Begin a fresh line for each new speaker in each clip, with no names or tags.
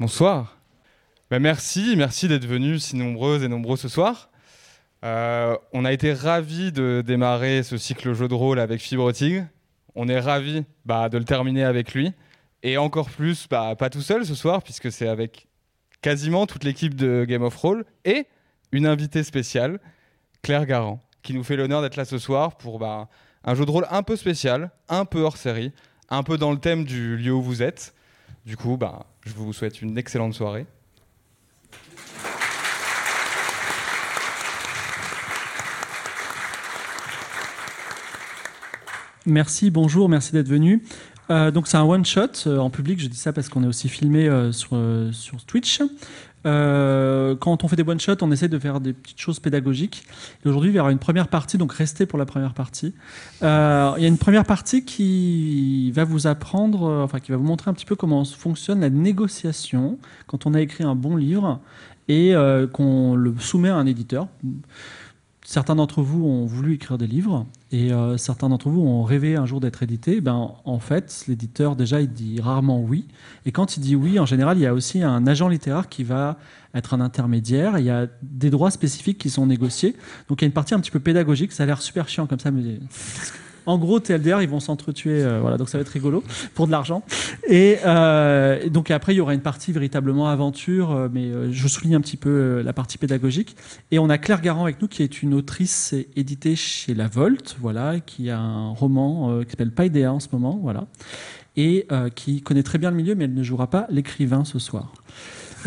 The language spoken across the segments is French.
Bonsoir. Bah, merci, merci d'être venus si nombreuses et nombreux ce soir. Euh, on a été ravis de démarrer ce cycle jeu de rôle avec Fibre Tigre. On est ravis bah, de le terminer avec lui. Et encore plus, bah, pas tout seul ce soir, puisque c'est avec quasiment toute l'équipe de Game of Roll et une invitée spéciale, Claire Garand, qui nous fait l'honneur d'être là ce soir pour bah, un jeu de rôle un peu spécial, un peu hors série, un peu dans le thème du lieu où vous êtes. Du coup, bah, je vous souhaite une excellente soirée.
Merci, bonjour, merci d'être venu. Euh, donc c'est un one shot euh, en public, je dis ça parce qu'on est aussi filmé euh, sur, sur Twitch. Euh, quand on fait des one shots, on essaie de faire des petites choses pédagogiques. Et aujourd'hui, il y aura une première partie, donc restez pour la première partie. Euh, il y a une première partie qui va vous apprendre, euh, enfin qui va vous montrer un petit peu comment fonctionne la négociation quand on a écrit un bon livre et euh, qu'on le soumet à un éditeur certains d'entre vous ont voulu écrire des livres et euh, certains d'entre vous ont rêvé un jour d'être édité, ben, en fait, l'éditeur, déjà, il dit rarement oui. Et quand il dit oui, en général, il y a aussi un agent littéraire qui va être un intermédiaire. Il y a des droits spécifiques qui sont négociés. Donc il y a une partie un petit peu pédagogique. Ça a l'air super chiant comme ça, mais. En gros, TLDR, ils vont s'entretuer, euh, voilà, donc ça va être rigolo pour de l'argent. Et, euh, et donc après, il y aura une partie véritablement aventure, euh, mais je souligne un petit peu euh, la partie pédagogique. Et on a Claire Garand avec nous, qui est une autrice éditée chez La Volte, voilà, qui a un roman euh, qui s'appelle Paidea en ce moment, voilà, et euh, qui connaît très bien le milieu, mais elle ne jouera pas l'écrivain ce soir.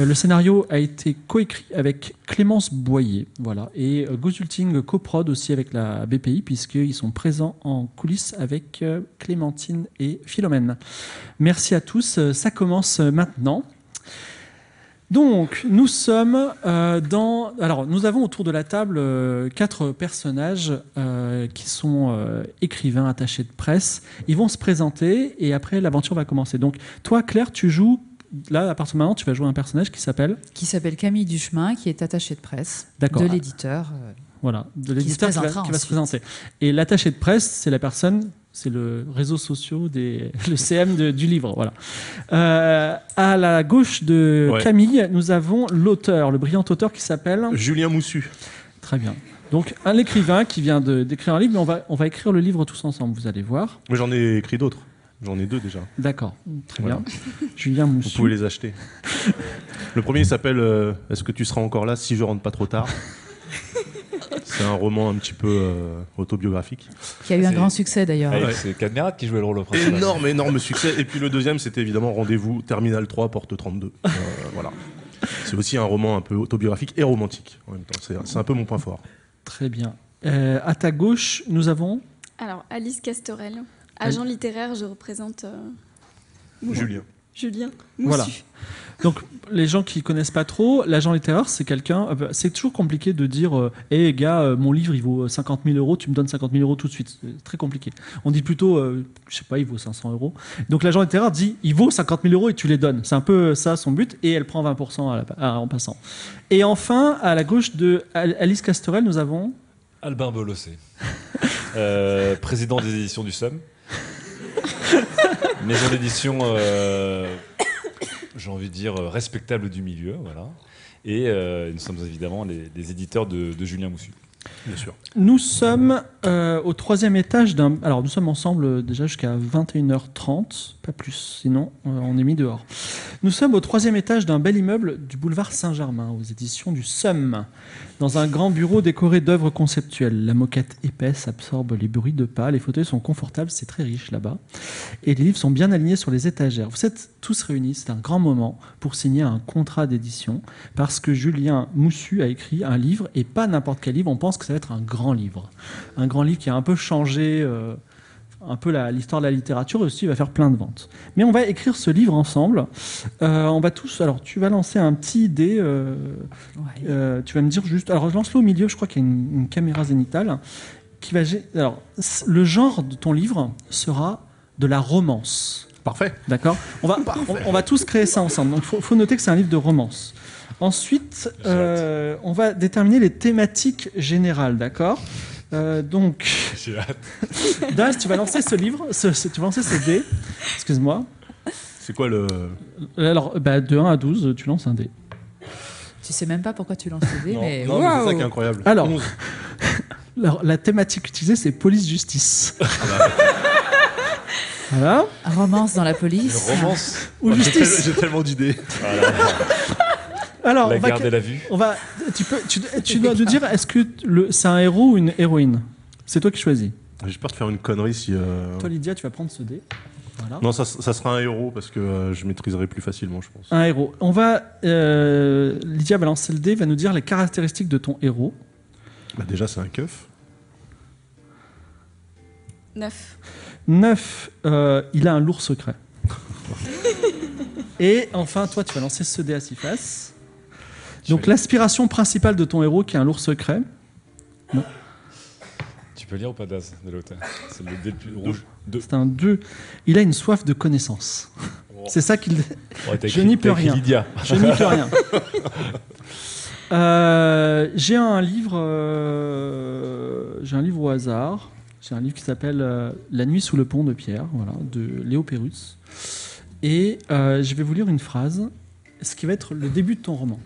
Euh, Le scénario a été coécrit avec Clémence Boyer, voilà, et euh, Gozulting coprod aussi avec la BPI, puisqu'ils sont présents en coulisses avec euh, Clémentine et Philomène. Merci à tous, euh, ça commence maintenant. Donc, nous sommes euh, dans. Alors, nous avons autour de la table euh, quatre personnages euh, qui sont écrivains, attachés de presse. Ils vont se présenter et après, l'aventure va commencer. Donc, toi, Claire, tu joues là, à partir de maintenant, tu vas jouer un personnage qui s'appelle
Qui s'appelle Camille Duchemin, qui est attachée de presse de l'éditeur. euh,
Voilà, de
Qui se
l'éditeur qui, va-
présentera
qui va se
ensuite.
présenter. Et l'attaché de presse, c'est la personne, c'est le réseau social des, le CM de- du livre, voilà. Euh, à la gauche de
Ouais.
Camille, nous avons l'auteur, le brillant auteur qui s'appelle.
Julien Moussu.
Très bien. Donc un écrivain qui vient de- d'écrire un livre, mais on va on va écrire le livre tous ensemble. Vous allez voir.
Mais j'en ai écrit d'autres. J'en ai deux déjà.
D'accord. Très
Voilà.
bien. Julien
Vous
Moussu.
pouvez les acheter. Le premier s'appelle euh, Est-ce que tu seras encore là si je rentre pas trop tard C'est un roman un petit peu euh, autobiographique.
qui a eu un
C'est-
grand succès d'ailleurs.
Avec
Ouais.
Ah C'est Cadmerat qui jouait le rôle au principal.
Énorme, énorme succès. Et puis le deuxième, c'était évidemment Rendez-vous, Terminal 3, porte 32. Euh, voilà. C'est aussi un roman un peu autobiographique et romantique en même temps. C'est c'est un peu mon point fort.
Très bien. Euh, à ta gauche, nous avons
Alors, Alice Castorel, agent littéraire, je représente euh,
Julien.
Julien Moussu.
Voilà. Donc, les gens qui connaissent pas trop, l'agent littéraire, c'est quelqu'un. euh, bah, C'est toujours compliqué de dire euh, Hé, gars, euh, mon livre, il vaut euh, 50 000 euros, tu me donnes 50 000 euros tout de suite. C'est très compliqué. On dit plutôt euh, Je sais pas, il vaut 500 euros. Donc, l'agent littéraire dit Il vaut 50 000 euros et tu les donnes. C'est un peu euh, ça son but. Et elle prend 20% à la pa- à- en passant. Et enfin, à la gauche de Al- Alice Castorel, nous avons.
Albin Bolossé, Euh, président des éditions du Somme. Maison d'édition, euh, j'ai envie de dire, euh, respectable du milieu. voilà. Et euh, nous sommes évidemment les, les éditeurs de, de Julien Moussu.
Bien sûr.
Nous sommes euh, au troisième étage d'un. Alors, nous sommes ensemble euh, déjà jusqu'à 21h30, pas plus, sinon euh, on est mis dehors. Nous sommes au troisième étage d'un bel immeuble du boulevard Saint-Germain, aux éditions du SEM, dans un grand bureau décoré d'œuvres conceptuelles. La moquette épaisse absorbe les bruits de pas, les fauteuils sont confortables, c'est très riche là-bas, et les livres sont bien alignés sur les étagères. Vous êtes tous réunis, c'est un grand moment pour signer un contrat d'édition parce que Julien Moussu a écrit un livre et pas n'importe quel livre. On pense que ça va être un grand livre. Un grand livre qui a un peu changé euh, un peu la- l'histoire de la littérature et aussi il va faire plein de ventes. Mais on va écrire ce livre ensemble. Euh, on va tous. Alors, tu vas lancer un petit dé. euh,
Ouais.
euh, tu vas me dire juste. Alors, lance-le au milieu. Je crois qu'il y a une, une caméra zénitale qui va. gé- Alors, c- le genre de ton livre sera de la romance.
Parfait.
D'accord on va, on, on va tous créer ça ensemble. Donc, il faut, faut noter que c'est un livre de romance. Ensuite,
J'ai
euh, on va déterminer les thématiques générales, d'accord Euh, Donc,
J'ai hâte.
Daz, tu vas lancer ce livre, ce, ce- tu vas lancer ce dé. Excuse-moi.
C'est quoi le.
Alors, bah, de 1 à 12, tu lances un dé.
Tu sais même pas pourquoi tu lances le dé,
Non,
mais.
non, mais c'est
Waouh
ça qui est incroyable.
Alors.
11.
Alors, la thématique utilisée, c'est
Ah
police-justice.
bah,
voilà.
Romance dans la
Une
police.
romance.
Ou
J'ai tel-
justice.
J'ai tellement d'idées.
Alors,
la
on va,
garde et la vue.
on va- tu, peux, tu, tu dois nous dire, est-ce que le- c'est un héros ou une héroïne C'est toi qui choisis.
J'ai peur de faire une connerie si. euh,
Toi, Lydia, tu vas prendre ce dé.
Hein
Voilà.
Non, ça, ça sera un héros parce que euh, je maîtriserai plus facilement, je pense.
Un héros. On va. euh, Lydia va lancer le dé, va nous dire les caractéristiques de ton héros.
Bah, déjà, c'est un keuf.
9.
9, euh, il a un lourd secret. Et enfin, toi, tu vas lancer ce dé à six faces. Donc,
Tu peux-
l'aspiration principale de ton héros, qui est un lourd secret.
Tu peux lire ou pas Daz de l'autre C'est le dé le plus rouge. Deux.
C'est un 2. Il a une soif de connaissance. C'est ça qu'il.
Oh,
Je
t'as écrit-
n'y peux
t'as écrit
rien.
Lydia.
Je n'y peux rien. Euh, j'ai un livre. euh, j'ai un livre au hasard. J'ai un livre qui s'appelle euh, La nuit sous le pont de Pierre, voilà, de Léo Pérus. Et euh, je vais vous lire une phrase, ce qui va être le début de ton roman.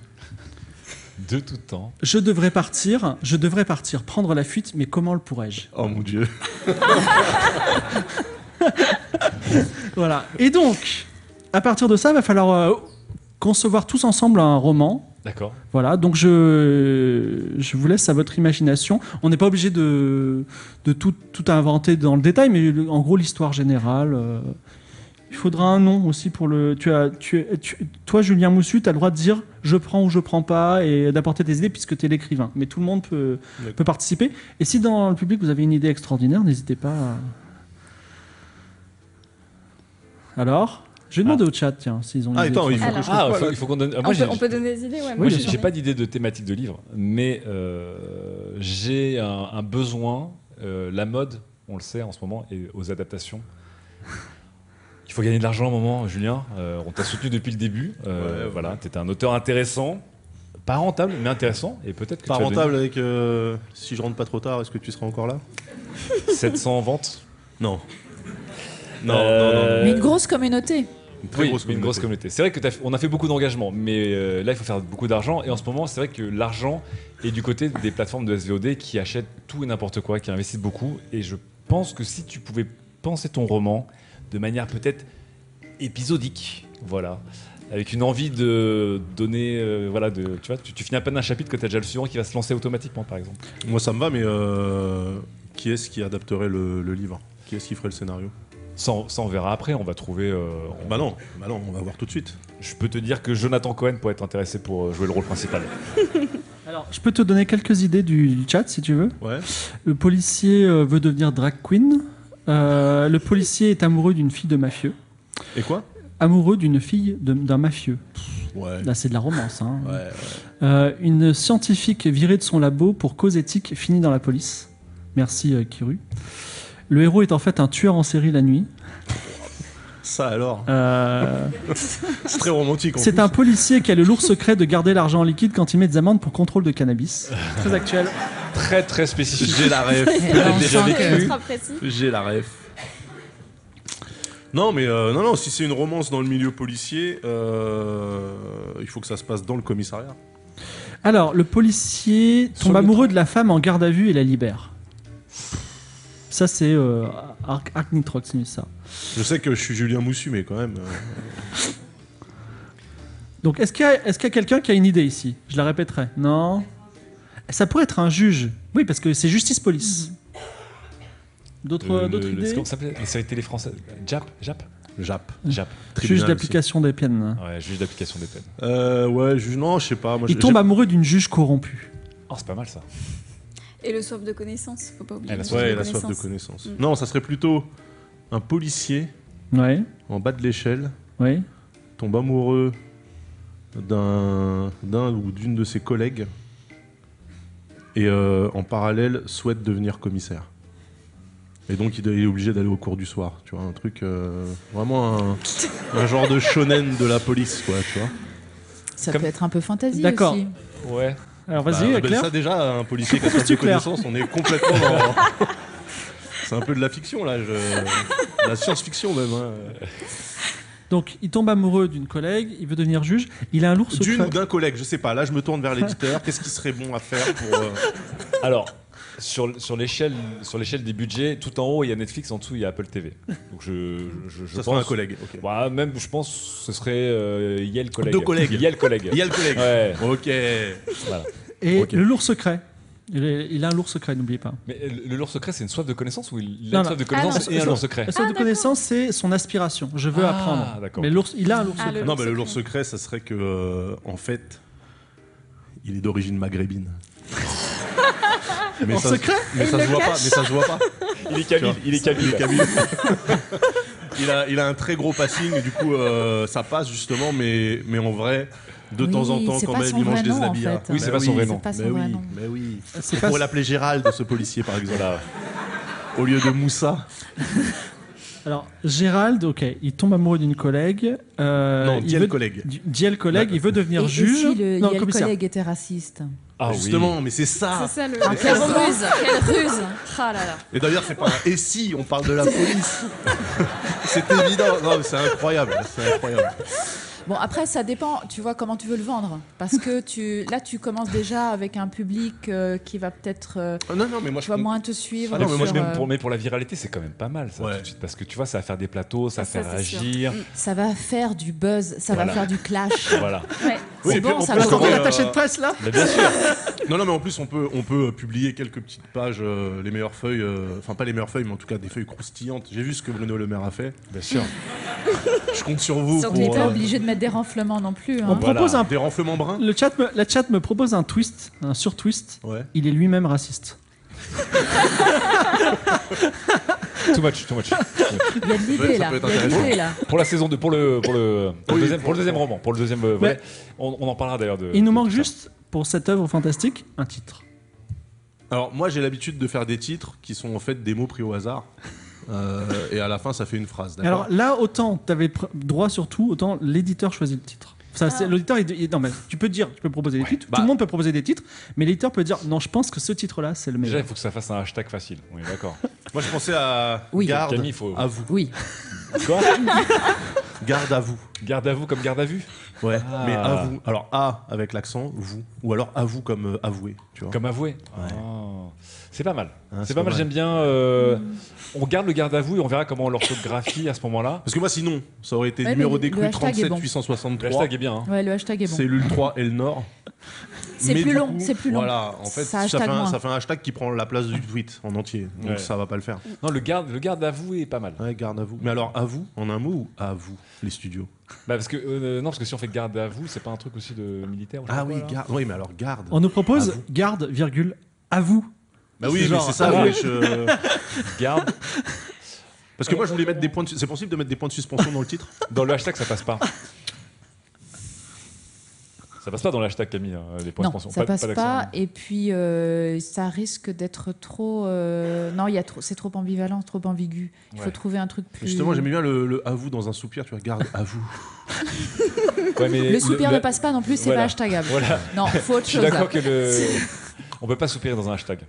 De tout temps.
Je devrais partir, je devrais partir, prendre la fuite, mais comment le pourrais-je
Oh mon dieu.
Voilà. Et donc, à partir de ça, va falloir euh, concevoir tous ensemble un roman.
D'accord.
Voilà, donc je, je vous laisse à votre imagination. On n'est pas obligé de, de tout, tout inventer dans le détail, mais le- en gros, l'histoire générale. euh, il faudra un nom aussi pour le. Tu as, tu, tu- toi, Julien Moussu, tu as le droit de dire je prends ou je prends pas et d'apporter des idées puisque tu es l'écrivain. Mais tout le monde peut,
D'accord.
peut participer. Et si dans le public vous avez une idée extraordinaire, n'hésitez pas à. Alors Je vais demander au chat, tiens, s'ils ont une
Ah,
idée
attends, il faut
extraordinaire.
que je
Alors.
Ah,
trouve
il
pas,
faut,
là.
il faut qu'on donne. ah,
on,
moi,
peut,
j'ai-
on peut donner des idées,
Moi,
ouais. mais
j'ai
j'en
j'ai
ai.
pas d'idée de thématique de livre, mais euh, j'ai un, un besoin, euh, la mode, on le sait en ce moment, et aux adaptations. Il faut gagner de l'argent à un moment, Julien. Euh, on t'a soutenu depuis le début. Euh,
Ouais, ouais.
Voilà, t'es un auteur intéressant, pas rentable, mais intéressant, et peut-être que
Pas
tu vas
rentable avec. euh, si je rentre pas trop tard, est-ce que tu seras encore là
donner 700 ventes.
Non. Non,
Euh,
Mais une grosse communauté.
non, non. Très
Oui,
grosse
mais une grosse communauté. C'est vrai que t'as fait- on a fait beaucoup d'engagement, mais euh, là il faut faire beaucoup d'argent. Et en ce moment, c'est vrai que l'argent est du côté des plateformes de SVOD qui achètent tout et n'importe quoi, qui investissent beaucoup. Et je pense que si tu pouvais penser ton roman de manière peut-être épisodique, voilà, avec une envie de donner, euh, voilà, de, tu vois, tu, tu finis à peine un chapitre que t'as déjà le suivant qui va se lancer automatiquement, par exemple.
Moi, ça me va, mais euh, qui est-ce qui adapterait le, le livre Qui est-ce qui ferait le scénario
Ça, on- ça, on verra après. On va trouver. euh, on-
Bah non, bah non, on va voir tout de suite.
Je peux te dire que Jonathan Cohen pourrait être intéressé pour euh, jouer le rôle principal.
Alors, je peux te donner quelques idées du- du chat si tu veux.
Ouais.
Le policier euh, veut devenir drag queen. Euh, le policier est amoureux d'une fille de mafieux.
Et quoi
Amoureux d'une fille de- d'un mafieux.
Ouais.
Là, c'est de la romance. hein.
Ouais, ouais.
Euh, une scientifique virée de son labo pour cause éthique finit dans la police. Merci, euh, Kiru. Le héros est en fait un tueur en série la nuit.
Ça alors,
Euh,
Ah,
c'est très romantique. Oh, en
c'est
plus.
un policier qui a le lourd secret de garder l'argent en liquide quand il met des amendes pour contrôle de cannabis. Très actuel.
Très très spécifique.
J'ai la rêve.
Et là, on
déjà
sent
Ouais,
que-
ultra précis.
J'ai la ref. Non, mais euh, non, non, si c'est une romance dans le milieu policier, euh, il faut que ça se passe dans le commissariat.
Alors, le policier
Sur
tombe
le
amoureux de la femme en garde à vue et la libère. Ça, c'est euh, Arc, Arc Nitrox News, ça.
Je sais que je suis Julien Moussu, mais quand même. euh,
Donc, est-ce qu'il y a, est-ce qu'il y a quelqu'un qui a une idée ici Je la répéterai. Non Ça pourrait être un juge. Oui, parce que c'est justice-police. D'autres,
Le-
d'autres
Euh, le- le-
idées
Comment ça s'appelait La série télé française Jap Jap
Jap.
Jap.
Juge
tribunal Ah,
d'application des peines.
Ouais, juge d'application des peines.
aussi. Euh, ouais, juge, non, je sais pas. Moi,
Il
je-
tombe amoureux d'une juge corrompue.
Oh, c'est pas mal ça.
Et le soif de connaissance, faut pas oublier.
Ah, la
le
j'aime-
soif
Ouais,
de
la soif de
connaissance.
connaissance.
Mm.
Non, ça serait plutôt un policier
Ouais,
en bas de l'échelle
ouais.
tombe amoureux d'un d'un ou d'une de ses collègues et euh, en parallèle souhaite devenir commissaire. Et donc il il est obligé d'aller au cours du soir, tu vois, un truc euh, vraiment un, un genre de shonen de la police, quoi, tu vois.
Ça
Comme-
peut être un peu fantasy
D'accord.
aussi.
Ouais.
Alors, vas-y,
Bah, ben,
Claire.
Ça déjà, un policier qui a
Penses-tu,
de
Claire
connaissance, on est complètement dans... C'est un peu de la fiction là, je... de la science-fiction même. hein.
Donc, il tombe amoureux d'une collègue, il veut devenir juge, il a un lourd
D'une
secret.
ou d'un collègue, je sais pas. Là, je me tourne vers l'éditeur. Qu'est-ce qui serait bon à faire pour. euh,
Alors, sur, sur l'échelle sur l'échelle des budgets, tout en haut, il y a Netflix, en dessous, il y a Apple TV. Donc, je, je, je
ça sera
pense.
un collègue. ok.
Bah, même, je pense, ce serait euh, Yale collègue.
Deux collègues.
Yale collègue.
Il y a le collègue.
Ouais.
Ok.
Et
Ok.
le lourd secret. Il est- il a un lourd secret, n'oubliez pas.
Mais euh, le le lourd secret, c'est une soif de connaissance ou il il
Non,
a une
non.
soif de
Ah,
connaissance
non.
et un lourd secret
La soif de
d'accord.
connaissance, c'est son aspiration. Je veux
Ah,
apprendre.
d'accord.
Mais l'ours, il a un lourd
Ah,
secret.
le-
Non, mais le lourd secret, ça serait que, euh, en fait, il est d'origine maghrébine. mais
En
ça,
secret
mais ça
Il
se
le
voit pas.
cache.
Mais ça se voit pas.
Il est
Tu
Kabyle,
vois,
il est Kabyle.
il, a, il a un très gros passing, et du coup, euh, ça passe justement, mais, mais en vrai, de
Oui,
temps en temps,
c'est
quand
pas
même,
son
il mange
vrai
des
nom, en
habits. hein.
fait.
Oui, c'est pas son vrai nom.
C'est pas son
Mais
vrai
oui,
nom.
mais oui.
C'est
On
pas-
pourrait l'appeler Gérald, ce policier, par exemple,
Voilà.
au lieu de Moussa.
Alors, Gérald, ok, il tombe amoureux d'une collègue. euh,
non,
il
quel
veut-
collègue
du- Diel collègue, il veut devenir
Et, et
juge.
si le,
non,
il y a le
commissaire.
collègue était raciste
Ah
Justement, mais c'est ça.
C'est ça le.
Ah, quelle ruse
Quelle ruse Ah là là.
Et d'ailleurs, c'est pas un et si on parle de la police C'est évident. Non, mais c'est incroyable. C'est incroyable.
Bon, après, ça dépend, tu vois, comment tu veux le vendre. Parce que tu, là, tu commences déjà avec un public euh, qui va peut-être, euh,
Ah, Non, non, mais moi,
tu
je
vois,
comprends.
moins te suivre.
Ah non, mais moi, je
sur,
m'aime
euh,
pour, mais pour la viralité, c'est quand même pas mal ça
Ouais.
tout de suite. Parce que tu vois, ça va faire des plateaux, ça va
Ça,
faire
c'est sûr.
agir.
Ça va faire du buzz, ça
Voilà.
va faire du clash.
voilà.
Ouais.
Oui,
c'est
et puis,
bon,
on
ça
peut
va
Parce qu'on
encore-
fait
vendre.
l'attaché de presse, là
Mais bien sûr.
Non, non, mais en plus, on peut, on peut euh, publier quelques petites pages, euh, les meilleures feuilles, euh, enfin, pas les meilleures feuilles, mais en tout cas des feuilles croustillantes. J'ai vu ce que Bruno Le Maire a fait.
Bien sûr.
Je compte sur vous
On n'est
pour
pas
euh,
obligé de mettre des renflements non plus.
On
Hein.
Voilà.
propose un.
des renflements bruns.
Le chat me- la chat me propose un twist, un sur-twist.
Ouais.
Il est lui-même raciste.
Too much, too much.
Il y a de l'idée,
Ouais, ça
là.
peut
Il
être
y a de
intéressant.
l'idée, là.
Pour la saison 2, pour le, pour le, pour le
Oui,
deuxième,
pour-
pour le deuxième roman, pour le deuxième euh, volet. On, on en parlera d'ailleurs de.
Il nous
de
manque
tout Euh, ça.
juste, pour cette œuvre fantastique, un titre.
Alors, moi, j'ai l'habitude de faire des titres qui sont en fait des mots pris au hasard. Euh, et à la fin, ça fait une phrase.
Et
D'accord
Alors là, autant tu avais droit sur tout, autant l'éditeur choisit le titre. Ça, c'est- L'auditeur, il, il- non, mais tu peux dire, tu peux proposer des titres,
bah-
tout le monde peut proposer des titres, mais l'éditeur peut dire, non, je pense que ce titre-là, c'est le
Déjà,
meilleur.
il faut que ça fasse un hashtag facile. Oui, d'accord.
Moi, je pensais à
Oui.
garde
Camille, faut-
à vous.
Oui.
Quoi
Garde à vous.
Garde à vous comme garde à vue
Ouais,
Ah.
mais à vous. Alors à avec l'accent, vous. Ou alors à vous comme euh, avoué, tu vois.
Comme avoué. Oh. C'est pas mal.
Hein,
Ah, c'est pas, mal, j'aime bien. euh, On garde le garde à vous et on verra comment on l'orthographie à ce moment-là.
Parce que moi sinon, ça aurait été
Ouais,
numéro
mais le-
décru
le hashtag est
37
bon.
863.
Le hashtag est bien. hein.
Ouais, le hashtag est bon.
Cellule 3 et le Nord.
C'est
Mais
plus
du
long,
coup,
c'est plus long.
Voilà, en fait,
Ça
ça,
hashtag
fait un,
moins.
ça fait un hashtag qui prend la place du tweet en entier. Donc
Ouais.
ça va pas le faire.
Non, le garde, le garde à vous est pas mal.
Ouais, garde à vous. Mais alors à vous en un mot ou à vous les studios
Bah, parce que, euh, non, parce que si on fait garde à vous, c'est pas un truc aussi de militaire. ou je sais
Ah
pas quoi,
oui,
là
garde. Oui, mais alors garde.
On nous propose,
À vous.
garde, virgule, à vous.
Bah oui,
C'est
mais
genre,
c'est ça.
ah
oui, je-
Garde.
Parce que moi je voulais mettre des points. De... C'est possible de mettre des points de suspension dans le titre
Dans le hashtag, ça passe pas. Ça passe pas dans le hashtag, Camille, hein, les points de
Non,
pension.
ça passe pas,
d'accent.
et puis euh, ça risque d'être trop. euh, Non, il y a trop, c'est trop ambivalent, trop ambigu. Il faut
Ouais.
trouver un truc plus.
Justement, j'aimais bien le, le à vous dans un soupir. Tu vois, garde à vous.
Ouais, mais
Le soupir
le-
ne passe pas non plus, c'est
Voilà.
pas hashtagable.
Voilà.
Non, faut autre
Je suis
chose. là.
d'accord que le. On peut pas soupirer dans un hashtag.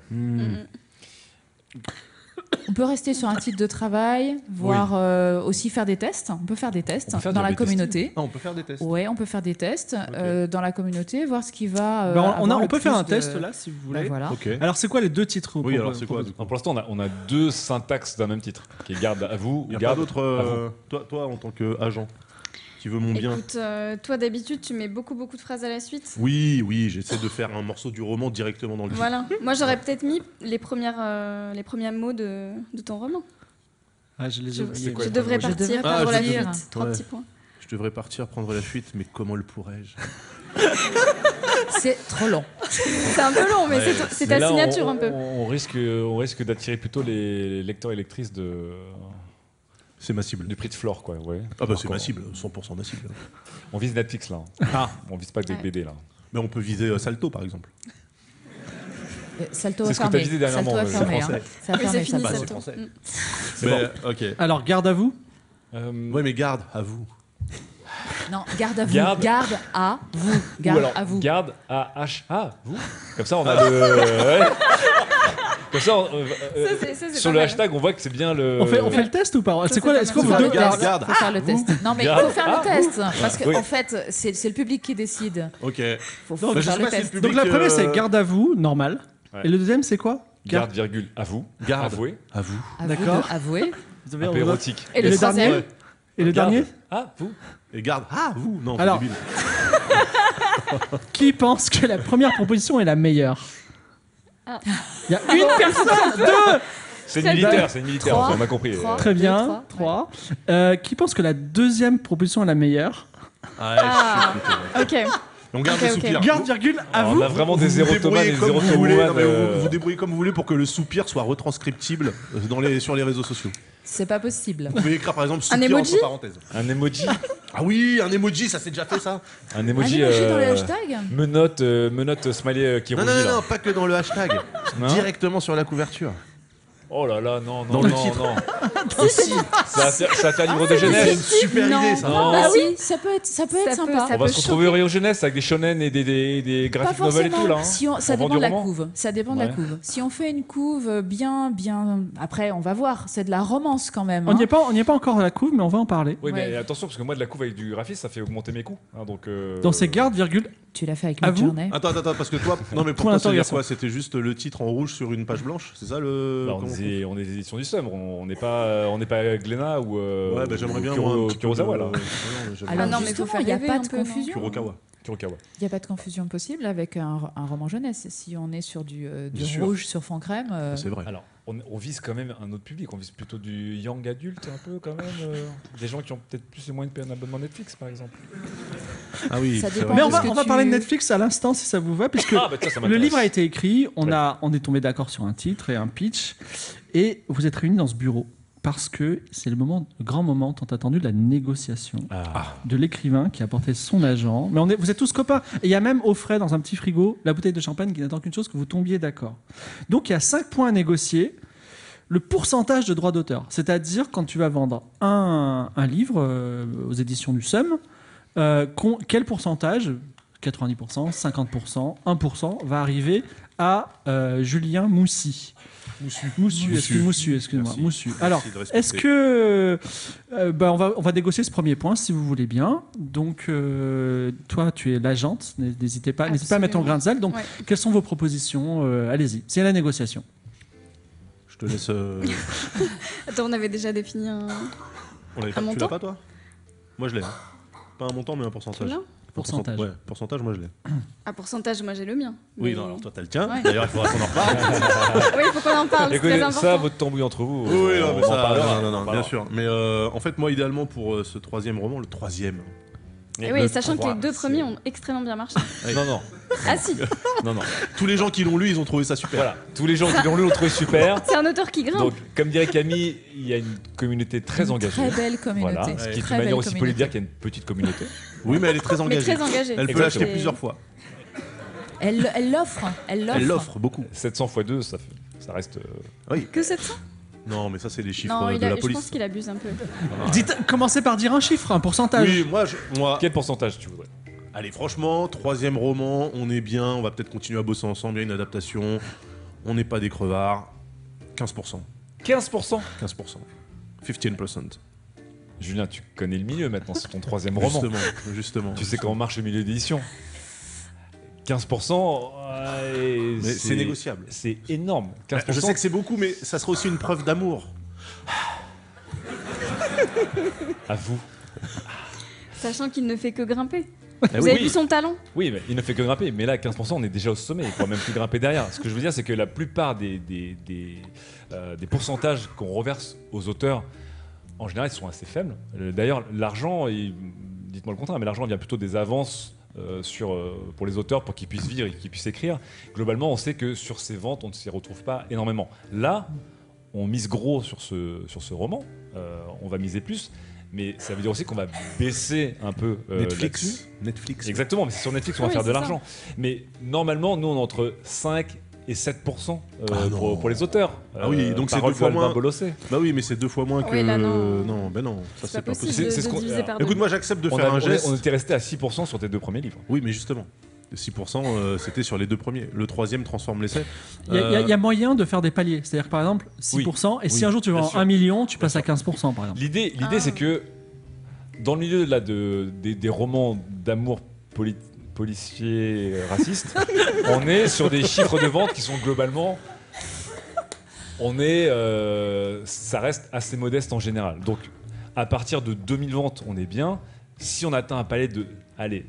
On peut rester sur un titre de travail, voire euh, aussi faire des tests. On peut faire des tests
On peut faire
dans la
des tests.
communauté.
Ah, on peut faire des tests.
Ouais, on peut faire des tests euh, dans la communauté, voir ce qui va. euh,
Ben, on- on, a-
avoir
on
le
peut faire
plus
un
de-
test là, si vous voulez.
Bah, voilà.
Ok.
Alors, c'est quoi les deux titres
Oui,
qu'on
alors
peut-
c'est quoi
qu'on
du
Non,
coup
pour l'instant, on a, on a deux syntaxes d'un même titre, qui est garde à vous
Il n'y
ou
a pas
garde.
d'autre. euh, toi, toi, en tant qu'agent, qui veut mon bien
Écoute, euh, toi d'habitude, tu mets beaucoup beaucoup de phrases à la suite.
Oui, oui, j'essaie de faire un morceau du roman directement dans le titre.
Voilà. Moi, j'aurais peut-être mis les, premières, euh, les premiers mots de, de ton roman.
Ah, je les ai
Je,
oubliés.
je devrais
Je
partir
devrais
prendre la
partir.
fuite. Trois
Ouais.
petits points.
Je devrais partir prendre la fuite, mais comment le pourrais-je
C'est trop long.
C'est un peu long, mais
Ouais.
c'est- c'est
Mais
ta
là, on-
signature un peu.
On, on risque, on risque d'attirer plutôt les lecteurs et lectrices de,
C'est ma cible.
du prix de Flore, quoi. Ouais.
Ah bah c'est
Encore.
ma cible, 100% ma cible. hein.
On vise Netflix, là.
Ah.
On vise pas que des
Ouais.
BD, là.
Mais on peut viser euh, Salto par exemple.
Euh, Salto
C'est
a
ce que t'as
fermé.
visé dernièrement,
Salto a
euh, c'est
fermé.
français.
hein. Ça a
Oui,
fermé,
c'est fini,
va,
ça.
Bah, c'est
ça tourne.
français.
Mm.
Mais, ok.
Alors, garde à vous.
Euh,
Ouais mais garde, à vous.
Non, garde à vous.
Garde.
Garde, à vous.
ou
Garde
alors,
à vous.
Garde à H. Ah, vous Comme ça, on a le. ouais. Comme ça, on- euh, euh,
Ça, c'est- ça, c'est
sur
pas
le
mal.
hashtag, on voit que c'est bien le.
On fait,
Euh,
on fait le test ou pas C'est quoi, la- est-ce qu'on
Faut
vous
faire
donne
le test.
Garde.
Faut faire le test. Non, mais il faut
Garde.
faire
Ah,
le test. Parce que,
Oui.
en fait, c'est c'est le public qui décide.
Ok.
Faut, faut
Bah, je
faire
sais
le
pas si le
test.
public,
Donc la première,
euh,
c'est garde à vous, normal.
Ouais.
Et le deuxième, c'est quoi
Garde, virgule, à vous.
Garde.
Avoué.
À vous.
À vous de
D'accord.
Avouer.
Vous avez- on vote.
Apérotique.
Et
le
le troisième.
dernier Et le
Garde.
dernier
Ah, vous
Et garde. Ah, vous Non,
Alors.
c'est débile.
Qui pense que la première proposition est la meilleure
Ah.
Il y a une personne, deux
C'est
C'est
une militaire, c'est une militaire,
Trois.
on a compris.
Trois.
Euh,
Très
Deux,
bien,
trois.
trois. Euh, qui pense que la deuxième proposition est la meilleure
Ah. Ok.
On garde
Ok,
les
ok.
soupirs.
Garde, virgule, à
on
vous
a vraiment des zéro Thomas et des
débrouillez comme
zéro
vous voulez. Euh,
Thomas.
non, mais vous, vous débrouillez comme vous voulez pour que le soupir soit retranscriptible euh, dans les, sur les réseaux sociaux.
C'est pas possible.
Vous pouvez écrire par exemple
Un
soupir
emoji
entre parenthèses.
Un emoji.
Ah oui, un emoji, ça s'est déjà fait ça.
Un
Un
emoji.
emoji dans le
euh,
hashtag
Menotte, euh, menotte smiley euh, qui
Non,
rougit
non, non,
là.
non, pas que dans le hashtag.
Non
Directement sur la couverture.
Oh là là, non, non,
Dans le
non,
titre.
non. Ça va faire- ça va faire livre
Ah,
de
C'est une
jeunesse.
super
Non.
idée ça.
Non.
Bah
Ah
oui, ça peut être, ça peut être
Ça peut-
sympa.
ça
On va
peut
se retrouver au rayon jeunesse avec des shonen et des, des, des
Pas
graphic novels et
forcément.
tout là. hein.
Si on- ça
On vend
dépend
du
de la
roman.
couve. Ça dépend de
Ouais.
la couve. Si on fait une couve bien, bien, après on va voir. C'est de la romance quand même.
On n'y
hein.
est, pas- on n'y est pas encore à la couve, mais on va en parler.
Oui, mais
Ouais.
attention, parce que moi, de la couve avec du graphisme, ça fait augmenter mes coûts. hein, donc, euh,
Dans ces gardes, virgule,
Tu l'as fait avec
À vous Ah,
Midjourney.
Attends, attends, attends, parce que toi, non mais pourquoi ça veut dire
l'interrogation.
quoi C'était juste le titre en rouge sur une page blanche, c'est ça le
bah, on,
comment-
est, on est des éditions du Summer, on on n'est pas, on n'est pas Glénat ou. euh,
Ouais, bah
ou
j'aimerais bien
Kuro-
moi, un petit peu
Kurosawa
de-
là.
Ouais, non, mais j'aimerais
Alors
bien.
Ah non, mais faut
justement,
faire
il n'y a
rêver
pas
un
de
peu, non
confusion.
Kurokawa.
Kurokawa.
Il n'y a pas de confusion possible avec un, un roman jeunesse. Si on est sur du, euh, du
Bien sûr.
rouge sur fond crème, euh,
C'est vrai.
Alors, on, on vise quand même un autre public, on vise plutôt du young adulte un peu quand même. euh, des gens qui ont peut-être plus et moins de payer un abonnement Netflix par exemple.
Ah oui,
ça
c'est
dépend.
vrai.
Mais on va,
Parce que
on va
tu-
parler de Netflix à l'instant si ça vous va, puisque
Ah, bah tiens, ça
le
m'intéresse.
livre a été écrit, on,
Ouais.
a, on est tombé d'accord sur un titre et un pitch, et vous êtes réunis dans ce bureau parce que c'est le moment, le grand moment tant attendu de la négociation
Ah,
de l'écrivain qui a porté son agent. Mais on est, vous êtes tous copains. Et il y a même au frais dans un petit frigo la bouteille de champagne qui n'attend qu'une chose que vous tombiez d'accord. Donc il y a 5 points à négocier. Le pourcentage de droits d'auteur, c'est-à-dire quand tu vas vendre un, un livre euh, aux éditions du SEM, euh, con- quel pourcentage 90%, 50%, 1% va arriver à euh, Julien Moussy. Moussu. Moussu, excuse- Moussu, excuse-moi.
Merci.
Moussu.
Merci
Alors,
de respecter.
est-ce que. euh, bah, on, va, on va négocier ce premier point si vous voulez bien. Donc, euh, toi, tu es l'agente, n'hé- n'hésitez pas, n'hésite pas à mettre ton
Absolument.
grain de sel. Donc,
Ouais.
quelles sont vos propositions Euh, Allez-y, c'est la négociation.
Je te laisse. euh,
Attends, on avait déjà défini un.
On l'avait pas.
Un
Tu l'as
montant
pas toi Moi je l'ai. hein. Pas un montant, mais un
Tu
pourcentage.
l'as
Un pourcent-
Pourcentage.
Ouais, pourcentage, moi je l'ai.
À Ah, pourcentage, moi j'ai le mien.
Oui,
Mais-
non, alors toi t'as le tien.
Ouais.
D'ailleurs, il faudra qu'on en reparle.
Oui, faut qu'on en parle, c'est très
Écoutez, ça,
important.
votre tambouille entre vous. euh,
Oui, oui, non, mais
on en
ça,
parlera,
non, non,
on
non, bien
en parlera.
sûr. Mais euh, en fait, moi, idéalement, pour euh, ce troisième roman, le troisième.
Et Eh oui,
le
sachant que
trois,
les deux
c'est-
premiers ont extrêmement bien marché.
Non, non,
ah si,
non, non.
Tous les gens qui l'ont lu, ils ont trouvé ça super.
Voilà, tous les gens qui l'ont lu l'ont trouvé super.
c'est un auteur qui grimpe.
Donc, comme dirait Camille, il y a une communauté très
une
engagée.
Très belle communauté.
Voilà, ce qui est
Très
une manière
belle
aussi polie
communauté.
de dire qu'il y a une petite communauté.
Oui, mais elle est très
mais
engagée.
très engagé.
Elle peut
Exactement.
l'acheter
Et-
plusieurs fois.
Elle elle l'offre. Elle
Elle
l'offre.
l'offre beaucoup.
700 x 2, ça, fait- ça reste. euh,
Oui.
Que 700
Non, mais ça, c'est les chiffres
Non,
euh,
il
de
a-
la
je pense
police.
qu'il abuse un peu.
Dites, commencez par dire un chiffre, un pourcentage.
Oui, moi, je- moi.
Quel pourcentage tu voudrais
Allez, franchement, troisième roman, on est bien, on va peut-être continuer à bosser ensemble, il y a une adaptation, on n'est pas des crevards. 15%.
15%
15%. 15%.
Julien, tu connais le milieu maintenant, c'est ton troisième roman.
Justement, justement.
Tu sais comment marche le milieu d'édition 15%, ouais,
Mais c'est négociable.
euh, C'est énorme. 15%,
Bah, Je sais que c'est beaucoup, mais ça sera aussi une preuve d'amour.
à vous.
Sachant qu'il ne fait que grimper.
Eh
Vous
oui.
avez vu son talent
Oui, mais il ne fait que grimper. Mais là, 15%, on est déjà au sommet. Il ne pourra même plus grimper derrière. Ce que je veux dire, c'est que la plupart des, des, des, euh, des pourcentages qu'on reverse aux auteurs, en général, ils sont assez faibles. Euh, D'ailleurs, l'argent, il- dites-moi le contraire, mais l'argent vient plutôt des avances. euh, sur, euh, pour les auteurs, pour qu'ils puissent vivre et qu'ils puissent écrire. Globalement, on sait que sur ces ventes, on ne s'y retrouve pas énormément. Là, on mise gros sur ce, sur ce roman, euh, on va miser plus, mais ça veut dire aussi qu'on va baisser un peu euh, là-dessus.
Netflix. Netflix.
Exactement, mais c'est sur Netflix qu'on va
Oui,
faire de
c'est ça.
l'argent. Mais normalement, nous, on est entre 5 et 7% euh,
Ah non.
pour, pour les auteurs. Euh,
Ah oui, donc c'est
parole
deux fois
de Albin
moins.
Bolossé.
Bah oui, mais c'est deux fois moins que.
Oui, là, non.
ben non, ça
C'est pas possible
possible.
de
C'est ce
de
qu'on-
diviser
alors,
par deux.
Écoute, moi j'accepte de
On,
faire un
a- on est-
geste.
on était resté à 6% sur tes deux premiers livres.
Oui, mais justement. 6%, euh, c'était sur les deux premiers. Le troisième transforme l'essai. Euh,
Il y, a- il y a- il y a moyen de faire des paliers. C'est-à-dire que, par exemple 6%, et si
Euh, Oui,
un jour tu
bien
vends
sûr.
1 million, tu passes à 15% par exemple.
L'idée, l'idée,
Ah.
c'est que dans le milieu là, de, des, des romans d'amour poli- policier euh, raciste, on est sur des chiffres de vente qui sont globalement. On est. euh, ça reste assez modeste en général. Donc, à partir de 2000 ventes, on est bien. Si on atteint un palais de. Allez.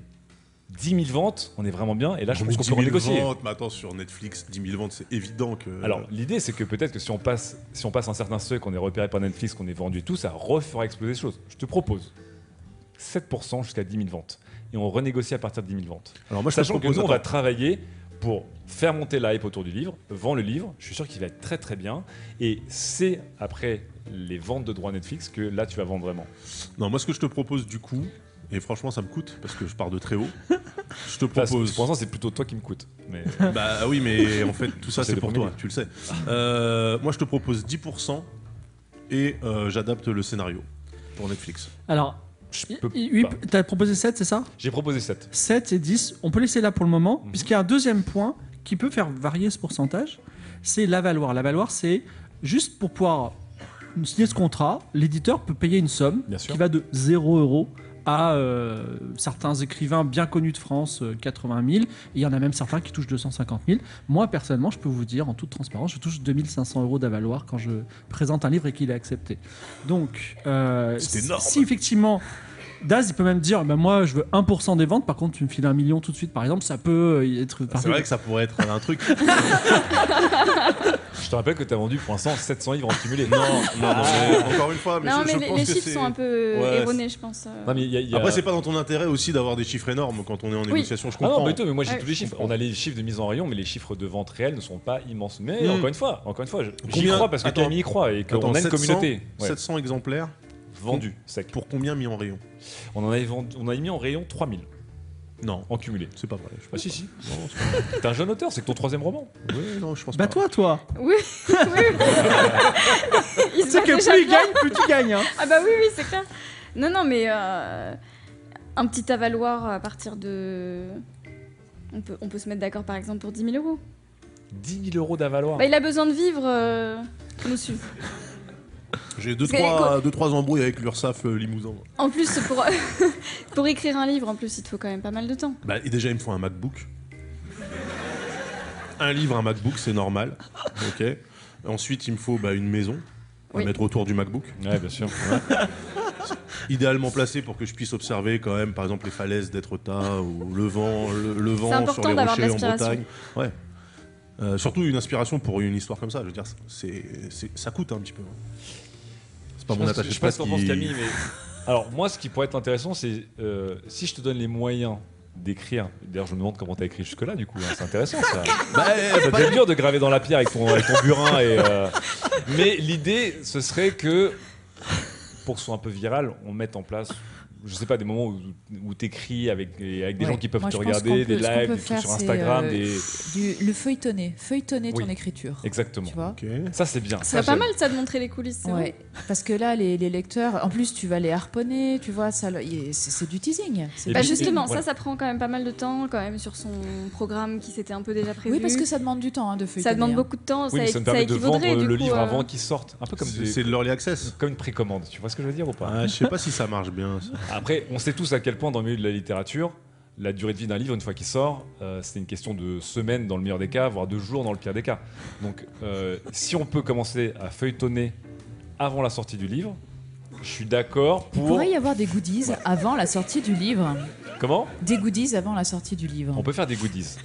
10 000 ventes, on est vraiment bien, et là Ah, je pense qu'on peut en négocier.
ventes, maintenant sur Netflix, 10 000 ventes, c'est évident que.
Alors l'idée c'est que peut-être que si on passe si on passe un certain seuil qu'on est repéré par Netflix, qu'on est vendu et tout, ça refera exploser les choses. Je te propose 7% jusqu'à 10 000 ventes et on renégocie à partir de 10 000 ventes.
Alors moi, je te
Sachant que
propose,
nous on va
attends,
travailler pour faire monter la hype autour du livre, vend le livre, je suis sûr qu'il va être très très bien et c'est après les ventes de droits Netflix que là tu vas vendre vraiment.
Non, moi, ce que je te propose du coup, et franchement, ça me coûte parce que je pars de très haut. Je te
Enfin,
propose.
pour l'instant Bah, c'est plutôt toi qui me coûte. Mais
Bah oui, mais en fait, tout ça,
C'est
c'est
le
pour
premier
toi, tu le sais. Euh, moi, je te propose 10% et euh, j'adapte le scénario pour Netflix.
Alors,
je
i-
peux
i- huit-
pas.
t'as proposé 7, c'est ça
J'ai proposé 7.
7 et 10, on peut laisser là pour le moment,
Mhm.
puisqu'il y a un deuxième point qui peut faire varier ce pourcentage, c'est l'avaloir. L'avaloir, c'est juste pour pouvoir signer ce contrat, l'éditeur peut payer une somme
Bien sûr.
qui va de 0 euros à euh, certains écrivains bien connus de France, euh, 80 000, et il y en a même certains qui touchent 250 000. Moi, personnellement, je peux vous dire, en toute transparence, je touche 2500 euros d'avaloir quand je présente un livre et qu'il est accepté. Donc, euh,
C'est
si-
énorme.
si effectivement Daz, il peut même dire, bah, moi, je veux 1% des ventes, par contre, tu me files un million tout de suite, par exemple, ça peut euh, être...
C'est vrai que ça pourrait être un truc. non,
Je te rappelle que tu as vendu pour l'instant 700 livres en cumulé. Ah.
non, mais encore une fois, mais
non,
je,
mais
je
les,
pense
les
que
chiffres
c'est-
sont un peu
Ouais,
erronés, je pense. euh.
Non, mais il y a- il y a-
Après, c'est pas dans ton intérêt aussi d'avoir des chiffres énormes quand on est en négociation, je
Ah non,
comprends.
mais, tout, mais moi j'ai
Ouais.
tous les chiffres. On a les chiffres de mise en rayon, mais les chiffres de vente réelles ne sont pas immenses. Mais
Mm.
encore une fois, encore une fois, je- j'y
Combien-
crois parce que
Attends.
Camille y croit et
Attends,
qu'on a une
700,
communauté. Ouais.
700 exemplaires
Vendu, sec.
pour combien mis en rayon
On en avait vendu- on a mis en rayon 3000
Non,
en cumulé.
c'est pas vrai. je
Ah
pense
si si. T'es un jeune auteur, c'est que ton troisième roman.
pas. Ouais, non, je pense
Bah
pas.
toi, toi
Oui, oui, oui.
Tu
Il se
sais
bat
que
déjà
plus il
bien.
gagne, plus tu gagnes. hein.
Ah bah oui, oui, c'est clair. Non, non, mais euh, un petit avaloir à partir de... On peut, on peut se mettre d'accord, par exemple, pour 10 000 euros.
10 000 euros d'avaloir.
Bah, il a besoin de vivre, euh, monsieur.
J'ai 2-3 deux,
Parce que-
trois, deux, trois embrouilles avec l'Ursaf Limousin.
En plus, pour, pour écrire un livre, en plus, il te faut quand même pas mal de temps.
Bah, et déjà, il me faut un MacBook. Un livre, un MacBook, c'est normal. Ok. Ensuite, il me faut bah, une maison à
Oui.
mettre autour du MacBook,
Ouais, bien sûr.
idéalement placée pour que je puisse observer quand même, par exemple, les falaises d'Étretat ou le vent, le, le vent sur
important
les
d'avoir de
rochers en
l'inspiration.
Bretagne. Ouais. Euh, surtout une inspiration pour une histoire comme ça. Je veux dire, c'est, c'est- ça coûte un petit peu. hein. C'est pas
Je
mon
sais pas ce-
attaché
je
de
sais pas
presse
ce qu'en pense
qui-
Camille, mais. Alors, moi, ce qui pourrait être intéressant, c'est euh, si je te donne les moyens d'écrire. D'ailleurs, je me demande comment t'as écrit jusque-là, du coup. hein, c'est intéressant, ça.
Bah, eh,
Ça
pas-
doit être dur de graver dans la pierre avec ton, avec ton burin. Et, euh, Mais l'idée, ce serait que, pour que ce soit un peu viral, on mette en place, je sais pas, des moments où, où t'écris avec, et avec des
Ouais.
gens qui peuvent
Moi,
te
je pense
regarder,
qu'on peut-
des
ce qu'on
lives,
peut
des trucs
faire,
sur
c'est,
Instagram,
euh,
des...
Du, le feuilletonner, feuilletonner ton
Oui.
écriture.
Exactement.
Tu vois
Ok.
Ça, c'est bien.
Ce serait pas mal, ça, de montrer les coulisses. c'est
Ouais,
vrai.
parce que là, les, les lecteurs, en plus, tu vas les harponner, tu vois, ça, le- y- c'est c'est du teasing. C'est
Et
Bah
du
puis-
teasing.
justement,
voilà.
ça, ça prend quand même pas mal de temps, quand même, sur son programme qui s'était un peu déjà prévu.
Oui, parce que ça demande du temps hein, de feuilletonner.
ça demande
hein.
beaucoup de temps.
Oui, mais ça me permet de vendre
équivaudrait, du
le
coup,
livre
euh,
avant qu'il sorte. Un peu comme,
c'est,
des-
c'est de l'early access.
comme une précommande. Tu vois ce que je veux dire ou pas
Ah, je sais pas si ça marche bien. ça.
Après, on sait tous à quel point dans le milieu de la littérature, la durée de vie d'un livre, une fois qu'il sort, euh, c'est une question de semaines dans le meilleur des cas, voire de jours dans le pire des cas. Donc, euh, si on peut commencer à feuilletonner avant la sortie du livre, je suis d'accord
Il
pour.
pourrait y avoir des goodies avant la sortie du livre.
Comment
Des goodies avant la sortie du livre.
On peut faire des goodies.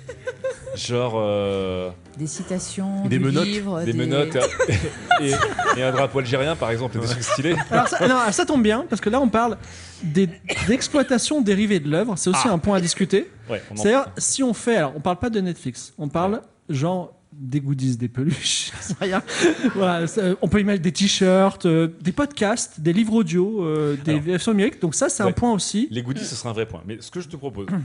Genre euh,
Des citations,
Des
du
menottes.
livre,
des menottes et, et un drapeau algérien, par exemple, et des trucs stylés.
Alors, ça, non, ça tombe bien, parce que là, on parle des- d'exploitation dérivée de l'œuvre. C'est aussi un point à discuter.
Ouais, on en-
C'est-à-dire, si on fait, alors on parle pas de Netflix, on parle genre des goodies, des peluches, j'en sais rien. Voilà, ça, on peut y mettre des t-shirts, euh, des podcasts, des livres audio, euh, des
Alors.
versions numériques. Donc ça, c'est un
Ouais.
point aussi.
Les goodies, ce sera un vrai point. Mais ce que je te propose,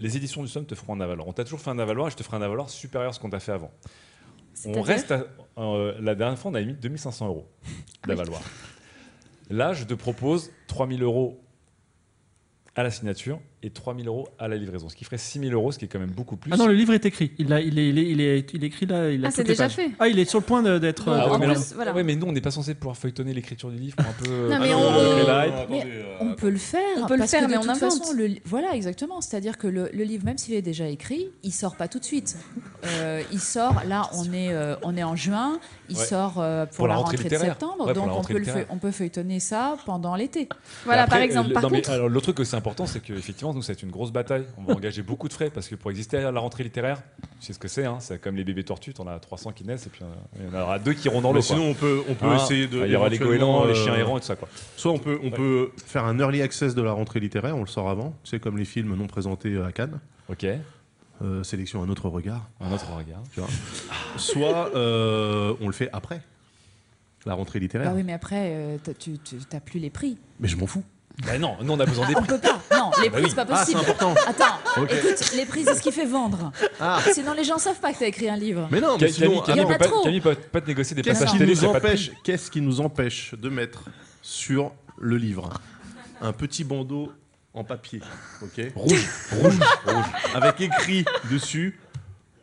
les éditions du Somme te feront un avaloir. On t'a toujours fait un avaloir et je te ferai un avaloir supérieur à ce qu'on t'a fait avant. On
c'est-à-dire-
reste à- euh, la dernière fois, on a mis 2500 euros d'avaloir. Là, je te propose 3000 euros à la signature et 3 000 euros à la livraison. Ce qui ferait 6 000 euros, ce qui est quand même beaucoup plus.
Ah non, le livre est écrit. Il, l'a- il, est, il, est, il, est, il est écrit là. Il a
Ah, c'est
toutes les
déjà
pages.
fait.
Ah, il est sur le point de- d'être.
Ah
euh,
ouais,
En
mais,
plus,
alors-
voilà.
ouais, mais nous, on n'est pas censé pouvoir feuilletonner l'écriture du livre pour un peu.
Non, mais
Ah
on-
le grey light.
mais
attendez, euh,
On peut le faire.
On peut le
parce
faire,
que de
mais on
toute
invente.
façon, le li- voilà, exactement. C'est-à-dire que le, le livre, même s'il est déjà écrit, il sort pas tout de suite. Euh, il sort. Là, on est, euh, on est en juin. Il
Ouais.
sort euh, pour,
Pour
la
la rentrée
rentrée, de
littéraire.
septembre.
Ouais, pour
donc,
la
on
rentrée
peut, le feu-
littéraire.
on peut feuilletonner ça pendant l'été.
Voilà,
Après,
par
euh,
exemple.
le-
Par
non, mais
contre,
alors, le truc que c'est important, c'est que effectivement, nous, ça va être une grosse bataille. On va engager beaucoup de frais parce que pour exister à la rentrée littéraire, tu sais ce que c'est, hein, c'est comme les bébés tortues, t'en as 300 qui naissent et puis euh, il y en aura deux qui iront dans
Mais
l'eau. quoi.
sinon, on peut, on peut
Hein,
essayer de.
Il y aura les
éventuellement,
goélands, les
euh,
chiens errants et tout ça. Quoi.
Soit on peut, on peut faire un early access de la rentrée littéraire, on le sort avant. Tu sais, comme les films non présentés à Cannes,
Ok,
euh, sélection un autre regard.
un autre regard.
tu vois. Soit euh, on le fait après la rentrée littéraire.
Bah oui, mais après, euh, t'as- tu n'as plus les prix.
Mais je m'en fous.
Bah non, non, on a besoin des
On peut pas. Non, les prix,
oui.
c'est pas
Ah, c'est
possible.
important.
Attends,
Ok.
écoute, les prix, c'est ce qui fait vendre.
Ah.
Sinon, les gens savent pas que tu as écrit un livre.
Mais non, mais
Camille,
sinon,
Camille
Il y en a
peut pas,
trop.
Camille peut pas te négocier des
Qu'est-ce
passages
qui
télé,
nous
s'il y a pas de
empêche Qu'est-ce qui nous empêche de mettre sur le livre un petit bandeau en papier, ok, rouge, rouge, rouge, avec écrit dessus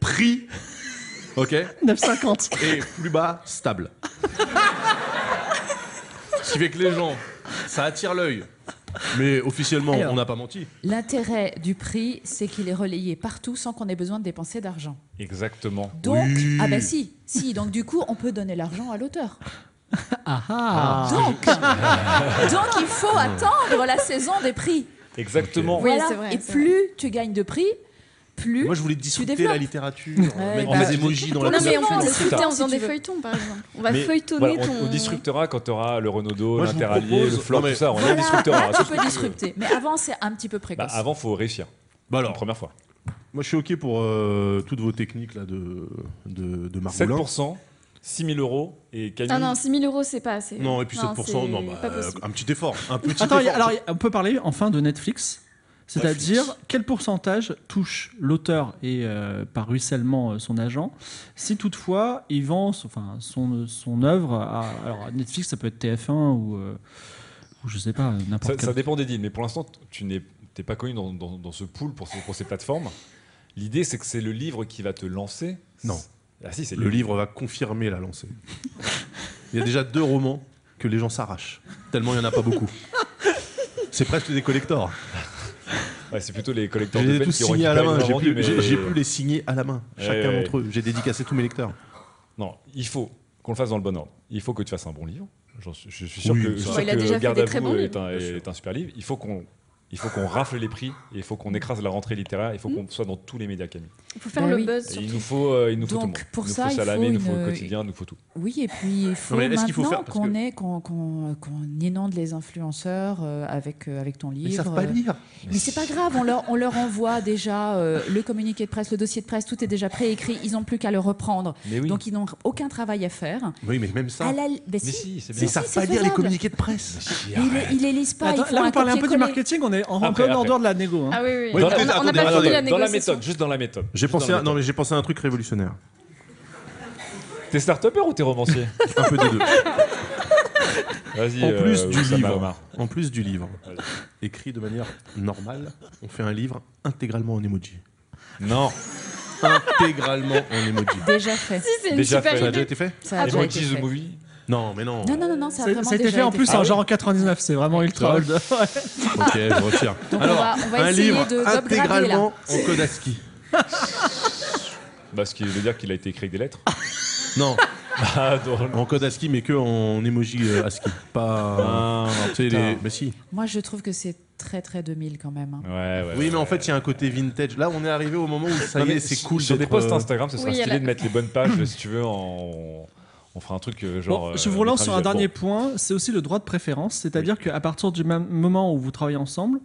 prix, ok,
9,50.
et plus bas stable. Ce qui fait que les gens, ça attire l'œil. Mais officiellement,
Alors.
on n'a pas menti.
L'intérêt du prix, c'est qu'il est relayé partout sans qu'on ait besoin de dépenser d'argent.
Exactement.
Donc, ah bah si, si, donc du coup, on peut donner l'argent à l'auteur.
Ah ah.
Donc, donc, il faut attendre la saison des prix.
Exactement.
Oui,
Voilà.
c'est vrai,
Et
c'est
plus tu gagnes de prix, plus.
Moi, je voulais discuter la
développes.
littérature,
Ouais,
mettre
bah,
des emojis dans
Non,
la
mais on
couverture.
peut
Plus
discuter
tard,
en faisant
si tu
des
veux.
feuilletons, par exemple. On va
Mais,
feuilletonner
voilà, on,
ton.
on disruptera quand tu auras le Renaudot,
Moi, je vous
l'Interallié,
propose-
le Flop,
non, mais-
tout ça. On
Voilà,
en disruptera.
hein,
là, tu peux disrupter. Mais avant, c'est un petit peu
Bah,
précoce.
avant, faut réussir.
Bah
La
alors,
première fois.
moi, je suis OK pour euh, toutes vos techniques là, de, de, de Margoulin.
7%, 6 000 euros et Camille.
Ah non, 6 000 euros, c'est pas assez.
Non, et puis 7%,
c'est
non, bah,
pas
euh,
possible.
un petit effort. Un petit
Attends, y a-
effort.
alors y a- on peut parler enfin de Netflix. C'est-à-dire quel pourcentage touche l'auteur et euh, par ruissellement euh, son agent si toutefois il vend son- enfin, son, son œuvre à, alors à Netflix ça peut être TF1 ou, euh, ou je sais pas
Ça,
n'importe
ça
quel
dépend des deals, mais pour l'instant, t- tu n'es t'es pas connu dans, dans- dans ce pool pour ces, pour ces plateformes. L'idée, c'est que c'est le livre qui va te lancer.
Non.
Ah si, c'est
Le livre va confirmer la lancée. Il y a déjà deux romans que les gens s'arrachent, tellement il n'y en a pas beaucoup. C'est presque des collectors.
Ouais, c'est plutôt les
Je
collecteurs
les
de
ai
peine
tous
qui auront
signés à la
récupéré
main.
les
J'ai
vendus,
plus, j'ai- j'ai
mais- euh,
plus les signés à la main, chacun
ouais,
d'entre eux. J'ai dédicacé tous mes lecteurs.
Non, il faut qu'on le fasse dans le bon ordre. Il faut que tu fasses un bon livre. J'en suis- je suis sûr
Oui,
que,
ça.
je suis
Bon,
sûr
il a
que
déjà fait
Garde
des
à
très
vous
bons
est
livres.
un, est un super livre. Il faut qu'on il faut qu'on rafle les prix et il faut qu'on écrase la rentrée littéraire. Il faut qu'on soit dans tous les médias, Camille.
Il faut faire
Bah
le
oui.
buzz.
Et il
Hmm. surtout.
nous faut, euh, il nous faut
Donc,
tout le monde.
pour
il nous
ça, il
faut Salamé,
faut
il nous faut
une-
le quotidien, il nous faut tout.
Oui, et puis il faut
Non, mais est-ce
maintenant
qu'il faut faire Parce
qu'on
que-
ait- qu'on- qu'on- qu'on inonde les influenceurs euh, avec, euh, avec ton livre.
Ils savent pas
euh.
lire.
Mais c'est pas grave, on leur, on leur envoie déjà euh, le communiqué de presse, le dossier de presse, tout est déjà préécrit, ils n'ont plus qu'à le reprendre.
Mais oui.
Donc ils n'ont aucun travail à faire.
Oui, mais même ça.
À la- ben si.
mais si, c'est bien.
Ils savent
si, c'est
pas lire les
faisable.
communiqués de presse.
Mais Ils, le- ils les lisent pas.
Attends,
ils font
là vous
un
parlez un peu du
copier-coller.
marketing on est en encore
Après,
en
après.
dehors de la négo hein.
Ah oui, oui.
Oui,
on
Dans-
attendez,
a- on n'a pas
attendez,
fini la
dans la
négociation.
méthode, juste dans la méthode.
J'ai
Juste
pensé,
dans
à-
la
non
méthode.
mais j'ai pensé à un truc révolutionnaire.
T'es start-upper ou t'es romancier
Un peu des deux.
Vas-y.
En plus
euh,
du
Oussama
livre.
Omar.
En plus du livre, écrit de manière normale, on fait un livre intégralement en emoji.
Non.
Intégralement en emoji.
Déjà fait.
Si, c'est une
Ça
Déjà
super
a déjà
idée.
été fait
Ça a
Les
Ah
déjà
bon,
Monkeys
été
the
fait.
Movie.
Non, mais non.
Non, non, non, non, ça a
Ça
vraiment
ça a été
déjà
fait en plus hein.
Ah
en
oui.
genre en 99 c'est vraiment ultra
Ouais.
old Ouais.
Ok, je retire.
Donc on va- on va
un
essayer
livre
de d'upgrader,
intégralement en Kodaski.
Bah, ce qui veut dire qu'il a été écrit avec des lettres.
Non,
Ah, drôle.
en Kodaski, mais que en emoji euh, ASCII. Pas.
Ah,
tu sais, les- Mais si.
Moi, je trouve que c'est très, très 2000 quand même. hein.
Ouais, ouais.
Oui, mais en fait, il y a un côté vintage. Là, on est arrivé au moment où ça
Non,
y
mais
est, c'est cool.
Sur des
d'être,
posts
euh,
Instagram, ce serait
Oui,
stylé
elle a-
de mettre les bonnes pages, si tu veux, en- on fera un truc euh, genre.
Bon,
euh,
je vous
on
relance
mettra
sur
les-
un dernier
Bon,
point, c'est aussi le droit de préférence, c'est-à-dire qu'à partir du même moment où vous travaillez ensemble,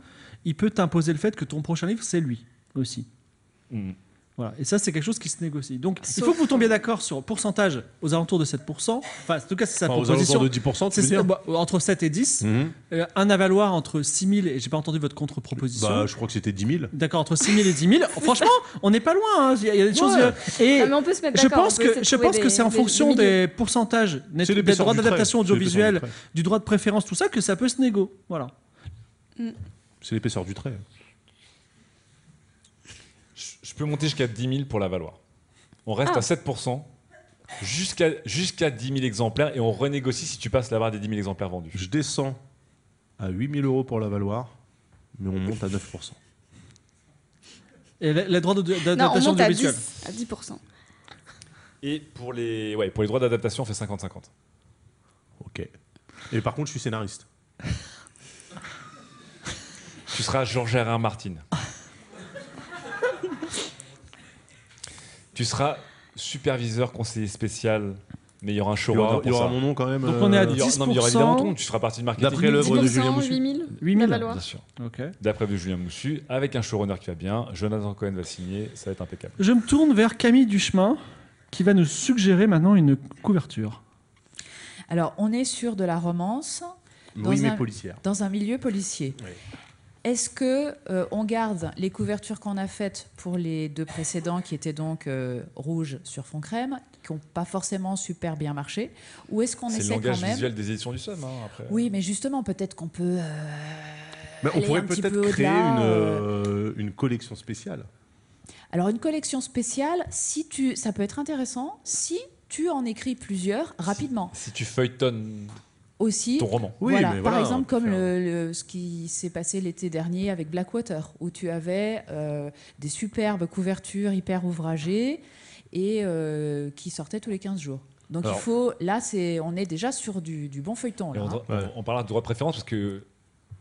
il peut t'imposer le fait que ton prochain livre, c'est lui aussi.
Hmm.
Mm.
Voilà. Et ça, c'est quelque chose qui se négocie. Donc, il
Sauf-
faut que vous tombiez d'accord sur pourcentage aux alentours de 7%, enfin, en tout cas, c'est sa
enfin, aux
proposition.
alentours de 10%, tu
C'est-
veux dire
bah, entre 7 et 10,
Mhm.
Euh, un avaloir entre 6000 et j'ai pas entendu votre contre-proposition.
Bah, je crois que c'était 10 000.
D'accord, entre 6000 et 10 000. Franchement, on n'est pas loin. hein. Il y a, il y a des choses.
Ouais.
euh, Et
Ah, mais on peut se mettre
je
d'accord,
pense
on peut
que
essayer de
je
trouver
pense que
des-
c'est en
des-
fonction
milieux.
des pourcentages net-
C'est
des
l'épaisseur
droits
du
d'adaptation
trait. C'est l'épaisseur
audiovisuelle,
du trait.
du droit de préférence, tout ça, que ça peut se négo. Voilà.
C'est l'épaisseur du trait.
peux monter jusqu'à 10 000 pour la valoir. On reste
Ah.
à 7 jusqu'à jusqu'à 10 000 exemplaires et on renégocie si tu passes la barre des 10 000 exemplaires vendus.
Je descends à 8000 euros pour la valoir, mais on monte à 9%.
Et les, les droits de- de-
Non, on
d'adaptation
monte à
audiovisuelle.
10, à 10%.
Et pour les, ouais, pour les droits d'adaptation, on fait 50-50.
Ok. Et par contre, je suis scénariste.
Tu seras Georges Alain Martin. tu seras superviseur, conseiller spécial, mais il y aura un
Il y
showrunner
aura,
pour
il y aura
ça.
mon nom quand même. euh,
Donc on est à
Il y aura- non, mais il y aura évidemment ton nom, tu seras partie de marketing.
D'après l'œuvre de
10%,
Julien Moussu.
8000,
8000.
la valoir.
Bien sûr.
Ok.
D'après de Julien Moussu, avec un showrunner qui va bien, Jonathan Cohen va signer, ça va être impeccable.
Je me tourne vers Camille Duchemin qui va nous suggérer maintenant une couverture.
Alors, on est sur de la romance
Oui,
dans
mais
un-
policière.
dans un milieu policier.
Oui.
Est-ce que euh, on garde les couvertures qu'on a faites pour les deux précédents, qui étaient donc euh, rouges sur fond crème, qui n'ont pas forcément super bien marché, ou est-ce qu'on
C'est le
essaie quand
langage
même
visuel des éditions du Somme, hein, après.
Oui, mais justement, peut-être qu'on peut. euh,
Mais on
aller
pourrait
un petit
peut-être
peu
créer
au-delà,
une,
euh.
euh, une collection spéciale.
Alors une collection spéciale, si tu, ça peut être intéressant si tu en écris plusieurs rapidement.
Si tu feuilletonnes
Aussi,
ton roman.
Oui,
voilà,
mais
par
voilà, on
exemple
peut
comme
faire-
le- le- ce qui s'est passé l'été dernier avec Blackwater, où tu avais euh, des superbes couvertures hyper ouvragées et euh, qui sortaient tous les 15 jours. Donc
Alors-
il faut, là, c'est, on est déjà sur du, du bon feuilleton.
Et
Là,
on,
hein.
on- on parlera de droit de préférence parce que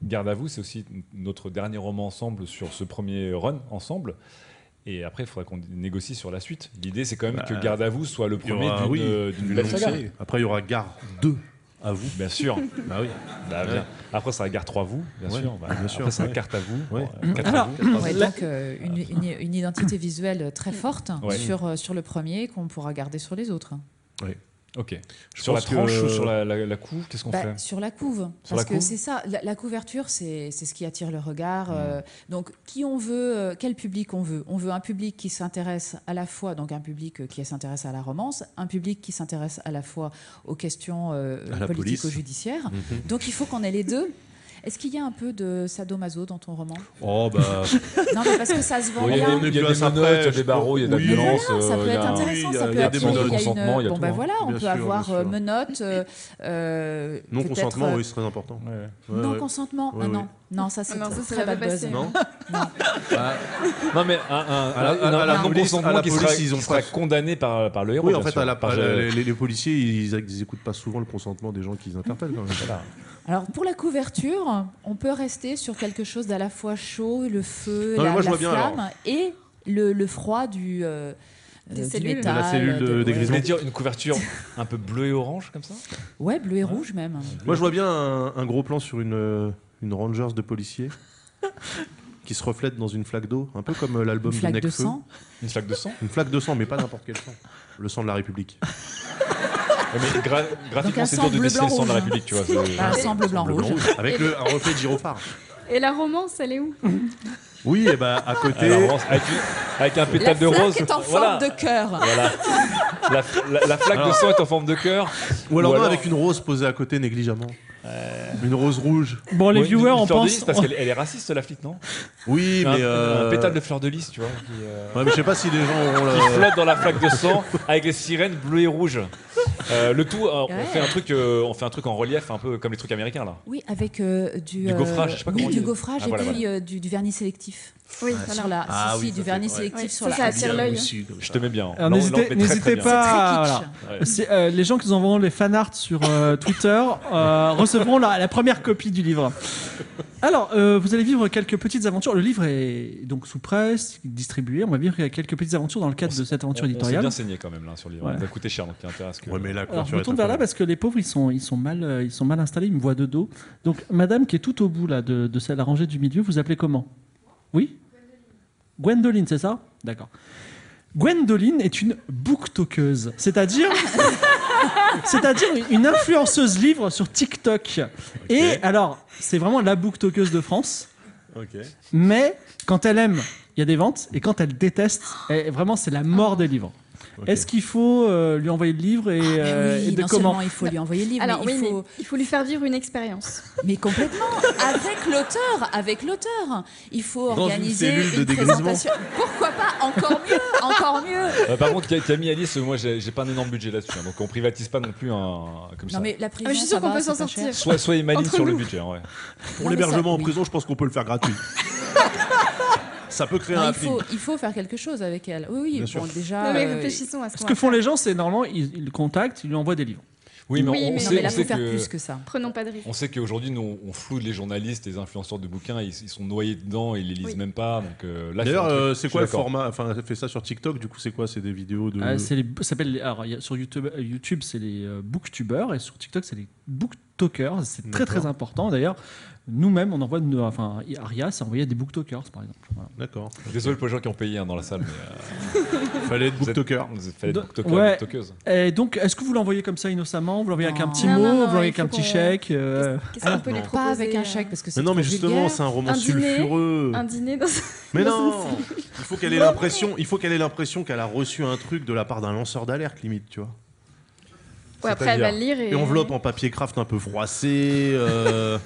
Garde à vous, c'est aussi n- notre dernier roman ensemble sur ce premier run ensemble. Et après, il faudra qu'on négocie sur la suite. L'idée, c'est quand même que Garde à vous soit le
Bah, Il y
premier
aura,
d'une
oui,
euh, d'une
une
belle
longue
saga.
série. Après, il y aura Gare 2 à vous.
Bien sûr.
Bah oui.
Bah, bien. Après, ça sera Garde 3 vous, bien
Ouais,
sûr. Bah,
bien sûr,
Après, ça sera
ouais.
Carte à vous.
Ouais. Mm.
Bon, euh, Quatre à
Alors,
vous.
Ouais,
La-
donc euh, une, une- une identité visuelle très forte
Ouais.
sur, euh, sur le premier qu'on pourra garder sur les autres.
Ok.
Je
sur la
pense que-
tranche ou sur la, la, la couve, qu'est-ce qu'on
Bah,
fait
Sur la couve.
Sur la
parce
couve
que c'est ça, la, la couverture, c'est c'est ce qui attire le regard. euh, donc, qui on veut, euh, quel public on veut On veut un public qui s'intéresse à la fois, donc un public euh, qui s'intéresse à la romance, un public qui s'intéresse à la fois aux questions euh,
À la police. mm.
politico-judiciaires.
Mm-hmm.
Donc, il faut qu'on ait les deux. Est-ce qu'il y a un peu de sadomaso dans ton roman
Oh bah.
Non, mais parce que ça se vend
Oui,
bien.
on est Il y a des menottes, il y a des barreaux, il y a de la
Oui.
violence.
Ça
euh,
peut
il y a
être
un-
intéressant,
oui,
ça
il y a-
peut
il y a
attirer.
des
Il y a
mandats de
une-
consentement, il y a
bon
tout,
ben
hein.
voilà, on
Bien
peut
sûr,
avoir
bien
euh,
sûr.
menottes, euh, euh,
Non
peut-être,
consentement,
euh,
oui, c'est très important.
Ouais.
Ouais,
non
ouais.
consentement.
Ouais,
ah
ouais.
non, non, ça c'est
Non, ça, ça
très
va
bad
pas
buzz.
passer.
Non
Non, mais un, un,
À la-
un-
à la
un
police-
non-consentement
à la
qui
police,
sera,
ils ont
qui sera
pas-
condamné par, par le héros.
Oui, en
bien
fait,
sûr.
à la,
Par-
à la- les, les policiers, ils, ils écoutent pas souvent le consentement des gens qu'ils interpellent quand même.
Voilà.
Alors pour la couverture, on peut rester sur quelque chose d'à la fois chaud, le feu,
Non, mais
la,
moi, je
la
vois bien,
flamme et le, le froid du, euh,
Des
euh, du
cellules. De
métal,
la
cellule de- des
Vous
grisons.
voulez dire une couverture un peu bleu et orange comme ça
Ouais, bleu et rouge même.
Moi, je vois bien un, un gros plan sur une, euh, une Rangers de policiers qui se reflète dans une flaque d'eau, un peu comme euh,
Une
l'album de
flaque de
Necfeu.
sang.
Une flaque de sang
Une flaque de sang, mais pas n'importe quel sang. Le sang de la République.
Ouais, mais gra- graphiquement,
un
c'est
sang
dur de
bleu,
dessiner le
blanc,
sang de la
rouge, hein.
République, tu vois. c'est-
Bah, un semble blanc
Ah, Le
rouge.
blanc- Avec le, un reflet de gyrophare.
Et la romance, elle est où
Oui, et bah à côté.
Alors, vraiment, Ah, avec, une- avec un
La
pétale de
flaque
rose.
est en forme
voilà.
de cœur.
Voilà. La, la- la flaque de
Alors-
sang est en forme de cœur.
Ou alors, non,
Ou
Euh.
alors-
avec une rose posée à côté négligemment. Une rose rouge.
Bon, les
Ou une-
viewers,
une
on
fleur de
pense.
lys, parce qu'elle elle est raciste, la flic, non Hein
Oui,
un,
mais. euh,
un pétale de fleur de lys, tu vois. Qui, euh,
Ouais, mais je sais pas si les gens auront
qui
le.
flotte dans la flaque de sang avec les sirènes bleues et rouges. Euh, le tout, euh, on,
Ouais.
fait un truc, euh, on fait un truc en relief, un peu comme les trucs américains là.
Oui, avec euh, du,
Du gaufrage, je sais pas
oui,
comment on
du
dit.
gaufrage
Ah,
et
voilà,
puis euh, du, du vernis sélectif
Oui,
sur la.
Ah
si,
oui,
si,
ça
du
fait-
vernis
ouais.
sélectif
Ouais,
sur
ça,
la.
ça
Ah,
attire l'œil.
Je te mets bien.
Alors,
Là, on- là,
n'hésitez
on te met très,
n'hésitez
très bien.
pas.
Très kitsch.
Ah, voilà.
Ouais.
Si, euh, les gens qui nous enverront les fanarts sur euh, Twitter euh, recevront la, la première copie du livre. Alors, euh, vous allez vivre quelques petites aventures. Le livre est donc sous presse, distribué. On va vivre quelques petites aventures dans le cadre
On
de
s-
cette aventure
On- on s'est
éditoriale.
bien saigné quand même là sur le livre.
Ouais.
Ça a coûté cher, donc il y a intérêt à ce que.
Ouais, mais la
Alors, je
couverture
me
est
tourne vers là
incroyable.
parce que les pauvres ils sont, ils sont, mal, euh, ils sont mal installés, ils me voient de dos. Donc, madame qui est tout au bout là, de, de celle, la rangée du milieu, vous appelez comment Oui Gwendoline, c'est ça D'accord. Gwendoline est une booktokeuse, c'est-à-dire. C'est-à-dire une influenceuse livre sur TikTok. Et alors, c'est vraiment la booktokeuse de France.
Ok.
Mais quand elle aime, il y a des ventes. Et quand elle déteste, elle- vraiment, c'est la mort des livres.
Ok.
Est-ce qu'il faut euh, lui envoyer le livre et,
Mais
euh,
oui,
et de
non
comment
seulement il faut lui envoyer le livre,
Alors
mais
oui,
il faut,
mais il faut lui faire vivre une expérience.
Mais complètement, avec l'auteur, avec l'auteur. Il faut
Dans une
organiser
cellule de
une
dégrisement.
présentation. Pourquoi pas Encore mieux, encore mieux.
Ah,
Euh, par contre, Ca- Camille Alice, moi, j'ai j'ai pas un énorme budget là-dessus, hein, donc on privatise pas non plus un comme ça.
Non mais la prison,
je suis sûre
ça
qu'on
va,
peut s'en
c'est pas cher.
sortir.
Soit, soit il m'aligne
Entre
sur le
nous.
budget, hein,
Pour
ouais.
Non, mais ça-
l'hébergement en
oui.
prison, je pense qu'on peut le faire gratuit. ça peut créer
Non,
un
il,
film.
faut, il faut faire quelque chose avec elle. Oui,
Bien
oui,
sûr.
bon, déjà.
Non, mais
euh,
réfléchissons à ce
Ce
qu'on
que
va
font
faire.
les gens, c'est normalement, ils, ils le contactent, ils lui envoient des livres.
Oui, mais
Oui,
on,
mais-
non,
sait,
mais là,
on
faut
sait
faire
que.
plus que ça.
Prenons pas de risque.
On sait qu'aujourd'hui, nous, on floue les journalistes, les influenceurs de bouquins, ils, ils sont noyés dedans, ils les lisent
Oui.
même pas. Donc, euh, là,
D'ailleurs,
un truc,
euh,
je
c'est
suis
quoi le
d'accord.
format Enfin, elle fait ça sur TikTok, du coup, c'est quoi C'est des vidéos
Euh,
de.
Ah, c'est les- ça s'appelle les- alors, il y a- sur YouTube, euh, YouTube c'est les euh, booktubers et sur TikTok, c'est les booktokers. C'est très
D'accord.
très important. D'ailleurs, nous-mêmes, on envoie, de- enfin, Aria s'est envoyé des booktokers par exemple. Voilà.
D'accord.
Désolé pour les gens qui ont payé hein, dans la salle. Mais,
Fallait être booktoker.
euh, vous faites
De-
booktoker,
ouais.
booktokeuse.
Et donc, est-ce que vous l'envoyez comme ça innocemment Vous l'envoyez avec un
Non.
petit
Non,
mot
non, non,
Vous l'envoyez
il
avec un
faut
petit
qu'on-
chèque euh,
Qu'est-ce qu'on peut
non.
les
Pas
proposer
Pas avec un
euh,
chèque parce que c'est
Mais non,
trop
mais justement,
vulgaire.
c'est un roman
Un dîner,
sulfureux.
Un dîner dans
Mais
dans
non Il faut qu'elle ait l'impression, il faut qu'elle ait l'impression qu'elle a reçu un truc de la part d'un lanceur d'alerte limite, tu vois.
Ouais, après, elle va le lire et.
Et enveloppe en papier craft un peu froissé, euh,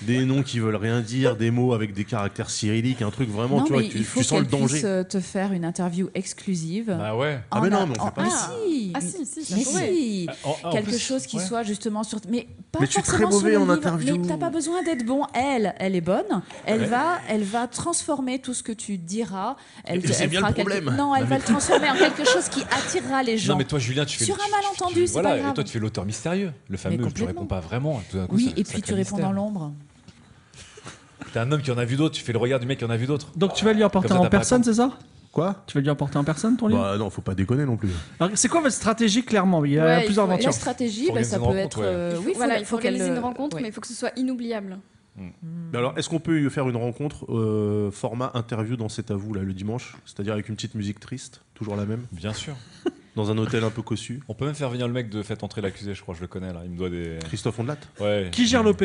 des noms qui veulent rien dire, des mots avec des caractères cyrilliques, un truc vraiment,
non,
tu vois,
mais
tu,
il faut
tu sens le
qu'elle
danger.
puisse, euh, te faire une interview exclusive.
Ah ouais.
Ah,
en
mais non,
a-
mais on
en-
fait pas
ah,
ça.
si.
Ah si, si, ça
Mais
pourrait.
si.
Ah, En- en
quelque
plus,
chose qui
ouais.
soit justement sur mais pas
Mais tu es très
forcément
mauvais
sur le
en
livre.
interview.
mais t'as pas besoin d'être bon elle elle est bonne elle
Ouais.
va elle va transformer tout ce que tu diras elle,
Et c'est
elle
bien
fera
le
quelque-
problème.
non elle va le transformer en quelque chose qui attirera les gens
Non, mais toi, Julien, tu fais.
Sur
tu-
un
tu-
malentendu,
tu-
c'est
voilà,
pas grave.
Et toi, tu fais l'auteur mystérieux, le fameux. Tu
complètement.
réponds pas vraiment. hein, tout d'un coup,
oui
ça-
et
ça
puis tu
crée le
réponds
mystère.
dans l'ombre
T'es un homme qui en a vu d'autres. Tu fais le regard du mec qui en a vu d'autres.
Donc, tu vas lui apporter
Comme ça,
en
t'as pas
personne, c'est ça
Quoi
Tu vas lui apporter en personne ton livre
Bah non, faut pas déconner
Mm.
non plus.
Alors, C'est quoi votre stratégie clairement Il y a
Ouais, il
plusieurs
faut-
la
aventures.
stratégie
Faut
bah,
organiser
ça
une
peut
rencontre,
être
ouais.
euh, oui
il faut, voilà, il faut
qu'elle-
organiser une rencontre,
ouais.
mais il faut que ce soit inoubliable.
Mais alors, est-ce qu'on peut lui faire une rencontre euh, format interview dans C'est à vous là le dimanche, c'est-à-dire avec une petite musique triste, toujours la même,
Bien sûr.
dans un hôtel un peu cossu.
On peut même faire venir le mec de Faites entrer l'accusé, je crois, je le connais là. Il me doit des.
Christophe Ondelat
Ouais.
Qui gère l'OP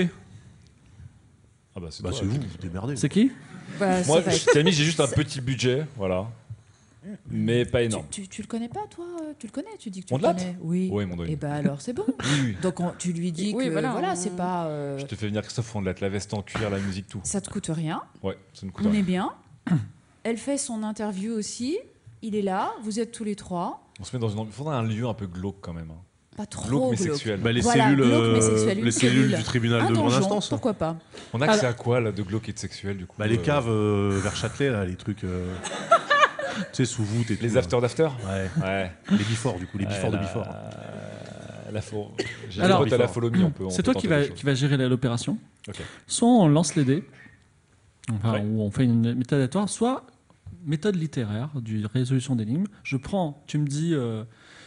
Ah bah c'est
Bah
toi,
c'est vous,
tu-
vous vous démerdez.
C'est qui
Bah, ça
Moi,
va
je-
être-
Camille, j'ai juste un petit budget, voilà. Mais pas énorme.
tu, tu, tu le connais pas toi euh, tu le connais tu dis que tu
On
le
te late
connais oui
Ouais, mon doigt.
et bah alors c'est bon
Oui, oui.
donc on- tu lui dis
Oui,
que
voilà,
voilà
on-
c'est pas euh,
Je te fais venir Christophe Fondelette, la veste en cuir, la musique, tout.
ça te coûte rien
Ouais, ça ne coûte
On
rien.
est bien. Elle fait son interview aussi. Il est là. Vous êtes tous les trois.
On se met dans une. Il faudrait un lieu un peu glauque quand même. hein.
Pas trop
Glauque mais
glauque.
sexuel.
Bah, les
Voilà,
cellules,
glauque, mais
euh,
sexuel, une
les cellules
cellule.
du tribunal
Un
de grande
donjon,
instance.
pourquoi pas
On a accès à quoi là de glauque et de sexuel du coup
Bah, les
euh,
caves euh, vers Châtelet, là, les trucs. euh, tu sais, sous voûte et tout.
Les
là.
after d'after
Ouais.
Ouais.
Les before, du coup, les before
Ouais,
de
la-
before.
La fo- J'ai
Alors-
Alors, à la follow me, on peut. on
C'est toi
peut
qui
tenter
va,
des choses.
qui va gérer la- l'opération.
Ok.
Soit on lance les dés, enfin,
Ouais.
ou on fait une méthode aléatoire, soit méthode littéraire, du résolution d'énigmes. Je prends, tu me dis euh,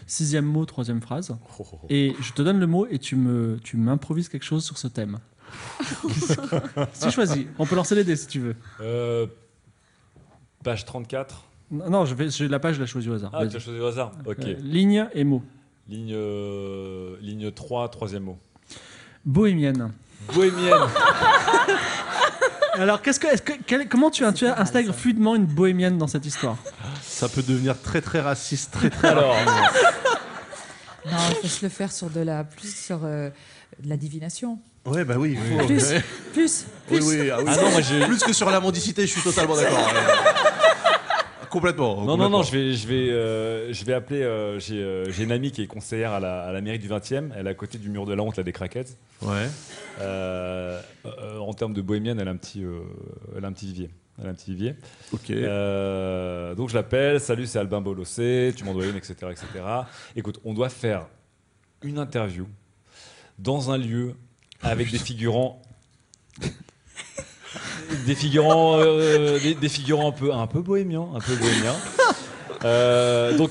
sixième mot, troisième phrase,
Oh, oh, oh.
et je te donne le mot et tu me, tu m'improvises quelque chose sur ce thème. si je choisis, on peut lancer les dés si tu veux.
Euh, Page 34.
Non, non, je vais, je- la page, je la choisis au hasard.
Ah,
Vas-y.
tu as choisi au hasard. Ok.
Euh, ligne et mot.
Ligne, euh, ligne 3, troisième mot.
Bohémienne.
Bohémienne
Alors, qu'est-ce que, est-ce que- quel- comment tu, tu
pas mal,
intègres
ça.
fluidement une bohémienne dans cette histoire
Ça peut devenir très très raciste, très très.
Alors,
Non, il faut se le faire sur de la plus sur euh, de la divination.
Ouais, bah oui, il faut.
Plus,
Ouais.
plus,
Oui,
plus.
oui, ah oui.
Ah non, moi, j'ai-
Plus que sur la mendicité, je suis totalement d'accord. Ouais. complètement.
non, non, non, je vais, je vais, euh, je vais appeler. euh, j'ai, euh, j'ai une amie qui est conseillère à la, à la mairie du 20e. Elle est à côté du mur de la honte, là, des craquettes.
Ouais.
Euh, euh, en termes de bohémienne, elle a un petit, euh, elle a un petit vivier. Elle a un petit vivier.
Ok.
Euh, donc je l'appelle, salut, c'est Albin Bolossé, tu m'en dois une, etc., etc. Écoute, on doit faire une interview dans un lieu avec des figurants. Des figurants, euh, des, des figurants un peu, un peu bohémiens, un peu bohémiens. Euh, donc,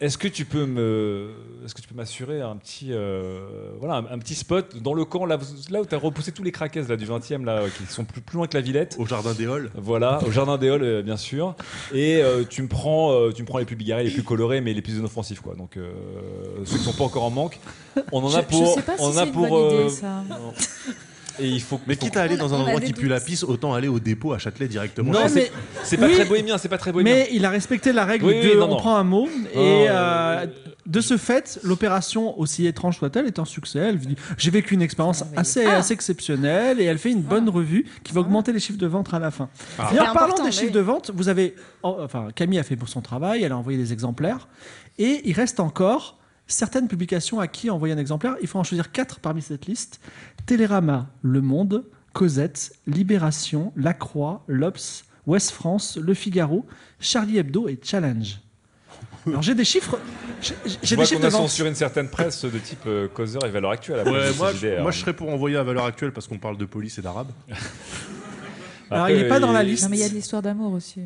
est-ce que tu peux me, est-ce que tu peux m'assurer un petit, euh, voilà, un, un petit spot dans le camp là, vous- là où t'as repoussé tous les craquaises là du 20e là, euh, qui sont plus, plus loin que la Villette.
Au jardin des Halles.
Voilà, au jardin des Halles, euh, bien sûr. Et euh, tu me prends, euh, tu me prends les plus bigarrés, les plus colorés, mais les plus inoffensifs, quoi. Donc euh, ceux qui sont pas encore en manque, on en
Je,
a
je
pour,
sais pas si
on en
c'est
a
une
pour.
bonne
euh,
idée ça.
Et il faut.
Mais
faut-
quitte à aller
On a-
dans un
on a
endroit
des
qui pue
doutes.
la pisse, autant aller au dépôt à Châtelet directement.
Non,
Ouais,
c'est c'est pas
Oui.
très bohémien, c'est pas très bohémien.
Mais il a respecté la règle
Oui, oui,
de
non, Oh.
on
non.
prend un mot
Non,
et
euh,
euh, De ce fait, l'opération, aussi étrange soit-elle, est un succès. Elle dit J'ai vécu une expérience
Ah, oui.
assez,
Ah.
assez exceptionnelle et elle fait une bonne revue qui va
Ah.
augmenter les chiffres de vente à la fin.
Ah.
Et
C'est
en parlant
important,
des
mais
chiffres
oui.
de vente, vous avez. en- Enfin, Camille a fait pour son travail, elle a envoyé des exemplaires et il reste encore certaines publications à qui envoyer un exemplaire. Il faut en choisir quatre parmi cette liste Télérama, Le Monde, Cosette, Libération, La Croix, L'Obs, Ouest France, Le Figaro, Charlie Hebdo et Challenge. Alors j'ai des chiffres, j'ai-
Je
j'ai des
vois
chiffres
qu'on
de
a
vente.
censuré une certaine presse de type euh, causeur et valeur actuelle. à propos
Ouais,
de
moi,
ces
je,
idées, hein.
moi,
alors.
je serais pour envoyer à valeur actuelle parce qu'on parle de police et d'arabe.
Alors, il est pas dans la
il-
liste.
Non, mais il y a de l'histoire d'amour aussi.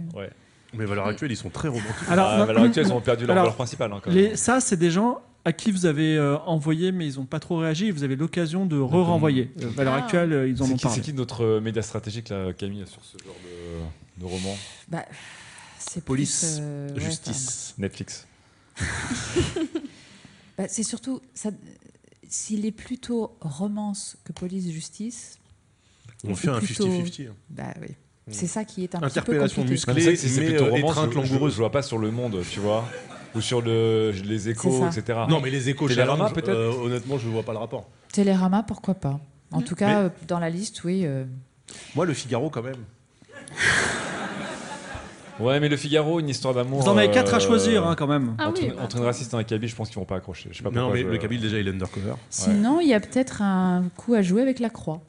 Mais valeur actuelle, ils sont très romantiques.
Alors,
Ah,
non,
à valeur actuelle, ils ont perdu leur
Alors,
valeur principale. hein, quand même.
les- ça c'est des gens à qui vous avez euh, envoyé mais ils n'ont pas trop réagi. et Vous avez l'occasion de re-renvoyer. Euh, à l'heure
Ah.
actuelle, euh, ils en
C'est
ont
qui,
parlé.
c'est qui notre euh, média stratégique, là, Camille, sur ce genre de, de roman
Bah, c'est
Police,
plus, euh, ouais,
Justice.
Netflix.
enfin, bah, c'est surtout ça. S'il est plutôt romance que police justice,
On fait un
plutôt-
50-50. hein.
bah oui.
Hmm.
Mm.
C'est ça qui est un petit peu
Interpellation
compliqué.
C'est vrai
musclée,
que c'est, c'est
mais
plutôt
euh,
roman,
étreinte
je, je-
langoureuse.
je vois pas sur le monde, tu vois, ou sur le, les
C'est
échos,
ça.
etc.
Non, mais les échos
Télérama,
challenge,
peut-être
euh, honnêtement, je vois pas le rapport.
Télérama, pourquoi pas En tout cas,
Mais-
euh, dans la liste, oui. euh,
Moi, le Figaro, quand même.
Ouais, mais Le Figaro, une histoire d'amour.
Vous en avez
euh,
quatre à choisir hein, quand même.
Ah
entre,
oui,
entre une raciste et un kabyle, je pense qu'ils vont pas accrocher. Je sais pas
non,
pourquoi,
mais
je-
le Kabyle, déjà, il est undercover.
Sinon, il y a peut-être un coup à jouer avec la croix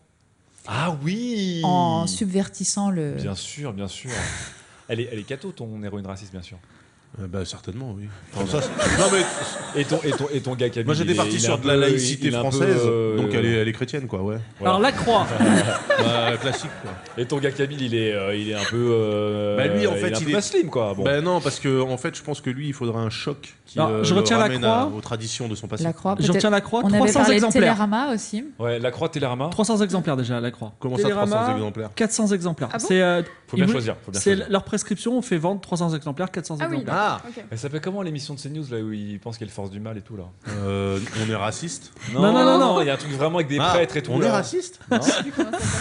Ah oui
en subvertissant le.
Bien sûr, bien sûr. Elle est, elle est catho, ton héroïne raciste, bien sûr.
Euh, bah, certainement, oui. Comme ça, c'est- non, mais
Et ton, et ton, et ton gars kabyle.
moi, j'étais
Ah, bah. il est-
parti
il est un
sur de la
peu-
laïcité
il est un peu,
française,
euh,
donc elle est, elle est chrétienne, quoi, ouais.
voilà.
Alors la croix.
Ah,
bah, classique, quoi.
Et ton gars Kabyle, il est, euh, il est un peu. euh,
Bah, lui, en fait,
il est. un
il
peu
est-
muslim, quoi. Bon.
Bah non, parce que, en fait, je pense que lui, il faudra un choc qui
Alors,
euh,
je
le
retiens la
ramène
croix.
à- aux traditions de son passé.
La croix.
Je
peut-être-
retiens la croix.
On avait
300
parlé de
exemplaires.
Télérama aussi.
Ouais, la croix, Télérama.
300 exemplaires déjà, la croix.
Comment ça,
Télérama,
300 exemplaires
400 exemplaires.
Ah bon
c'est euh,
Faut bien
il-
choisir. Faut bien
c'est
choisir.
leur prescription, on fait vendre 300 exemplaires, 400
Ah oui,
exemplaires.
Ah
ok.
Elle s'appelle comment l'émission de CNews là où ils pensent qu'elle force du mal et tout là
Euh, On est raciste
Non, non, non, non.
il y a un truc vraiment avec des
Ah,
prêtres et tout.
On est
là.
raciste
Non
Je sais plus comment ça s'appelle.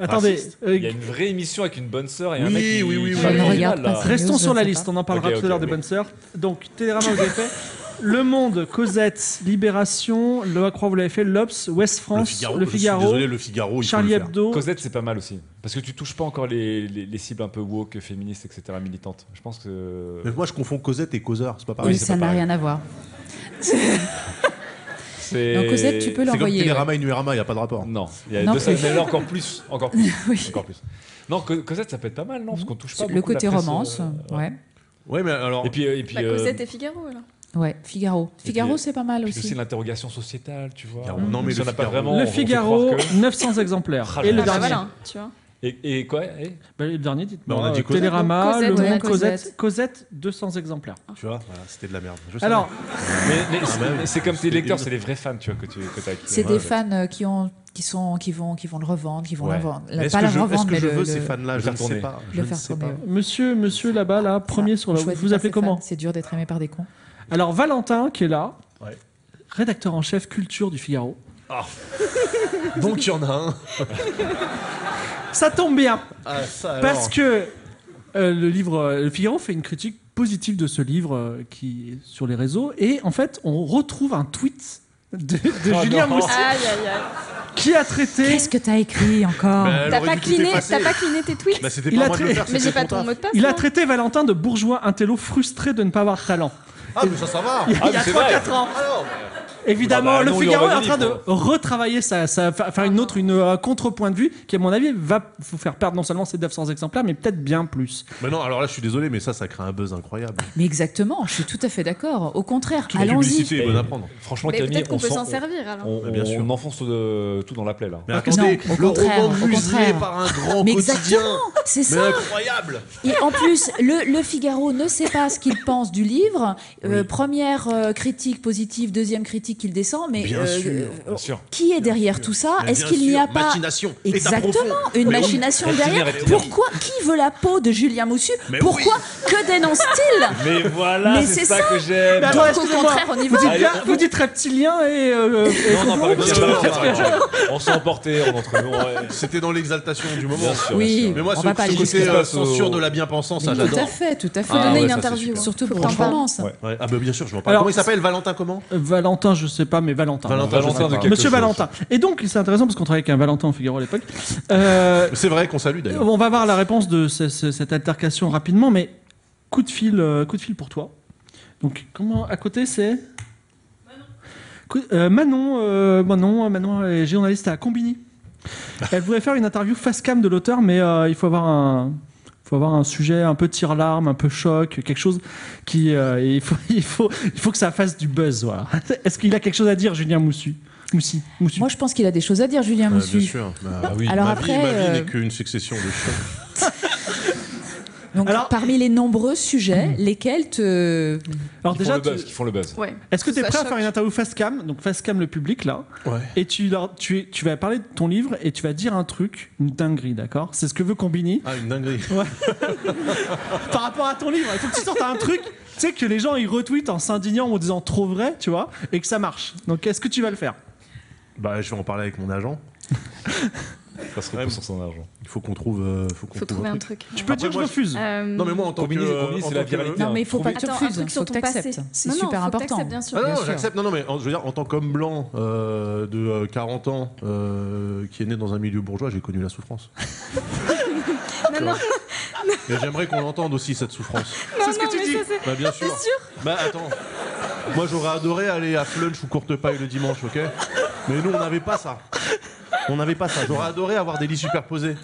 Attendez,
Raciste.
euh,
Il y a une vraie émission avec une bonne sœur et un
Oui,
mec qui
oui, oui,
qui
oui.
parle
Je
du
regarde
mal, là.
pas ça.
restons
Je
sur la
sais
liste,
pas.
on en parlera
Ok,
tout à l'heure
ok,
des
oui.
bonnes sœurs. Donc, Télérama, vous l'avez fait. Le Monde, Cosette, Libération, Le Croix, vous l'avez fait, L'Obs, Ouest
Le
France,
Figaro,
Le
je suis
Figaro,
désolé, le Figaro, il faut
Charlie
le faire.
Hebdo.
Cosette, c'est pas mal aussi. Parce que tu touches pas encore les, les- les cibles un peu woke, féministes, etc., militantes. Je pense que.
Mais moi, je confonds Cosette et Causeur, c'est pas
Oui,
pareil.
Ah c'est
ça
pas
n'a
pareil.
rien à voir.
C'est-
Donc, Cosette, tu peux
C'est comme
l'envoyer.
Télérama et Numérama, il n'y a pas de rapport.
Non, il y a
Non,
deux
c'est-
mais là encore plus. Encore plus.
ouais. Oui.
encore plus. Non, Co- Cosette, ça peut être pas mal, non Parce qu'on touche pas.
Le
beaucoup la
côté
presse,
romance,
euh, ouais.
ouais.
Ouais, mais alors.
Et puis. euh, Et puis
Bah,
euh,
Cosette et Figaro, alors.
Ouais, Figaro. Figaro, c'est pas mal
puis aussi
aussi.
l'interrogation sociétale, tu vois.
Figaro. Non, mais
Ça
le
n'a pas
Figaro.
vraiment. on
Le
fait
Figaro,
croire que-
900 exemplaires.
Ah,
Et
là,
le
là.
Ah bah
dernier.
voilà, tu vois.
Et, et quoi eh
Bah, le dernier, dites-moi.
Bah, on a dit
euh,
Cosette.
Télérama,
Cosette,
Le
ouais,
Monde, Cosette,
Cosette.
Cosette, 200 exemplaires.
Tu vois, voilà, c'était de la merde. Je savais.
Alors,
Mais, mais c'est-
bah oui.
c'est comme tes
C'est
lecteurs,
une-
Ah c'est des vrais fans, tu vois, que tu que as
C'est des fans euh, qui ont, qui sont, qui vont, qui vont le revendre, qui vont
Ouais.
l'invendre.
Mais est-ce
Pas
que
le
je, est-ce
revendre,
que
mais
je
le.
veux
le-
ces fans-là Je
faire
ne sais
tourner.
pas. Je
le
ne
faire
sais
tourner,
pas.
ouais.
monsieur, monsieur là-bas, là, premier sur la.
Choisis
Vous
pas
appelez
ses
comment
fans, C'est dur d'être aimé par des cons.
Alors Valentin qui est là,
Ouais.
rédacteur en chef culture du Figaro.
Donc il y en a un.
Ça tombe bien
Ah, ça,
parce
alors.
que euh, le livre euh, Le Figaro fait une critique positive de ce livre euh, qui est sur les réseaux et en fait on retrouve un tweet de, de
Oh
Julien
non.
Moussi
Aïe, aïe, aïe.
qui a traité
Qu'est-ce que t'as écrit encore
Bah, elle
T'as
aurait
pas
dû tout
cliné,
effacer.
t'as pas cliné tes tweets
Bah, c'était
Il
pas
a
à moi de le
tra-
faire,
Mais
c'était
j'ai pas
ton
ton
taf.
mot de passe.
il a
moi.
traité Valentin de bourgeois intello frustré de ne pas avoir talent.
Ah, mais ça, ça va.
Il y a,
Ah,
il y a
mais c'est
3
vrai.
4 ans.
Alors,
Évidemment,
Ah bah,
le
non, il
Figaro est
aurait
en
dit,
train de
quoi.
retravailler ça, ça fa- faire une autre, une, un contrepoint de vue qui, à mon avis, va vous faire perdre non seulement ces 900 exemplaires, mais peut-être bien plus.
Mais non, alors là, je suis désolé, mais ça, ça crée un buzz incroyable.
Mais exactement, je suis tout à fait d'accord. Au contraire,
Toute
allons-y.
publicité est bonne à prendre.
Franchement,
Mais
Camille,
peut-être
on
qu'on peut s'en
sent-
servir, hein. alors.
On,
Mais bien
on
sûr.
enfonce euh, tout dans la plaie là.
Mais
Non,
attendez,
au
le
contraire,
roman
au
muselé
contraire.
par un grand
Mais
quotidien.
exactement, c'est
Mais
ça.
incroyable
Et en plus, le, le Figaro ne sait pas ce qu'il pense du livre. Euh, Première euh, critique positive, deuxième critique politique qu'il descend, mais
Bien
euh,
sûr,
euh,
bien sûr.
qui est derrière
sûr.
tout ça
Mais
Est-ce
bien
qu'il n'y
sûr,
a pas
Machination état profond.
exactement une
Mais oui,
machination
reptilien,
derrière
reptilien.
Pourquoi Qui veut la peau de Julien Moussu
Mais
Pourquoi Que dénonce-t-il
Mais voilà,
Mais
c'est
c'est
ça que j'aime.
Bah,
attends, Bah, Donc, au contraire, on y
vous
va.
dites,
Allez,
bien-
on-
vous dites reptilien et. euh, et
Non, non, pas
complot,
avec
parce
Pierre
que-
Barbier, par exemple. On s'est emporté, on entre nous. ouais.
C'était dans l'exaltation du moment.
Bien sûr,
Oui.
bien sûr.
Mais moi,
On
ce,
va pas
ce
aller
côté
jusqu'à
euh,
là.
censure de la bien-pensance, ça,
Mais Tout à
j'adore.
fait, tout à fait.
Faut
Ah
donner
ouais,
une
ça, c'est
interview.
super.
Surtout hein, pour
Franchement.
en Provence.
Ouais.
Ouais. Ah bah bien sûr, je m'en parle.
Alors-
Comment il s'appelle Valentin comment
Valentin, je sais pas, mais Valentin.
Valentin, je
Valentin
sais
de
pas.
quelque
Monsieur
chose.
Valentin. Et donc, c'est intéressant parce qu'on travaillait avec un Valentin au Figaro à l'époque. Euh,
C'est vrai qu'on salue d'ailleurs.
on va voir la réponse de ce- ce- cette altercation rapidement, mais coup de fil, euh, coup de fil pour toi. Donc, comment à côté c'est Coup- euh, Manon, euh, Manon, Manon est journaliste à Combini. Elle voulait faire une interview face cam de l'auteur, mais euh, il faut avoir un, faut avoir un sujet un peu tire larme, un peu choc, quelque chose qui, euh, il faut, il faut, il faut que ça fasse du buzz. Voilà. Est-ce qu'il a quelque chose à dire, Julien Moussu Moussi, Moussu
Moi, je pense qu'il a des choses à dire, Julien
Ah,
Moussu.
bien sûr. Bah, oui.
Alors
ma
après,
vie, ma vie
euh,
n'est qu'une succession de choses.
Donc,
Alors-
parmi les nombreux sujets,
Hmm.
lesquels te.
Alors
Ils font
déjà,
le buzz,
tu-
ils font le buzz.
Ouais.
est-ce que tu es
Ça
prêt à
choque.
faire une interview face cam, donc face cam le public là,
Ouais.
et tu, leur- tu, es- tu vas parler de ton livre et tu vas dire un truc, une dinguerie, d'accord C'est ce que veut Combini.
Ah, une dinguerie.
Par rapport à ton livre, il faut que tu sortes un truc, tu sais, que les gens ils retweetent en s'indignant ou en disant trop vrai, tu vois, et que ça marche. Donc est-ce que tu vas le faire
Bah, je vais en parler avec mon agent.
Ça se repose sur son argent.
Il faut qu'on trouve, euh, faut qu'on
Faut
trouve
trouver
un
un
truc.
truc.
Tu peux
Après,
dire je
moi, je- Ah.
refuse.
Euh,
Non mais moi en tant que
Combini,
euh,
Combini,
en
c'est
tant
la
que-
viralité.
Ah,
Non, mais il faut pas que tu
Attends, un
refuses.
truc sur
faut que
ton passé.
t'acceptes. C'est
Non, non,
super
faut que
important.
t'acceptes, bien sûr.
Ah non,
bien
non,
sûr.
j'accepte. Non, non, mais en- je veux dire, en tant qu'homme blanc euh, de euh, 40 ans euh, qui est né dans un milieu bourgeois, j'ai connu la souffrance.
Non, non,
Mais j'aimerais qu'on l'entende aussi cette souffrance.
non, non, mais ça, c'est-
Bah bien sûr. Bah attends. Moi j'aurais adoré aller à Flunch ou Courte Paille le dimanche, ok Mais nous on n'avait pas ça. On n'avait pas ça. J'aurais adoré avoir des lits superposés.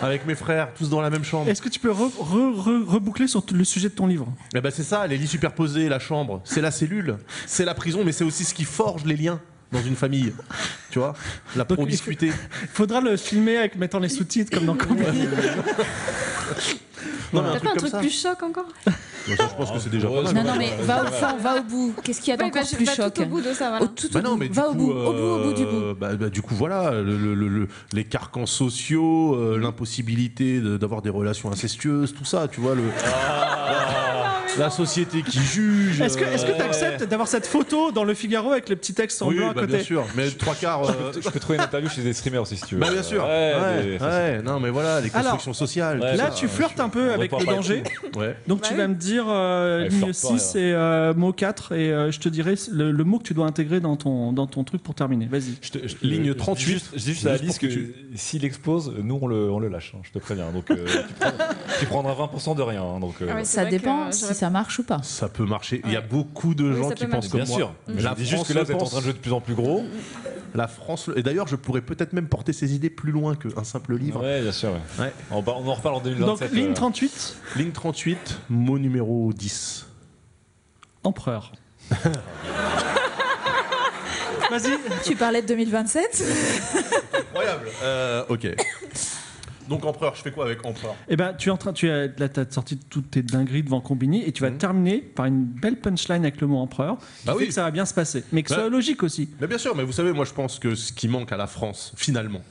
Avec mes frères, tous dans la même chambre.
Est-ce que tu peux re- re- re- reboucler sur t- le sujet de ton livre
Eh ben c'est ça, les lits superposés, la chambre, c'est la cellule, c'est la prison, mais c'est aussi ce qui forge les liens dans une famille. Tu vois La
Donc,
promiscuité.
Faudra le filmer avec mettant les sous-titres comme dans Combini.
Non, mais un
T'as pas
truc
un
comme
truc
ça.
plus choc encore
Bah, ça, je pense que c'est déjà pas mal. hein.
Non,
Heureusement.
non, mais va au fond, va au bout. Qu'est-ce qu'il y a
Ouais, bah,
d'encore
je-
plus
bah,
choc
tout au bout de ça,
Au
voilà.
tout, au
Bah non,
bout.
mais du
va au
coup,
bout, au bout, au bout du
euh,
bout.
bah- bah, du coup, voilà, le- le- le- le- les carcans sociaux, euh, l'impossibilité de- d'avoir des relations incestueuses, tout ça, tu vois, le,
Ah.
la société qui juge.
Est-ce que
euh,
tu acceptes d'avoir cette photo dans le Figaro avec le petit texte en
oui,
blanc à
bah,
côté
bien sûr, mais trois quarts. euh,
Je peux trouver une interview chez des streamers aussi si tu veux.
bah bien sûr.
Ouais,
Ouais,
des- ça,
ouais, non, mais voilà, les
Alors,
constructions sociales.
Ouais,
tout
Là,
ça.
tu flirtes un peu
on
avec le
va pas parler
danger.
de
Ouais.
Donc tu
Bah
vas
oui.
me dire euh,
Ouais,
ligne
flirte pas,
6 et euh, mot 4 et euh, je te dirai le, le mot que tu dois intégrer dans ton, dans ton truc pour terminer. Vas-y.
Je te- je-
Ligne
je-
38,
Euh, Juste, je dis juste à
juste
Alice que
pour que
s'il explose, nous on le, on le lâche, hein, je te préviens. Donc euh, tu, prends- tu prendras 20% de rien. hein, donc, euh,
Ah ouais, c'est
Ça
vrai que,
dépend
euh,
si
j'aurais-
ça marche ou pas.
Ça peut marcher. Il y a
Ouais.
beaucoup de
Oui,
gens
ça
qui
peut
pensent comme
marcher.
Bien
moi.
sûr.
Mm.
Mais
La
je dis juste
France
que là
le
vous êtes en
pense.
train de jouer de plus en plus gros.
La France. le- Et d'ailleurs, je pourrais peut-être même porter ces idées plus loin qu'un simple livre.
Ouais, bien sûr. ouais.
Ouais.
On, par- on en reparle en 2027.
Donc ligne
euh,
38,
Ligne 38, mot numéro 10.
empereur. Vas-y.
Tu parlais de 2027
Incroyable. Euh, ok. Donc empereur, je fais quoi avec empereur
Eh ben, tu es en train, tu as, là, t'as sorti toutes tes dingueries devant Combini et tu vas
Mhm.
terminer par une belle punchline avec le mot empereur. Qui
Bah
fait
oui.
que ça va bien se passer, mais que ce
Bah.
soit logique aussi.
Mais bien sûr, mais vous savez, moi je pense que ce qui manque à la France, finalement,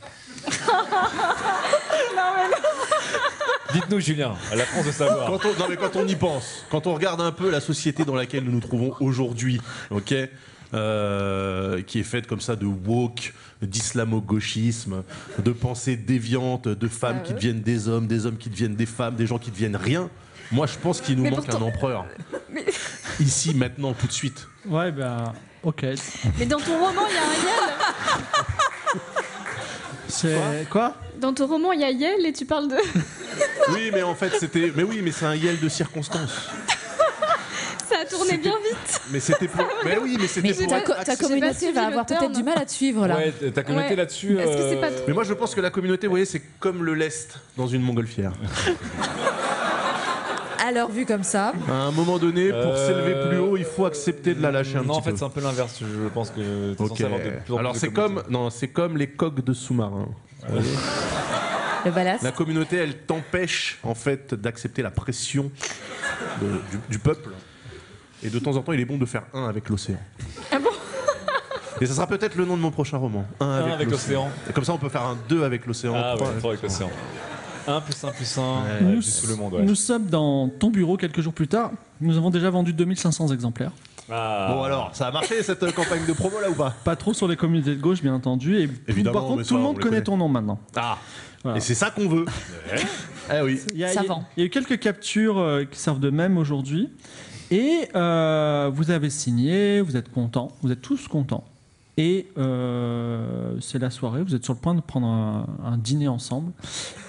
Dites-nous, Julien, à la France de savoir.
quand on, non, mais quand on y pense, quand on regarde un peu la société dans laquelle nous nous trouvons aujourd'hui, ok, euh, qui est faite comme ça de woke, d'islamo-gauchisme, de pensées déviantes, de femmes
Ah
qui deviennent des hommes, des hommes qui deviennent des femmes, des gens qui deviennent rien. Moi, je pense qu'il nous
Mais
manque
pourtant-
un empereur.
Mais-
Ici, maintenant, tout de suite.
Ouais, bah, ok.
Mais dans ton roman, il y a un Yel.
C'est quoi
Dans ton roman, il y a Yel et tu parles de.
Oui, mais en fait, c'était. Mais oui, mais c'est un yel de circonstance.
Ça a tourné bien vite.
Mais c'était pour. Mais oui, mais c'était
Mais
pour.
ta,
vrai.
co- ta
J'ai pas
communauté
suivi
va
le
avoir
turn.
peut-être du mal à te suivre là.
Ouais, t'as connecté
Ouais.
là-dessus.
Est-ce que c'est pas
euh,
trop-
Mais moi, je pense que la communauté, vous voyez, c'est comme le lest dans une montgolfière.
Alors vu comme ça,
À un moment donné, pour
Euh,
s'élever plus haut, il faut accepter de la lâcher un
Non, en
petit
fait, c'est
peu.
un peu l'inverse. Je pense que t'es
Ok.
censé avoir de plus en
Alors
plus
c'est
de
comme non, c'est comme les coques de sous-marin.
le ballast.
La communauté, elle t'empêche en fait d'accepter la pression de- du, du peuple. Et de temps en temps, il est bon de faire un avec l'océan.
Ah bon
Et ça sera peut-être le nom de mon prochain roman. Un
Un
avec,
avec l'océan.
Et comme ça, on peut faire un 2 avec l'océan.
Ah
trois
ouais, trois avec l'océan. 1 plus 1 plus 1,
Ouais,
nous,
sous le monde, ouais.
nous sommes dans ton bureau quelques jours plus tard. Nous avons déjà vendu 2500 exemplaires.
Ah.
Bon alors, ça a marché cette euh, campagne de promo là ou pas
Pas trop sur les communautés de gauche, bien entendu. Et tout-
Évidemment,
par
mais
contre,
ça,
tout le
on
monde
les
connaît,
connaît.
ton nom maintenant.
Ah
Voilà.
Et c'est ça qu'on veut Eh oui
Il y a,
Ça
il y a-
vend.
il y a eu quelques captures euh, qui servent de même aujourd'hui. Et euh, vous avez signé, vous êtes contents, vous êtes tous contents. Et euh, c'est la soirée, vous êtes sur le point de prendre un, un dîner ensemble.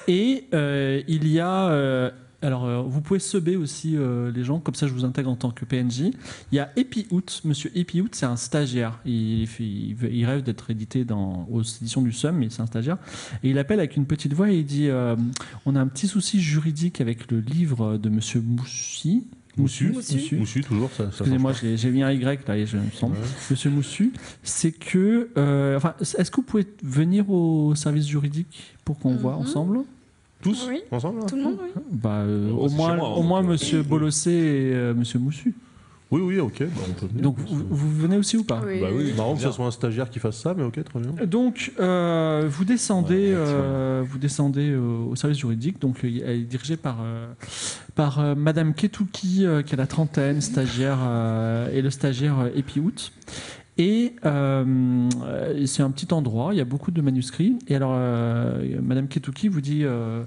Et euh, il y a. euh, alors, euh, vous pouvez seber aussi euh, les gens, comme ça je vous intègre en tant que PNJ. Il y a Epiout. Monsieur Epiout, c'est un stagiaire. Il, fait- il veut- il rêve d'être édité dans, aux éditions du SEM, mais c'est un stagiaire. Et il appelle avec une petite voix et il dit euh, On a un petit souci juridique avec le livre de monsieur Moussi.
Moussu.
Moussu.
Moussu, toujours, ça, ça
Excusez-moi, j'ai j'ai mis un Y là, et je me sens.
Ouais.
Monsieur Moussu, c'est que. euh, enfin, est-ce que vous pouvez venir au service juridique pour qu'on voit
Mhm.
ensemble
Tous
Oui.
Ensemble là
Tout le monde, oui.
bah, euh,
Bon,
Au
c'est
moins,
chez moi, hein,
au moins
donc, euh.
monsieur Bolossé et euh, monsieur Moussu.
Oui, oui, ok, bah, on peut venir.
Donc,
C'est-
vous, vous venez aussi ou pas
Bah oui, marrant que
bien.
ce soit un stagiaire qui fasse ça, mais ok, très bien.
Donc, euh, vous descendez,
Ouais,
euh, vous descendez euh, au service juridique. Donc, euh, elle est dirigée par, euh, par euh, Madame Ketouki, euh, qui a la trentaine, stagiaire, euh, et le stagiaire euh, Epiout. Et euh, euh, c'est un petit endroit, il y a beaucoup de manuscrits. Et alors, euh, Madame Ketouki vous dit euh,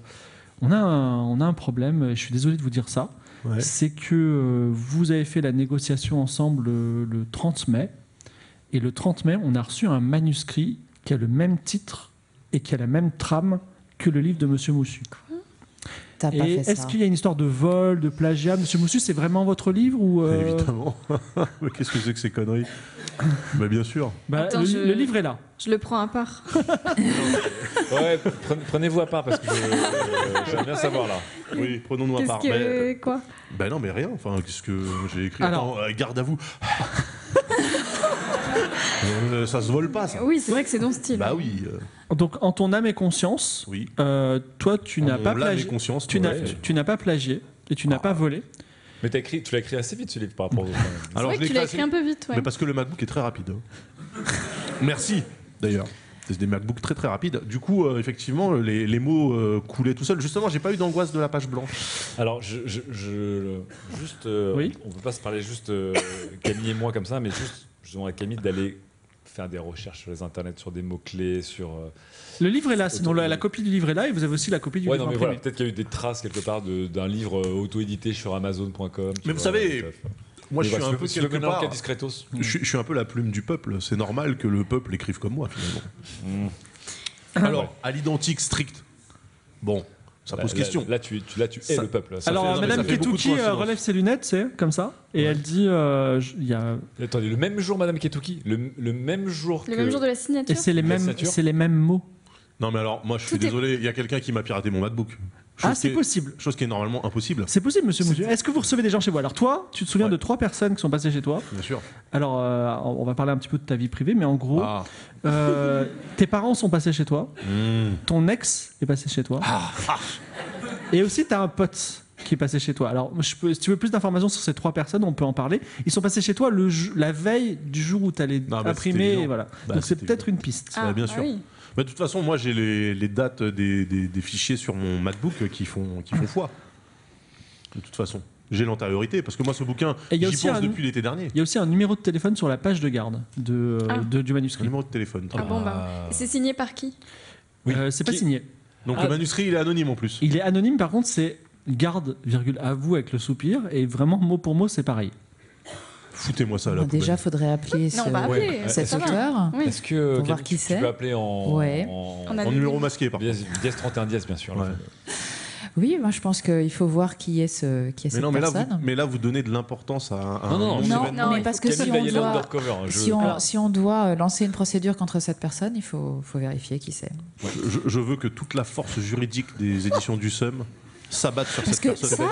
on, a un, on a un problème, je suis désolé de vous dire ça.
Ouais.
C'est que euh, vous avez fait la négociation ensemble euh, le 30 mai. Et le 30 mai, on a reçu un manuscrit qui a le même titre et qui a la même trame que le livre de Monsieur Moussu.
T'as Ah, pas
Et
fait
est-ce
ça.
qu'il y a une histoire de vol, de plagiat Monsieur Moussu, c'est vraiment votre livre ou euh,
Évidemment. Mais Qu'est-ce que c'est que ces conneries Bah bien sûr.
Bah,
Attends,
le,
je-
le livre est là.
Je le prends à part.
Ouais, prenez- prenez-vous à part parce que je- euh, j'aime bien savoir là.
Oui, prenons-nous à
Qu'est-ce
part.
que. Quoi
Bah, bah non, mais rien. Enfin, qu'est-ce que j'ai écrit
Alors-
Attends, euh, garde à vous. Euh, ça se vole pas, ça.
Ah Oui, c'est vrai que c'est ton style.
Bah oui, euh,
Donc, en ton âme et conscience,
oui.
euh, toi, tu n'as
On
pas
l'a, mais
plagié.
conscience,
Tu
ouais. Ah.
n'as- tu- tu n'as pas plagié et tu n'as pas volé.
Mais t'as écrit, tu l'as écrit assez vite ce livre par rapport aux autres. quand même.
C'est
Alors,
vrai
je
que
l'ai
tu l'as
classé-
écrit un peu vite, ouais.
Mais parce que le MacBook est très rapide. hein. Merci, d'ailleurs. C'est des MacBooks très très rapides. Du coup, euh, effectivement, les, les mots euh, coulaient tout seuls. Justement, j'ai pas eu d'angoisse de la page blanche.
Alors, je, je, je- juste, euh,
Oui.
on peut pas se parler juste euh, Camille et moi comme ça, mais juste, je demande à Camille d'aller faire des recherches sur les internets, sur des mots clés, sur. euh,
Le livre est là, sinon la, la copie du livre est là et vous avez aussi la copie du
Ouais,
livre
non, mais
imprimé.
voilà, peut-être qu'il y a eu des traces quelque part de- d'un livre euh, auto-édité sur Amazon.com. tu
Mais vous savez,
stuff.
Moi, je
Mais
suis
voilà,
un
si
peu
tu veux
quelque
maintenant
part.
qu'à Discretos.
Je suis, je suis un peu la plume du peuple. C'est normal que le peuple écrive comme moi, finalement. Mmh. Alors, à l'identique strict. Bon, ça
Là-
pose
là-
question.
Là, tu, tu- là, tu es
Ça-
le peuple. Ça
Alors,
fait-
fait-
non, mais
Madame
ça fait beaucoup de
Ketuki
coïncidences.
relève ses lunettes, c'est comme ça, et elle dit euh, je- il y a
Attendez, le même jour, Madame Ketuki, le, le même jour
Le
que-
même jour de la signature.
Et c'est les
La
mêmes,
signature.
c'est les mêmes mots.
Non, mais alors, moi, je suis
Tout est-
désolé. Il y a quelqu'un qui m'a piraté mon MacBook. Chose
Ah, c'est
qui est-
possible.
Chose qui est normalement impossible.
C'est possible, monsieur Moussu. Est-ce que vous recevez des gens chez vous Alors, toi, tu te souviens
Ouais.
de trois personnes qui sont passées chez toi.
Bien sûr.
Alors, euh, on va parler un petit peu de ta vie privée, mais en gros,
Ah.
euh, tes parents sont passés chez toi,
Mmh.
ton ex est passé chez toi,
Ah.
et aussi t'as un pote qui est passé chez toi. Alors, je peux- si tu veux plus d'informations sur ces trois personnes, on peut en parler. Ils sont passés chez toi le, ju- la veille du jour où t'allais
Non, mais c'était
imprimer,
évident.
et voilà.
Bah,
Donc c'est
c'était
peut-être une piste.
Ah, bien sûr.
oui.
Bah, de toute façon, moi, j'ai les, les dates des, des- des fichiers sur mon MacBook qui font, qui font foi. De toute façon. J'ai l'antériorité, parce que moi, ce bouquin,
Et il y a
j'y pense
aussi un-
depuis l'été dernier.
Il y a aussi un numéro de téléphone sur la page de garde de, euh,
Ah.
de- du
Un
manuscrit.
numéro de téléphone. très
Ah
bien.
bon, bah. C'est signé par qui
Oui.
Euh, c'est pas
Qui-
signé.
Donc
Ah.
le manuscrit, il est anonyme en plus.
Il est anonyme, par contre, c'est garde, virgule, à vous avec le soupir, et vraiment mot pour mot, c'est pareil.
Foutez-moi ça, là.
Ah,
Bon, déjà, faudrait appeler
Non,
ce-
on va
Ouais.
appeler.
cet
ça va.
auteur.
Oui.
Est-ce que
Pour voir
Camille,
qui
tu-
c'est.
Tu peux appeler en,
Ouais.
en,
En
En
anonyme.
numéro masqué, par contre.
10, 31 10 bien sûr.
Ouais.
Oui, moi, je pense qu'il faut voir qui est, ce, qui est
Mais
cette
non, mais là, vous,
personne.
mais là, vous donnez de l'importance à, à
Non,
un nom
non,
non,
d'événement.
non, mais
il
parce
Camille
que si
va
on
y aller
doit...
undercover, hein, je-
Si on, si on doit euh, lancer une procédure contre cette personne, il faut, faut vérifier qui c'est.
Je, je veux que toute la force juridique des éditions du SEM s'abattre sur
Parce
cette
que
personne.
ça-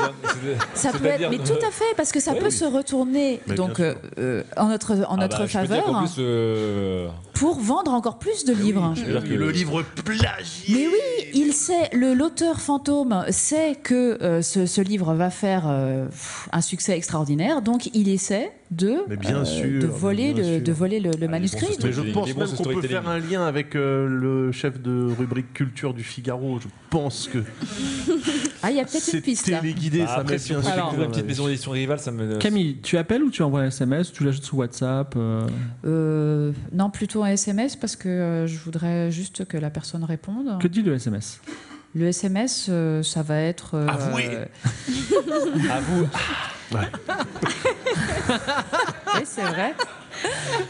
Ça peut être,
C'est-à-dire-
mais tout à fait, parce que ça
Oui,
peut
oui.
se retourner
Mais
donc
bien sûr.
euh, euh, en notre, en
Ah
notre
bah, je peux dire
faveur hein.
qu'en plus, euh,
pour vendre encore plus de livres.
je peux dire que le livre.
Mais oui, il sait, le l'auteur fantôme sait que euh, ce, ce livre va faire euh, pff, un succès extraordinaire, donc il essaie de,
Mais bien sûr,
de voler,
mais bien
le,
sûr.
de voler le, le
bon,
manuscrit.
c'est-
Mais je
Ah, Il est
pense
bon,
même
ce
qu'on peut
storytelling.
faire un lien avec euh, le chef de rubrique culture du Figaro. Je pense que
Ah, il y a peut-être
c'est
une piste. là.
téléguidé,
Bah,
ça
après,
met
si on
bien
peut
sûr.
découvrir une petite maison d'édition rivale, ça me.
Camille, tu appelles ou tu envoies un SMS ou tu l'ajoutes sous WhatsApp euh,
Euh, non, plutôt un SMS parce que euh, je voudrais juste que la personne réponde.
Que dit le SMS
Le SMS, euh, ça va être. euh,
Avouez.
euh,
À vous.
Oui, c'est vrai.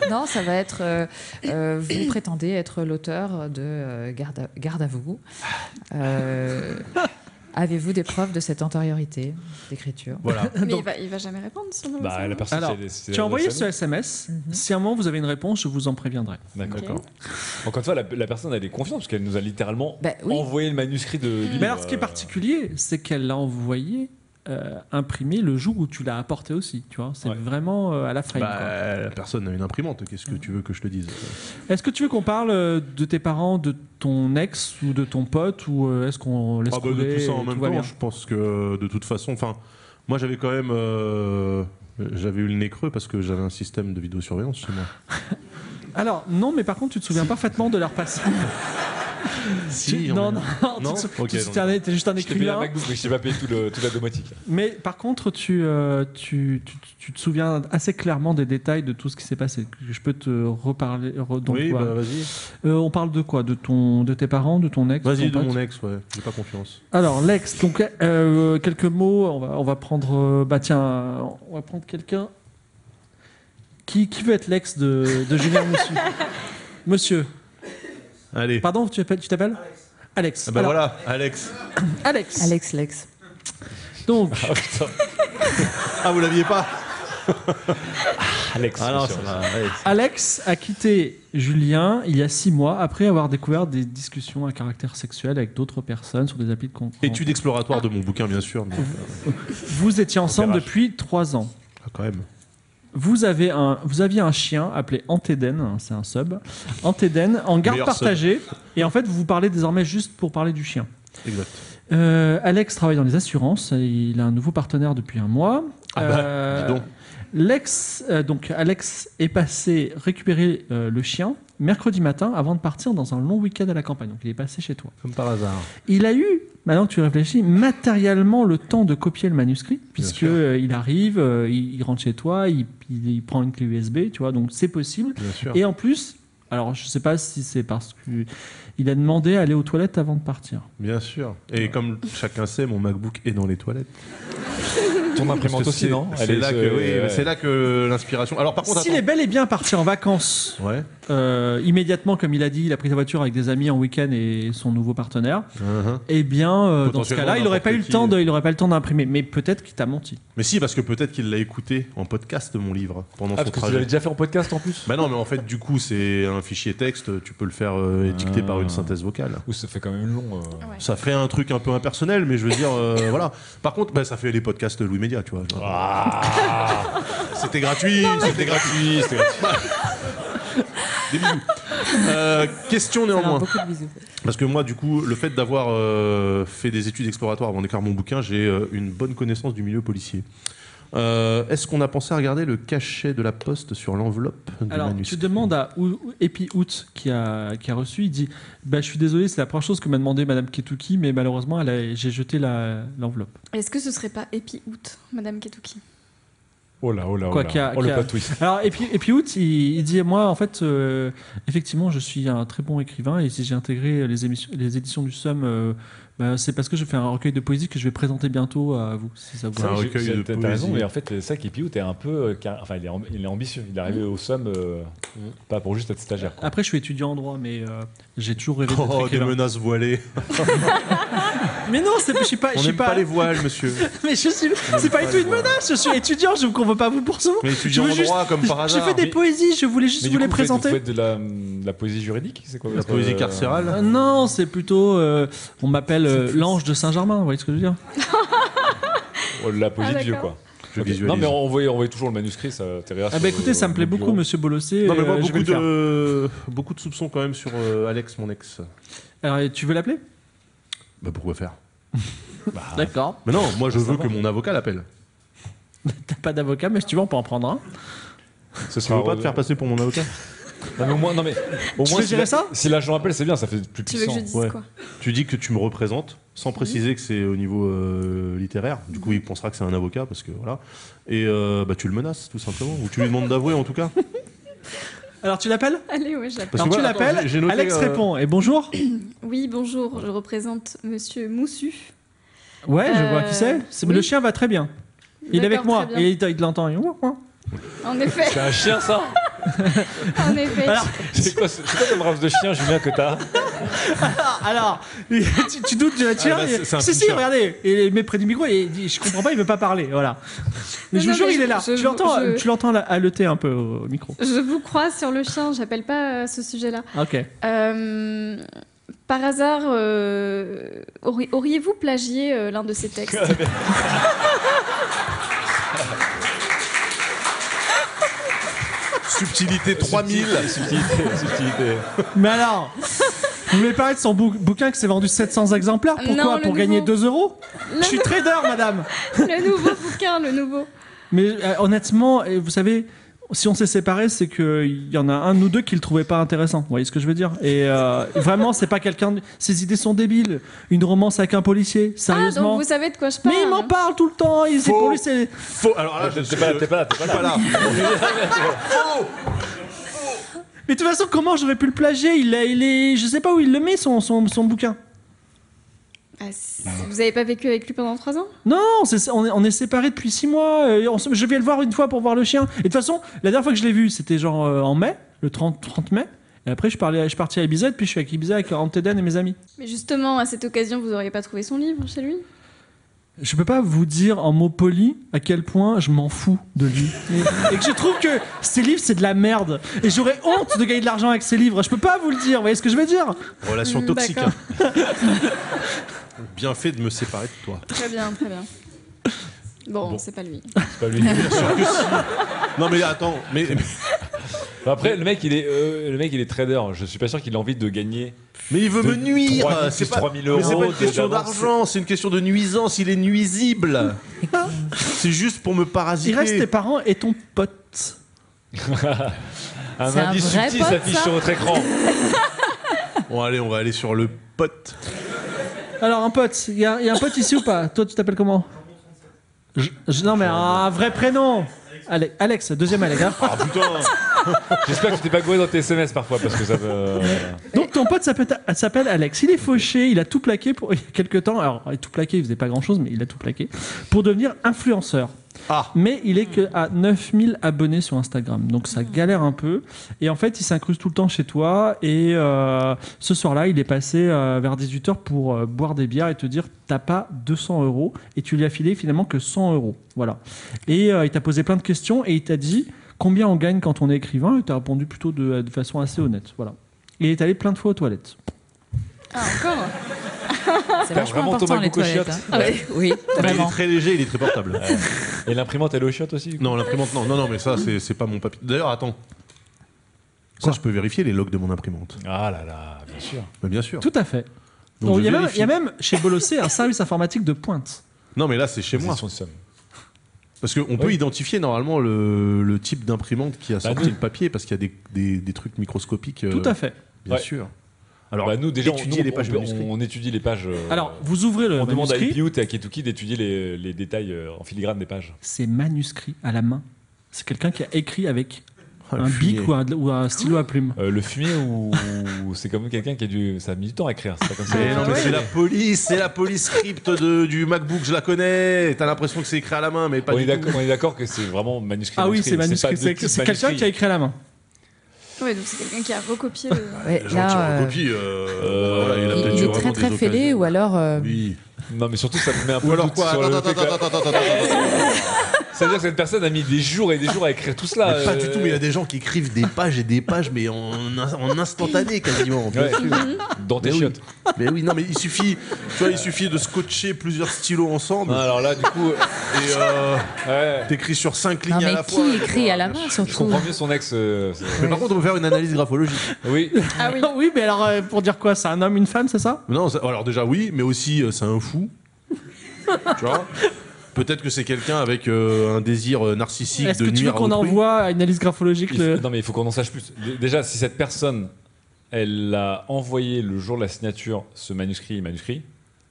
Non, ça va être. euh, euh, vous prétendez être l'auteur de euh, garde, à, Garde à vous. Euh, Avez-vous des preuves de cette antériorité d'écriture
Voilà.
Mais
Donc-
il, va, il va jamais répondre sinon.
Bah,
ça.
la personne,
Alors,
c'est- c'est.
Tu as envoyé ce
c'est-
SMS.
Mhm.
Si à un moment vous avez une réponse, je vous en préviendrai.
D'accord.
Ok.
Encore une fois, la, la personne, elle est confiante parce qu'elle nous a littéralement
Ben oui.
envoyé le manuscrit de. du
Mais
livre,
alors, ce qui est
euh,
bah,
particulier, c'est qu'elle l'a envoyé euh, imprimé le jour où tu l'as apporté aussi. Tu vois, c'est
Ouais.
vraiment euh, à la frame. quoi.
Bah, la personne a une imprimante. Qu'est-ce que tu veux que je te dise
Est-ce que tu veux qu'on parle euh, de tes parents, de ton ex ou de ton pote ou euh, est-ce qu'on laisse
Ah bah,
couler
de tout ça
et
en même
va
temps,
bien
je pense que euh, de toute façon, enfin, moi j'avais quand même, euh, j'avais eu le nez creux parce que j'avais un système de vidéosurveillance chez moi.
Alors non, mais par contre, tu te souviens parfaitement de leur passé. Tu-
en
non,
même
non,
temps.
non,
Non
tu te sou-
Ok,
tu-
donc-
t'es un- t'es juste un
Je t'ai payé un
écrivain.
MacBook, mais je t'ai pas payé tout le- toute la domotique.
Mais par contre, tu, euh, tu, tu, tu te souviens assez clairement des détails de tout ce qui s'est passé. Je peux te reparler. re- donc,
oui,
voilà.
bah, vas-y.
Euh, on parle de quoi De ton, de tes parents, de ton ex
Vas-y, de
ton pote
mon ex, ouais. J'ai pas confiance.
Alors l'ex. Donc euh, quelques mots. On va, on va prendre. euh, bah tiens, on va prendre quelqu'un. Qui, qui veut être l'ex de, de Julien Moussu Monsieur.
Allez.
Pardon, tu t'appelles- tu t'appelles Alex.
Ah bah
Alors,
voilà, Alex.
Alex.
Alex Lex.
Donc,
Ah, vous l'aviez pas
Alex.
Ah
bien
non,
sûr.
ça va. Alex.
Alex a quitté Julien il y a six mois après avoir découvert des discussions à caractère sexuel avec d'autres personnes sur des applis de compte.
Étude exploratoire de mon bouquin, bien sûr. Mais, euh,
Vous étiez ensemble
Repérage.
depuis trois ans.
Ah, quand même.
Vous, avez un, vous aviez un chien appelé Antéden, hein, c'est un sub, Antéden, en garde
Meilleur sub.
partagée. Et en fait, vous vous parlez désormais juste pour parler du chien.
Exact.
Euh, Alex travaille dans les assurances. et Il a un nouveau partenaire depuis un mois.
Ah bah,
Euh,
dis donc.
Lex, euh, donc Alex est passé récupérer euh, le chien mercredi matin avant de partir dans un long week-end à la campagne. Donc il est passé chez toi.
Comme par hasard.
Il a eu, maintenant que tu réfléchis, matériellement le temps de copier le manuscrit, puisque
sûr.
euh, il arrive, euh, il, il rentre chez toi, il, il- il prend une clé USB, tu vois. Donc c'est possible.
Bien sûr.
Et en plus, alors je sais pas si c'est parce que il a demandé à aller aux toilettes avant de partir.
Bien sûr. Et comme chacun sait, mon MacBook est dans les toilettes.
Ton
Parce
imprimante
que
aussi,
c'est-
non
C'est là, que- oui,
bah,
mais c'est là que l'inspiration. Alors par contre,
S'il est bel et bien parti en vacances
attends. Ouais.
euh, immédiatement, comme il a dit, il a pris sa voiture avec des amis en week-end et son nouveau partenaire,
Mhm.
eh bien, euh, dans ce
Potentiellement,
cas-là, il n'aurait pas eu le
n'importe
temps
qui.
de- il aurait pas le temps d'imprimer. Mais peut-être qu'il t'a menti.
Mais si, parce que peut-être qu'il l'a écouté en podcast, mon livre, pendant son
Ah, parce que tu
trajet.
l'avais déjà fait en podcast en plus
Bah non, mais en fait, du coup, c'est un fichier texte, tu peux le faire euh, édicter
Ah.
par une synthèse vocale.
Ou ça fait quand même long. euh.
Ouais.
Ça fait un truc un peu impersonnel, mais je veux dire, euh, voilà. Par contre, bah, ça fait les podcasts Louis Média, tu vois.
Ah
C'était gratuit, c'était gratuit, c'était gratuit. Des bisous. Euh, question
Alors,
néanmoins.
beaucoup de bisous.
Parce que moi, du coup, le fait d'avoir euh, fait des études exploratoires avant d'écrire mon bouquin, j'ai euh, une bonne connaissance du milieu policier. Euh, Est-ce qu'on a pensé à regarder le cachet de la poste sur l'enveloppe du
Alors, tu
manuscrit
demandes à Ou- Ou- Epi Hout qui a, qui a reçu, il dit bah, Je suis désolé, c'est la première chose que m'a demandé Madame Ketuki, mais malheureusement, elle a- j'ai jeté la- l'enveloppe.
Est-ce que ce serait pas Epi Août, Madame Ketuki
Oh là, oh là, oh
Quoi
là.
qu'il y a-
Oh le
qu'il y a-
plot twist.
Alors, Epi, Epi Hout, il, il dit Moi, en fait, euh, effectivement, je suis un très bon écrivain et si j'ai intégré les, émissions, les éditions du SOM, euh, bah, c'est parce que je fais un recueil de poésie que je vais présenter bientôt à vous, si ça vous
C'est un
va.
J'ai-
Ah, recueil
j'ai-
de
t'as- T'as
poésie.
raison, mais en fait, c'est ça qui est un peu. euh, car- Enfin, il est, amb- il est ambitieux. Il est arrivé au somme, euh,
Mm.
pas pour juste être stagiaire. Quoi.
Après, je suis étudiant en droit, mais euh, j'ai toujours rêvé d'être
Oh, des
écrivain.
menaces voilées.
Mais non, c'est- je suis pas. Ah, je
On
suis
n'aime pas... les voiles, monsieur.
Mais je suis. C'est pas du tout une menace. Je suis étudiant. Je ne convoque pas vous pour ce mot.
Mais
Je
étudiant
veux
en
juste-
droit, comme par
J'ai
hasard.
fait des
Mais-
poésies. Je voulais juste
Mais
vous
du
les
coup, vous faites-
présenter.
Vous faites de la, hum, de la poésie juridique C'est quoi
La
votre,
poésie
euh,
carcérale
Ah, Euh, non, c'est plutôt. euh, on m'appelle euh,
C'est plus-
l'ange de Saint-Germain, vous voyez ce que je veux dire
euh, La poésie
Ah,
de vieux,
d'accord.
quoi.
Je
Ok.
visualise.
Non, mais on voyait, on voyait toujours le manuscrit, ça t'intéresse,
Ah bah
euh,
écoutez, ça me
au
plaît beaucoup,
bureau.
monsieur Bolossé.
Non, mais
euh,
moi,
je vais
beaucoup
le faire.
de... beaucoup de soupçons quand même sur euh, Alex, mon ex.
Alors, et tu veux l'appeler
Bah pourquoi faire Ah.
Bah,
D'accord.
Mais non,
Ah,
moi je
Ça
veux
va.
que mon avocat l'appelle.
T'as pas d'avocat, mais si tu veux, on peut en prendre un.
ce
Tu
sera
veux pas te
re-
faire passer pour mon avocat
Non, mais au moins, non, mais, au
Tu
moins,
veux
si
gérer
la-
ça
Si l'agent appelle, c'est bien, ça fait plus
Tu veux que
puissant.
je dise
Ouais.
quoi
Tu dis que tu me représentes, sans préciser que c'est au niveau euh, littéraire. Du coup, il pensera que c'est un avocat, parce que voilà. Et euh, bah, tu le menaces, tout simplement. Ou tu lui demandes d'avouer, en tout cas.
Alors, tu l'appelles
Allez, ouais, je l'appelle.
Parce
Alors,
que
tu
voilà, attends,
l'appelles
j'ai- j'ai noté,
Alex
euh,
répond. Et bonjour
Oui, bonjour, je représente monsieur Moussu.
Ouais, je vois
Euh,
qui c'est. C'est-
oui.
Le chien va très bien. Il est
D'accord,
avec moi.
très bien.
Et il, il l'entend. Il- ouah, ouah.
En effet,
C'est un chien, ça
en effet.
Alors,
C'est quoi ce c'est quoi comme race de chien, Julien, que t'as
Ah, alors, tu, tu doutes de la tienne
Ah, bah, c'est- c'est un
Si, si,
pincher.
regardez. Il est- il met près du micro et il dit Je comprends pas, il veut pas parler. Voilà. Mais je
Non,
vous
non,
jure,
mais
il est là.
je-
tu l'entends
je-
tu l'entends la- haleter un peu au, au micro.
Je vous crois sur le chien, j'appelle pas à ce sujet-là.
Ok.
Euh, par hasard, euh, auri- auriez-vous plagié euh, l'un de ces textes
Subtilité 3000
Subtilité, subtilité.
Mais alors Vous voulez parler de son bou- bouquin qui s'est vendu 700 exemplaires Pourquoi
Non,
Pour
le
gagner
nouveau.
2 euros
le,
Je suis trader, madame
le nouveau bouquin, le nouveau. Ah,
Mais euh, honnêtement, euh, vous savez, si on s'est séparés, c'est qu'il y en a un ou deux qui le trouvaient pas intéressant. Vous voyez ce que je veux dire Et euh, vraiment, c'est pas quelqu'un. de- Ses idées sont débiles. Une romance avec un policier,
Ah, donc
sérieusement.
vous hein. savez de quoi je parle
mais il m'en parle tout le temps. Il, c'est
Faux.
pour lui, c'est.
Faux Alors là, je
T'es pas là, t'es pas là, t'es pas là.
Voilà.
Mais de toute façon, comment j'aurais pu le plagier Il, a- il est, je sais pas où il le met son, son, son bouquin.
Ah, c- vous avez pas vécu avec lui pendant trois ans
Non, on s'est- on est, on est séparés depuis six mois. euh, on se- je vais le voir une fois pour voir le chien. Et de toute façon, la dernière fois que je l'ai vu, c'était genre euh, en mai, le 30, 30 mai. Et après, je, parlais, je suis parti à Ibiza, et puis je suis avec Ibiza avec Anteden et mes amis.
Mais justement, à cette occasion, vous auriez pas trouvé son livre chez lui
Je peux pas vous dire en mots polis à quel point je m'en fous de lui. Et, et que je trouve que ces livres, c'est de la merde. Et j'aurais honte de gagner de l'argent avec ces livres. Je peux pas vous le dire, vous voyez ce que je veux dire
Relation
Hmm,
Mm,
toxique.
d'accord.
hein. Bien fait de me séparer de toi.
Très bien, très bien. Bon,
Bon.
c'est pas lui.
C'est pas lui.
Non, mais attends, mais,
Après, le mec, il est, euh, le mec, il est trader. Je suis pas sûr qu'il ait envie de gagner.
mais il veut
De
me nuire.
3 000,
C'est
plus
pas,
3 000
mais c'est pas
euros
une question
de- d'avance.
d'argent, c'est une question de nuisance. Il est nuisible. c'est juste pour me parasiter.
Il reste tes parents et ton pote.
Un
C'est un
indice
vrai
subtil
pote,
s'affiche
ça
sur votre écran.
Bon, allez, on va aller sur le pote.
Alors, un pote, il y, a il y a un pote ici ou pas Toi, tu t'appelles comment Je- je- Non, mais un vrai prénom Alex, Alex, deuxième Alex. hein.
Ah putain
J'espère que tu t'es pas gouré dans tes SMS parfois parce que ça euh, peut.
Donc ton pote s'appelle s'appelle Alex. Il est fauché, il a tout plaqué pour il y a quelques temps. Alors il a tout plaqué, il faisait pas grand chose, mais il a tout plaqué pour devenir influenceur.
Ah.
Mais il est que à 9000 abonnés sur Instagram, donc ça galère un peu. Et en fait, il s'incruste tout le temps chez toi. Et euh, ce soir-là, il est passé euh, vers 18h pour euh, boire des bières et te dire T'as pas 200 euros. Et tu lui as filé finalement que 100 euros. Voilà. Et euh, il t'a posé plein de questions et il t'a dit Combien on gagne quand on est écrivain Et t'as répondu plutôt de, de façon assez honnête. Voilà. Il est allé plein de fois aux toilettes.
Ah, encore
Ah,
C'est
T'as
vachement
vraiment
important
Thomas
les
Boucochiotte.
toilettes. hein. Ah oui, oui,
Bah, Il est
vraiment.
très léger, il est très portable.
Et l'imprimante, elle est au chiotte aussi
Non, l'imprimante, non, non, non, mais ça, c'est c'est pas mon papier. D'ailleurs, attends. Ça,
Quoi
je peux vérifier les logs de mon imprimante.
Ah là là, bien sûr.
Mais bien sûr.
Tout à fait.
Donc,
Donc,
je
il, y a même,
vérifie.
il y a même chez Bolossé un service informatique de pointe.
Non, mais là, c'est chez moi.
Son somme.
Parce qu'on peut
Oui.
identifier normalement le, le type d'imprimante qui a sorti
oui.
le papier, parce qu'il y a des, des- des trucs microscopiques. euh,
Bah, Tout à fait.
Bien
Ouais.
sûr. Alors,
bah, nous, déjà, on,
étudier
nous,
les
on-
pages
on,
manuscrites.
on étudie les pages. euh,
Alors, vous ouvrez le
on demande à
manuscrit.
Ipiout et à Ketuki d'étudier les, les détails euh, en filigrane des pages.
C'est manuscrit à la main. C'est quelqu'un qui a écrit avec
Ah, le
un
fumier.
bic ou un, ou un stylo à plume.
Euh, le fumier, ou ou c'est comme quelqu'un qui a dû. Ça a mis du temps à écrire. C'est pas comme ça.
Mais
Ah,
Eh non, mais
ouais.
c'est la police, c'est la police script de- du MacBook, je la connais. T'as l'impression que c'est écrit à la main, mais pas
on,
du
est
tout.
d'accord, on est d'accord que c'est vraiment manuscrit.
Ah oui, c'est
pas
manuscrit.
de
C'est
type
c'est quelqu'un
manuscrit.
qui a écrit à la main.
Ouais, donc c'est quelqu'un qui a recopié le.
Ouais,
Les gens qui
là, euh,
recopient, euh,
euh,
voilà, il a
il-
peut-être
il
eu
est
vraiment
très
des
très fêlé
occasions.
ou alors. euh,
Oui.
Non, mais surtout, ça me met un peu
Ou alors
doute
quoi
sur
Attends,
le euh,
attends,
fait que la-
attends, attends, attends, attends, attends.
Ça veut dire que cette personne a mis des jours et des jours à écrire tout cela.
Mais Pas du
euh,
tout, mais il y a des gens qui écrivent des pages et des pages, mais en, en instantané quasiment.
Ouais.
Mhm.
Dans tes
Mais oui.
chiottes.
Mais oui, non, mais il suffit,
Tu vois, il suffit de scotcher plusieurs stylos ensemble
Ah, alors là, du coup,
et euh,
ouais,
t'écris sur cinq lignes
Non,
à
mais
la
qui
fois.
écrit à la main,
je
surtout
comprends mieux son ex. euh, c'est-
Mais par contre, on peut faire une analyse graphologique.
oui,
Ah oui.
oui, mais alors, euh, pour dire quoi C'est un homme, une femme, c'est ça
Non, ça- alors déjà oui, mais aussi euh, c'est un fou. tu vois Peut-être que c'est quelqu'un avec euh, un désir euh, narcissique
Est-ce que
de
tu veux
nuire à
qu'on
autrui.
envoie à une analyse graphologique
Il
le...
faut- non mais il faut qu'on en sache plus. Dé- Déjà, si cette personne, elle a envoyé le jour de la signature ce manuscrit et manuscrit,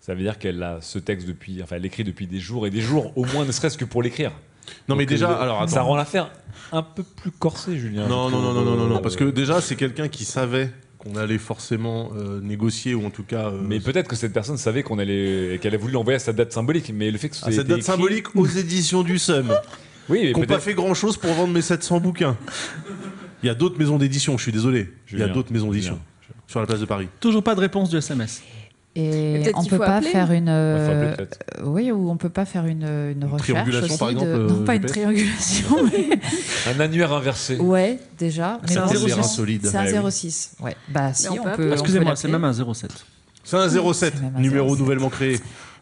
ça veut dire qu'elle a ce texte depuis, enfin, elle l'écrit depuis des jours et des jours, au moins ne serait-ce que pour l'écrire.
Non mais
Donc,
déjà,
euh,
alors attends.
ça rend l'affaire un peu plus corsée, Julien.
Non,
Donc,
non, non, non,
euh,
non, non, non, parce que déjà c'est quelqu'un qui savait qu'on allait forcément euh, négocier ou en tout cas. euh,
Mais peut-être que cette personne savait qu'on allait, qu'elle a voulu l'envoyer à sa date symbolique, mais le fait que
à cette date symbolique aux éditions du Sum,
oui, mais
qui n'ont pas
peut-être-
fait grand chose pour vendre mes 700 bouquins. Il y a d'autres maisons d'édition, je suis désolé. Il y a
Julien,
d'autres maisons d'édition
Julien.
sur la place de
Ah
Paris.
Toujours pas de réponse du SMS.
Mais
Et
peut-être
on
qu'il
peut
faut
pas
appeler.
faire une.
Ouais, faut appeler
euh,
peut-être.
Oui, ou on peut pas faire une, une recherche.
triangulation,
aussi
par exemple,
de-
euh,
Non, pas une
GPS.
triangulation, mais.
euh,
un annuaire inversé.
Ouais, déjà.
C'est
non,
un
c'est-
06.
C'est un
Ouais, oui.
06. Ouais. Bah, si,
Mais
on,
on peut
peut.
appeler.
Excusez-moi, c'est même un 07.
C'est un 07,
C'est même un
numéro
07.
nouvellement créé.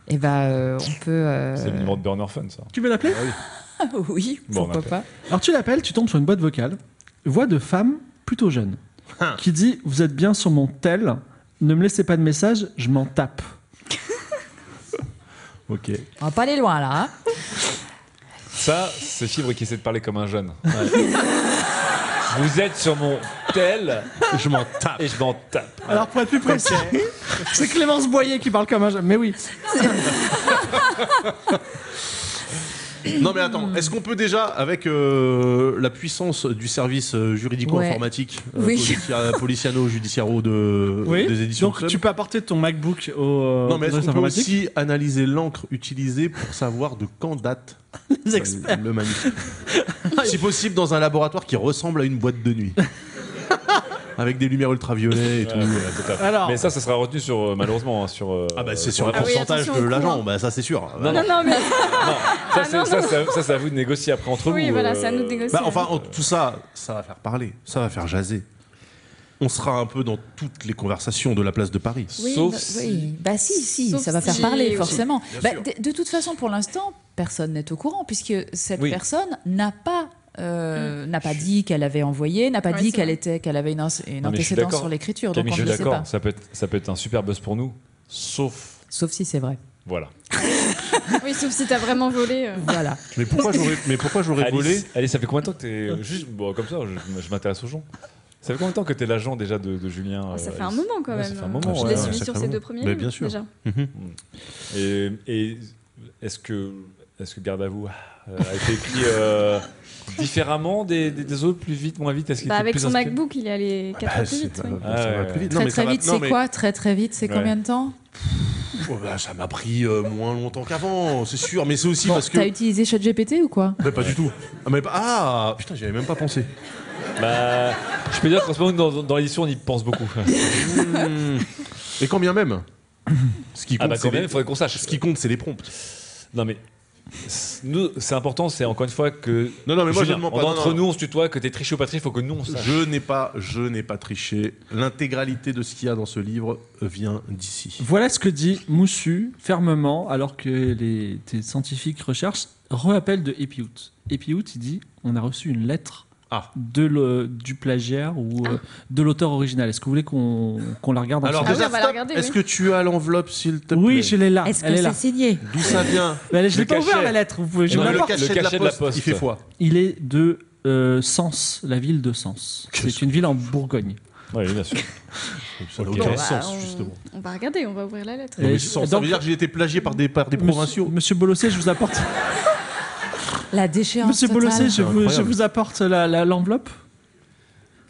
Et bah, euh, on peut. euh,
C'est le numéro de Burner Fun, ça.
Tu veux l'appeler
oui,
Bon, on
pourquoi
appelle.
pas.
Alors tu l'appelles, tu tombes sur une boîte vocale, voix de femme plutôt jeune,
Hein.
qui dit Vous êtes bien sur mon tel, ne me laissez pas de message, je m'en tape.
Ok.
On va pas aller loin, là. hein.
Ça, c'est Fibre qui essaie de parler comme un jeune. Vous êtes sur mon tel
Je m'en tape.
et je m'en tape.
Alors pour être plus précis, c'est Clémence Boyer qui parle comme un jeune. Mais oui,
Non mais attends, est-ce qu'on peut déjà, avec euh, la puissance du service euh, juridico-informatique euh,
Oui.
policia- policiano-judiciaro de,
oui.
des éditions
donc
Club,
tu peux apporter ton MacBook au
non mais
aux
est-ce qu'on peut
Euh, informatiques.
aussi analyser l'encre utilisée pour savoir de quand date euh,
les experts.
le manuscrit Si possible dans un laboratoire qui ressemble à une boîte de nuit. Avec des lumières ultraviolets et tout.
Ouais, ouais, total.
Alors-
Mais ça, ça sera retenu sur, euh, malheureusement hein, sur. euh,
Ah bah c'est
euh,
sur le
la-
Ah oui,
pourcentage
attention
de
au
l'agent,
courant.
bah ça c'est sûr.
Non,
Non, non, mais
Ça,
Ah,
c'est-
non,
ça,
non.
c'est à- ça, c'est à vous de négocier après entre vous.
oui, voilà,
euh,
c'est à nous de négocier.
Bah, enfin, en- tout ça, ça va faire parler, ça va faire jaser. On sera un peu dans toutes les conversations de la place de Paris.
Oui,
Sauf
bah,
si-
oui. Bah si, si,
Sauf
ça va faire
si-
parler,
oui.
forcément.
Bien
Bah,
sûr.
de, de toute façon, pour l'instant, personne n'est au courant, puisque cette
Oui.
personne n'a pas... euh, n'a pas dit qu'elle avait envoyé, n'a pas
Ouais,
dit
c'est
qu'elle
vrai.
était, qu'elle avait une, ins- une
Non, mais je suis
antécédence
d'accord.
sur l'écriture, donc
Camille,
on
je
ne
suis
le sait pas.
d'accord. Ça peut être, ça peut être un super buzz pour nous, sauf
Sauf si c'est vrai.
voilà.
Oui, sauf si t'as vraiment volé. euh.
Voilà.
Mais pourquoi j'aurais, mais pourquoi j'aurais
Alice,
volé
Alice, ça fait combien de temps que t'es euh, juste bon comme ça Je, je m'intéresse aux gens. Ça fait combien de temps que t'es l'agent déjà de, de Julien
Ah, ça
euh,
fait un
Alice
moment quand
Ouais,
même.
ça fait un moment,
Je
ouais,
l'ai
ouais,
suivi
ça
sur
fait
ces
un
deux
moment.
premiers.
Mais bien sûr.
Déjà.
Et, et est-ce que, est que Garde à vous euh, a été écrit euh, différemment des, des- des autres, plus vite, moins vite Est-ce qu'il
Bah,
était
avec
plus
son
inspiré
MacBook, il est allé 4
Bah,
fois plus
c'est-
vite.
bah,
oui.
bah, ça
Ah
va
ouais.
plus vite. Non,
très
mais ça
très
va-
vite,
non,
c'est
mais-
quoi Très très vite, c'est
Ouais.
combien de temps
Oh, bah, Ça m'a pris euh, moins longtemps qu'avant, c'est sûr. Mais c'est aussi parce que.
T'as utilisé ChatGPT ou quoi
Mais pas du tout. Ah, mais pas- ah, putain, j'y avais même pas pensé.
Bah, je peux dire qu'en ce moment, dans, dans l'édition, on y pense beaucoup. Ah,
Hmm. Et quand bien même. Ce qui
ah
compte,
bah
c'est
quand même,
les...
il faudrait qu'on sache.
ce qui compte, c'est les prompts.
Non mais, c'est- nous, c'est important, c'est encore une fois que...
Non, non, mais moi je
Julien,
ne mens
on-
pas. Non,
Entre
non,
nous, on se tutoie, que t'es triché ou pas triché, il faut que nous, on sache.
Je n'ai pas, je n'ai pas triché. L'intégralité de ce qu'il y a dans ce livre vient d'ici.
Voilà ce que dit Moussu fermement alors que les, tes scientifiques recherchent. Reappel de Epiout. Epiout, il dit on a reçu une lettre
Ah.
de le- du plagiaire ou
Ah.
euh, de l'auteur original. Est-ce que vous voulez qu'on qu'on la regarde
Alors
Ah oui,
ensemble
déjà,
on va la
stop.
regarder,
est-ce
oui.
que tu as l'enveloppe, s'il te plaît
Oui, je l'ai là.
Est-ce
Ah, Elle
que
est là.
c'est signé
D'où ça vient
Mais elle- je
Le
l'ai pas
cachet.
ouvert la lettre. Vous
Eh
pouvez, je
ben,
Non,
vous la
mais le
porte.
cachet de la poste.
il fait foi.
Il est de euh, Sens, la ville de Sens. C'est une ville en Bourgogne.
Oui, bien sûr.
Ça n'a
Ok.
aucun
Bon,
Bah,
sens,
on-
justement.
On va regarder, on va ouvrir la lettre.
Et-
Non, mais sens, ça
donc-
veut dire que j'ai été plagié par des, par des provinciaux.
Monsieur, monsieur Bolossé, je vous apporte.
La déchéance
Monsieur
totale.
Bolossé, je vous, je
incroyable.
vous apporte la- la- l'enveloppe.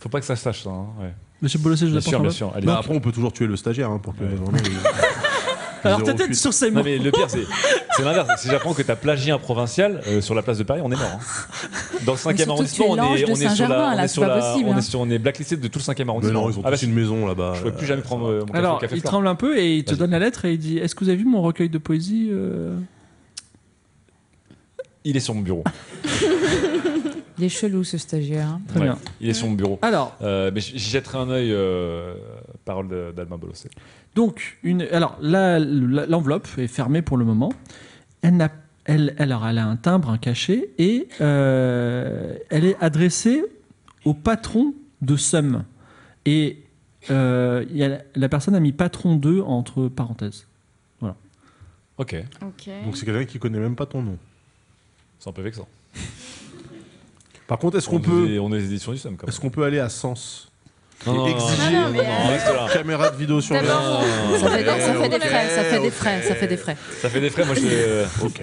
Faut pas que ça se sache, ça. hein, ouais.
Monsieur Bolossé, je vous
Bien
apporte
sûr, bien
l'enveloppe.
sûr. Allez.
Bah, après, on peut toujours tuer le stagiaire hein, pour que.
Ouais.
vraiment, il-
Alors
0,8.
peut-être sur ces mots.
Non mais le pire c'est c'est l'inverse. Si j'apprends que t'as plagié un provincial euh, sur la place de Paris, on est mort. hein. Dans le 5e
surtout que tu es
arrondissement, on
l'ange
est,
de
on est sur
Saint-Germain,
la, on
là,
est
c'est
sur
pas
la-
possible,
on est
hein.
sur- on est blacklisté de tout le 5e
Mais
arrondissement.
non, ils ont
Ah bah,
tous une maison là-bas.
Je ne peux plus jamais prendre euh, mon café au
Alors,
café
il
Flore.
tremble un peu et il te
Vas-y.
donne la lettre et il dit Est-ce que vous avez vu mon recueil de poésie euh
il est sur mon bureau.
Il est chelou ce stagiaire. hein.
Très
Ouais,
bien.
Il est sur mon bureau.
Alors,
Euh, mais j'y jetterai un œil, euh, parole de- d'Albin Bolossé.
donc, une, alors, la- la- l'enveloppe est fermée pour le moment. Elle, n'a- elle, elle- alors, elle a un timbre, un cachet, et euh, elle est adressée au patron de Sum. Et euh, il y a- la personne a mis patron 2 entre parenthèses.
Ok,
Ok.
Donc c'est quelqu'un qui connaît même pas ton nom.
c'est un peu vexant.
Par contre, est-ce qu'on
est-
peut,
On est des éditions du Somme, quand même.
est-ce qu'on peut aller à Sens
Non, non, non,
exiger-
Non, non, mais,
non, reste là.
Caméra de vidéo sur
D'abord,
Ça fait,
Ouais,
ça fait des
ok,
frais, ça fait des
ok.
frais, ça fait des frais.
Ça fait des frais, moi je. euh,
Ok,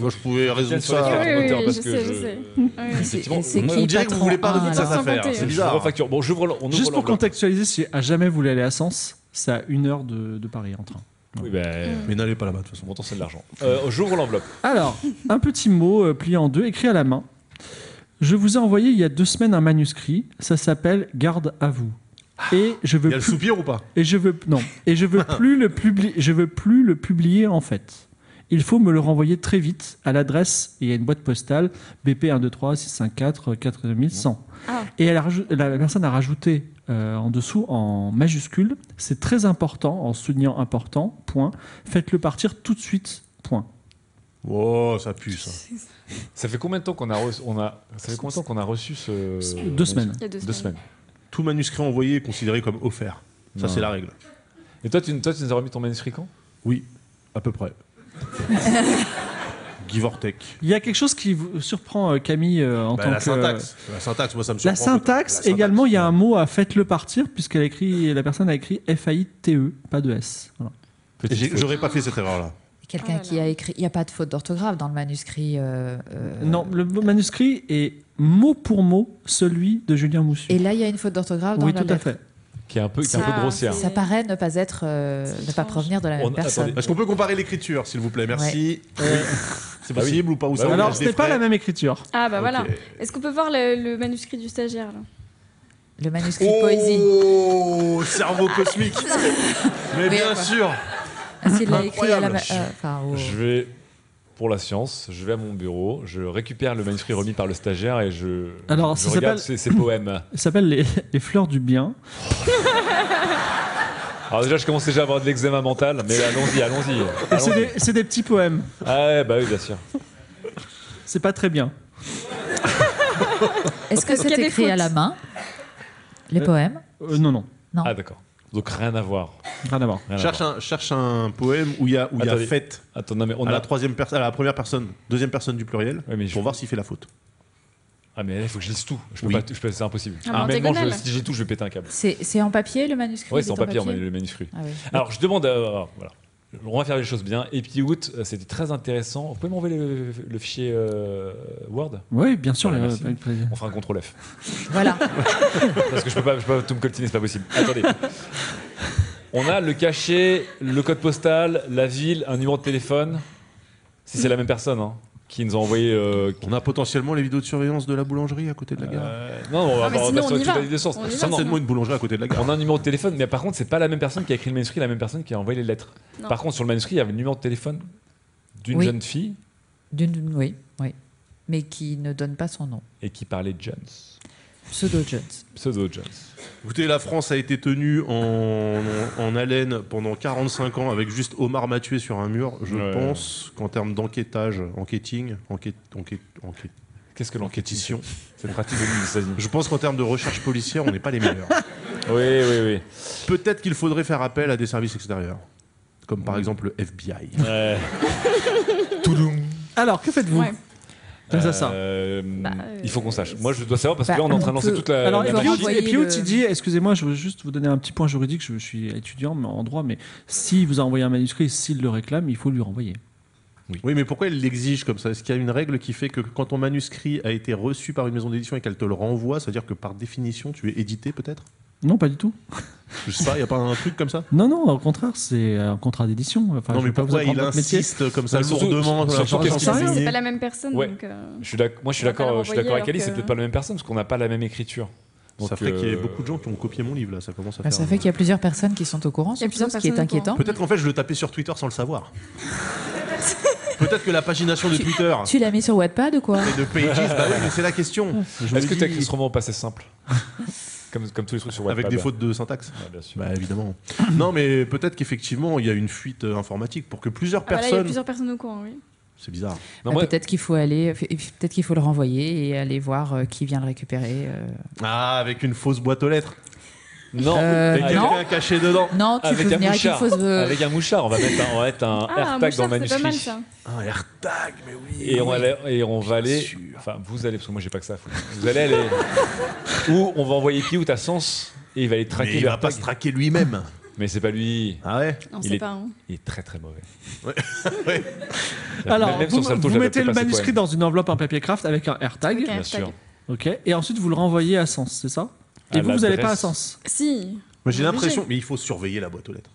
moi je pouvais résoudre
Sur les
ça.
factures
Oui,
moteur,
oui,
parce
je
que
sais, je sais.
Et
Ouais.
c'est-
Effectivement,
et c'est
on-
qui
on dirait que
patron
vous voulez pas
Ah,
résoudre cette
alors.
sans
affaire.
compter.
Je
C'est bizarre.
refacture. Bon, j'ouvre l'en- on
Juste
ouvre
pour
l'enveloppe.
contextualiser, si à jamais vous voulez aller à Sens, c'est à une heure de, de Paris en train.
Oui, ben.
Mais n'allez pas là-bas de toute façon.
Son montant, c'est de l'argent. Euh, j'ouvre l'enveloppe.
Alors, un petit mot euh, plié en deux, écrit à la main. Je vous ai envoyé il y a deux semaines un manuscrit. Ça s'appelle Garde à vous. Et je veux
Il y a le
plus,
soupir ou pas
et je veux non et je veux plus le publier. Je veux plus le publier en fait. Il faut me le renvoyer très vite à l'adresse. et Il y a une boîte postale BP 123 654 4100.
Ah.
Et elle a rajou- la personne a rajouté euh, en dessous en majuscule. C'est très important en soulignant important. Point. Faites-le partir tout de suite. Point.
Oh, ça pue ça.
Ça fait combien de temps qu'on a reçu, on a, ça fait combien de temps qu'on a reçu ce.
Deux
Euh,
semaines.
Il y a deux
Deux semaines.
Tout manuscrit envoyé est considéré comme offert. Ça,
Non.
c'est la règle.
Et toi, tu, toi, tu nous as remis ton manuscrit quand
Oui, à peu près. Give or take.
Il y a quelque chose qui vous surprend euh, Camille euh, en
Bah,
tant
la
que
syntaxe. La syntaxe, moi, ça me surprend.
La syntaxe, également, il y a un mot à faites-le partir, puisqu'elle a écrit, la personne a écrit F-A-I-T-E, pas de S. Voilà.
Et j'ai- J'aurais pas fait cette erreur-là.
Quelqu'un
Ah là
qui
là.
a écrit. Il n'y a pas de faute d'orthographe dans le manuscrit. euh, euh,
Non, le manuscrit est mot pour mot celui de Julien Moussu.
Et là, il y a une faute d'orthographe dans
oui,
la
tout à
lettre.
fait.
Qui est un peu, qui est un
Ça-
Ah,
peu grossière.
Ça paraît ne pas être, euh,
C'est
ne pas
étrange.
provenir de la même
On-
personne.
attendez.
Est-ce qu'on peut comparer l'écriture, s'il vous plaît Merci. C'est
Bah oui.
possible ou pas ou ça
Bah oui.
engage
Alors,
des
ce n'est pas
frais
la même écriture.
Ah bah
Ok.
voilà. Est-ce qu'on peut voir le, le manuscrit du stagiaire là
Le manuscrit poésie.
Oh, cerveau cosmique Mais
Oui,
bien
quoi.
sûr
Ah, s'il l'a écrit à la. ma-
Incroyable.
euh, enfin, au-
Je vais pour la science, je vais à mon bureau, je récupère le manuscrit remis par le stagiaire et je,
Alors,
je
ça
regarde ses,
s'appelle-
ses poèmes.
Il s'appelle les, Les fleurs du bien.
Alors déjà, je commence déjà à avoir de l'eczéma mental, mais allons-y, allons-y.
Et c'est
Allons-y.
des, c'est des petits poèmes.
Ah ouais, bah oui, bien sûr.
C'est pas très bien.
Est-ce que
Est-ce qu'il y
c'est
a des
écrit à
fautes
la main Les poèmes
Euh, non, non,
Ah d'accord. Donc rien à voir.
rien à voir.
Rien à
Cherche un, cherche un poème où il y a, où il y a
Attendez.
fête
voir. Attends, non mais on
à,
a.
la troisième perso- à la première personne, deuxième personne du pluriel,
Ouais, mais je-
pour voir s'il fait la faute.
Ah mais là, il faut que je lise tout. Je peux
Oui.
pas, tout- je peux- c'est impossible.
Ah, mais en
Humainement, je-
diagonale.
si j'ai tout, je vais péter un câble.
C'est c'est en papier le manuscrit
Ouais,
il
c'est
est
en papier, mais le manuscrit.
Ah oui.
Alors, je demande. euh, alors, voilà. On va faire les choses bien. Et puis, août, euh, c'était très intéressant. Vous pouvez m'envoyer le, le fichier euh, Word
Oui, bien sûr.
Voilà,
les-
merci.
avec plaisir.
On fera un contrôle F.
Voilà.
Parce que je peux pas, je peux pas tout me coltiner, c'est pas possible. Attendez. On a le cachet, le code postal, la ville, un numéro de téléphone. Si c'est la même personne hein, qui nous a envoyé. euh, qui-
On a potentiellement les vidéos de surveillance de la boulangerie à côté de la gare.
Euh, non, on va
mais
on va
sinon, on
sur
y
tout
va.
dans les deux sens.
On y va,
Non, non,
Certainement une boulangerie à côté de la gare.
On a un numéro de téléphone, mais par contre, c'est pas la même personne qui a écrit le manuscrit, la même personne qui a envoyé les lettres.
Non.
Par contre, sur le manuscrit, il y avait le numéro de téléphone d'une
Oui.
jeune fille
D'une- Oui, oui. Mais qui ne donne pas son nom.
et qui parlait de Jones,
Pseudo Jones.
pseudo Jones.
Écoutez, la France a été tenue en, en haleine pendant 45 ans avec juste Omar Mathieu sur un mur. Je
Ouais.
pense qu'en termes d'enquêtage, enquêting, enquête, enquête, enquête-
Qu'est-ce que l'enquêtition
enquêtition,
C'est une pratique des États-Unis.
je pense qu'en termes de recherche policière, on n'est pas les meilleurs.
Oui, oui,
Peut-être qu'il faudrait faire appel à des services extérieurs, comme par exemple le FBI.
oui. Ouais.
Alors, que faites-vous
Ouais.
Comme ça, ça.
Euh,
euh,
il faut qu'on sache. Moi, je dois savoir parce que
bah,
là, on est en train de
on
lancer
peut-
toute la.
Alors,
Euh, la
et
faut
puis,
machine.
renvoyer
et puis,
le-
tu dis, excusez-moi, je veux juste vous donner un petit point juridique, je, je suis étudiant mais en droit, mais s'il vous a envoyé un manuscrit, s'il le réclame, il faut lui renvoyer.
Oui, mais pourquoi il l'exige comme ça Est-ce qu'il y a une règle qui fait que quand ton manuscrit a été reçu par une maison d'édition et qu'elle te le renvoie, ça veut dire que par définition, tu es édité peut-être
Non, pas du tout.
Je sais pas, il n'y a pas un truc comme ça
Non, non, au contraire, c'est un contrat d'édition. Enfin,
non
je
mais
vais pas vous
pourquoi il
apprendre votre métier. Bah,
insiste comme ça
Mais surtout-
lourdement sur la
surtout
force
qu'est-ce qu'il
d'enseigner
C'est pas la même personne.
Ouais.
Donc, euh,
Je suis d'ac- moi, je suis
On va pas hein,
d'accord.
le
Je suis d'accord
renvoyer
avec Ali.
alors
C'est
que-
peut-être pas la même personne parce qu'on n'a pas la même écriture. Donc,
Ça fait qu'il y a
euh,
beaucoup de gens qui ont copié mon livre là, ça commence à
Bah,
faire.
ça fait qu'il y a plusieurs personnes qui sont au courant,
Il y a
surtout,
plusieurs
ce qui est
personnes au
inquiétant.
Peut-être qu'en fait je le tapais sur Twitter sans le savoir.
Peut-être que la pagination de
Tu-
Twitter
Tu l'as mis sur Wattpad ou quoi
et de Pages, bah oui, mais c'est la question.
Est-ce que tu as écrit ce roman au passé simple comme, comme tous les trucs sur Wattpad.
Avec des fautes de syntaxe.
Ah, bien sûr.
Bah évidemment.
Non, mais peut-être qu'effectivement, il y a une fuite euh, informatique pour que plusieurs
Ah bah là, il y a
personnes.
plusieurs personnes au courant, oui.
C'est bizarre.
Ah,
Non, moi-
Peut-être qu'il faut aller, peut-être qu'il faut le renvoyer et aller voir euh, qui vient le récupérer. euh.
Ah, avec une fausse boîte aux lettres.
non,
Euh,
avec-
Ah,
Et
non.
quelqu'un caché dedans.
Non, tu
avec
peux
un
venir avec une
mouchard.
fausse. euh,
Avec un mouchard, on va mettre un, on va mettre un
Ah,
AirTag dans le
Mouchard, c'est pas mal
manuscrit.
ça.
Ah,
Un AirTag, mais oui.
Et on,
oui.
allait- et on va aller. Enfin, vous allez, parce que moi j'ai pas que ça à foutre. Vous allez aller. ou on va envoyer Piou à Sens et il va aller
Mais
traquer
il
le
va pas
AirTag.
se traquer lui-même.
Mais c'est pas lui.
Ah ouais
On
Il
sait
est-
pas. hein.
Il est très très mauvais.
Ouais.
Alors,
Même sur
vous,
Salto,
vous
j'avais
mettez
peut-être
le
pas ces
manuscrit
poèmes.
dans une enveloppe en papier craft avec un AirTag.
Ok.
Bien
Hashtag.
sûr.
Ok. Et ensuite, vous le renvoyez à Sens, c'est ça Et
À
vous, vous n'allez pas à
l'adresse.
Sens.
Si.
Mais j'ai
Obligé. Ben
l'impression. Mais il faut surveiller la boîte aux lettres.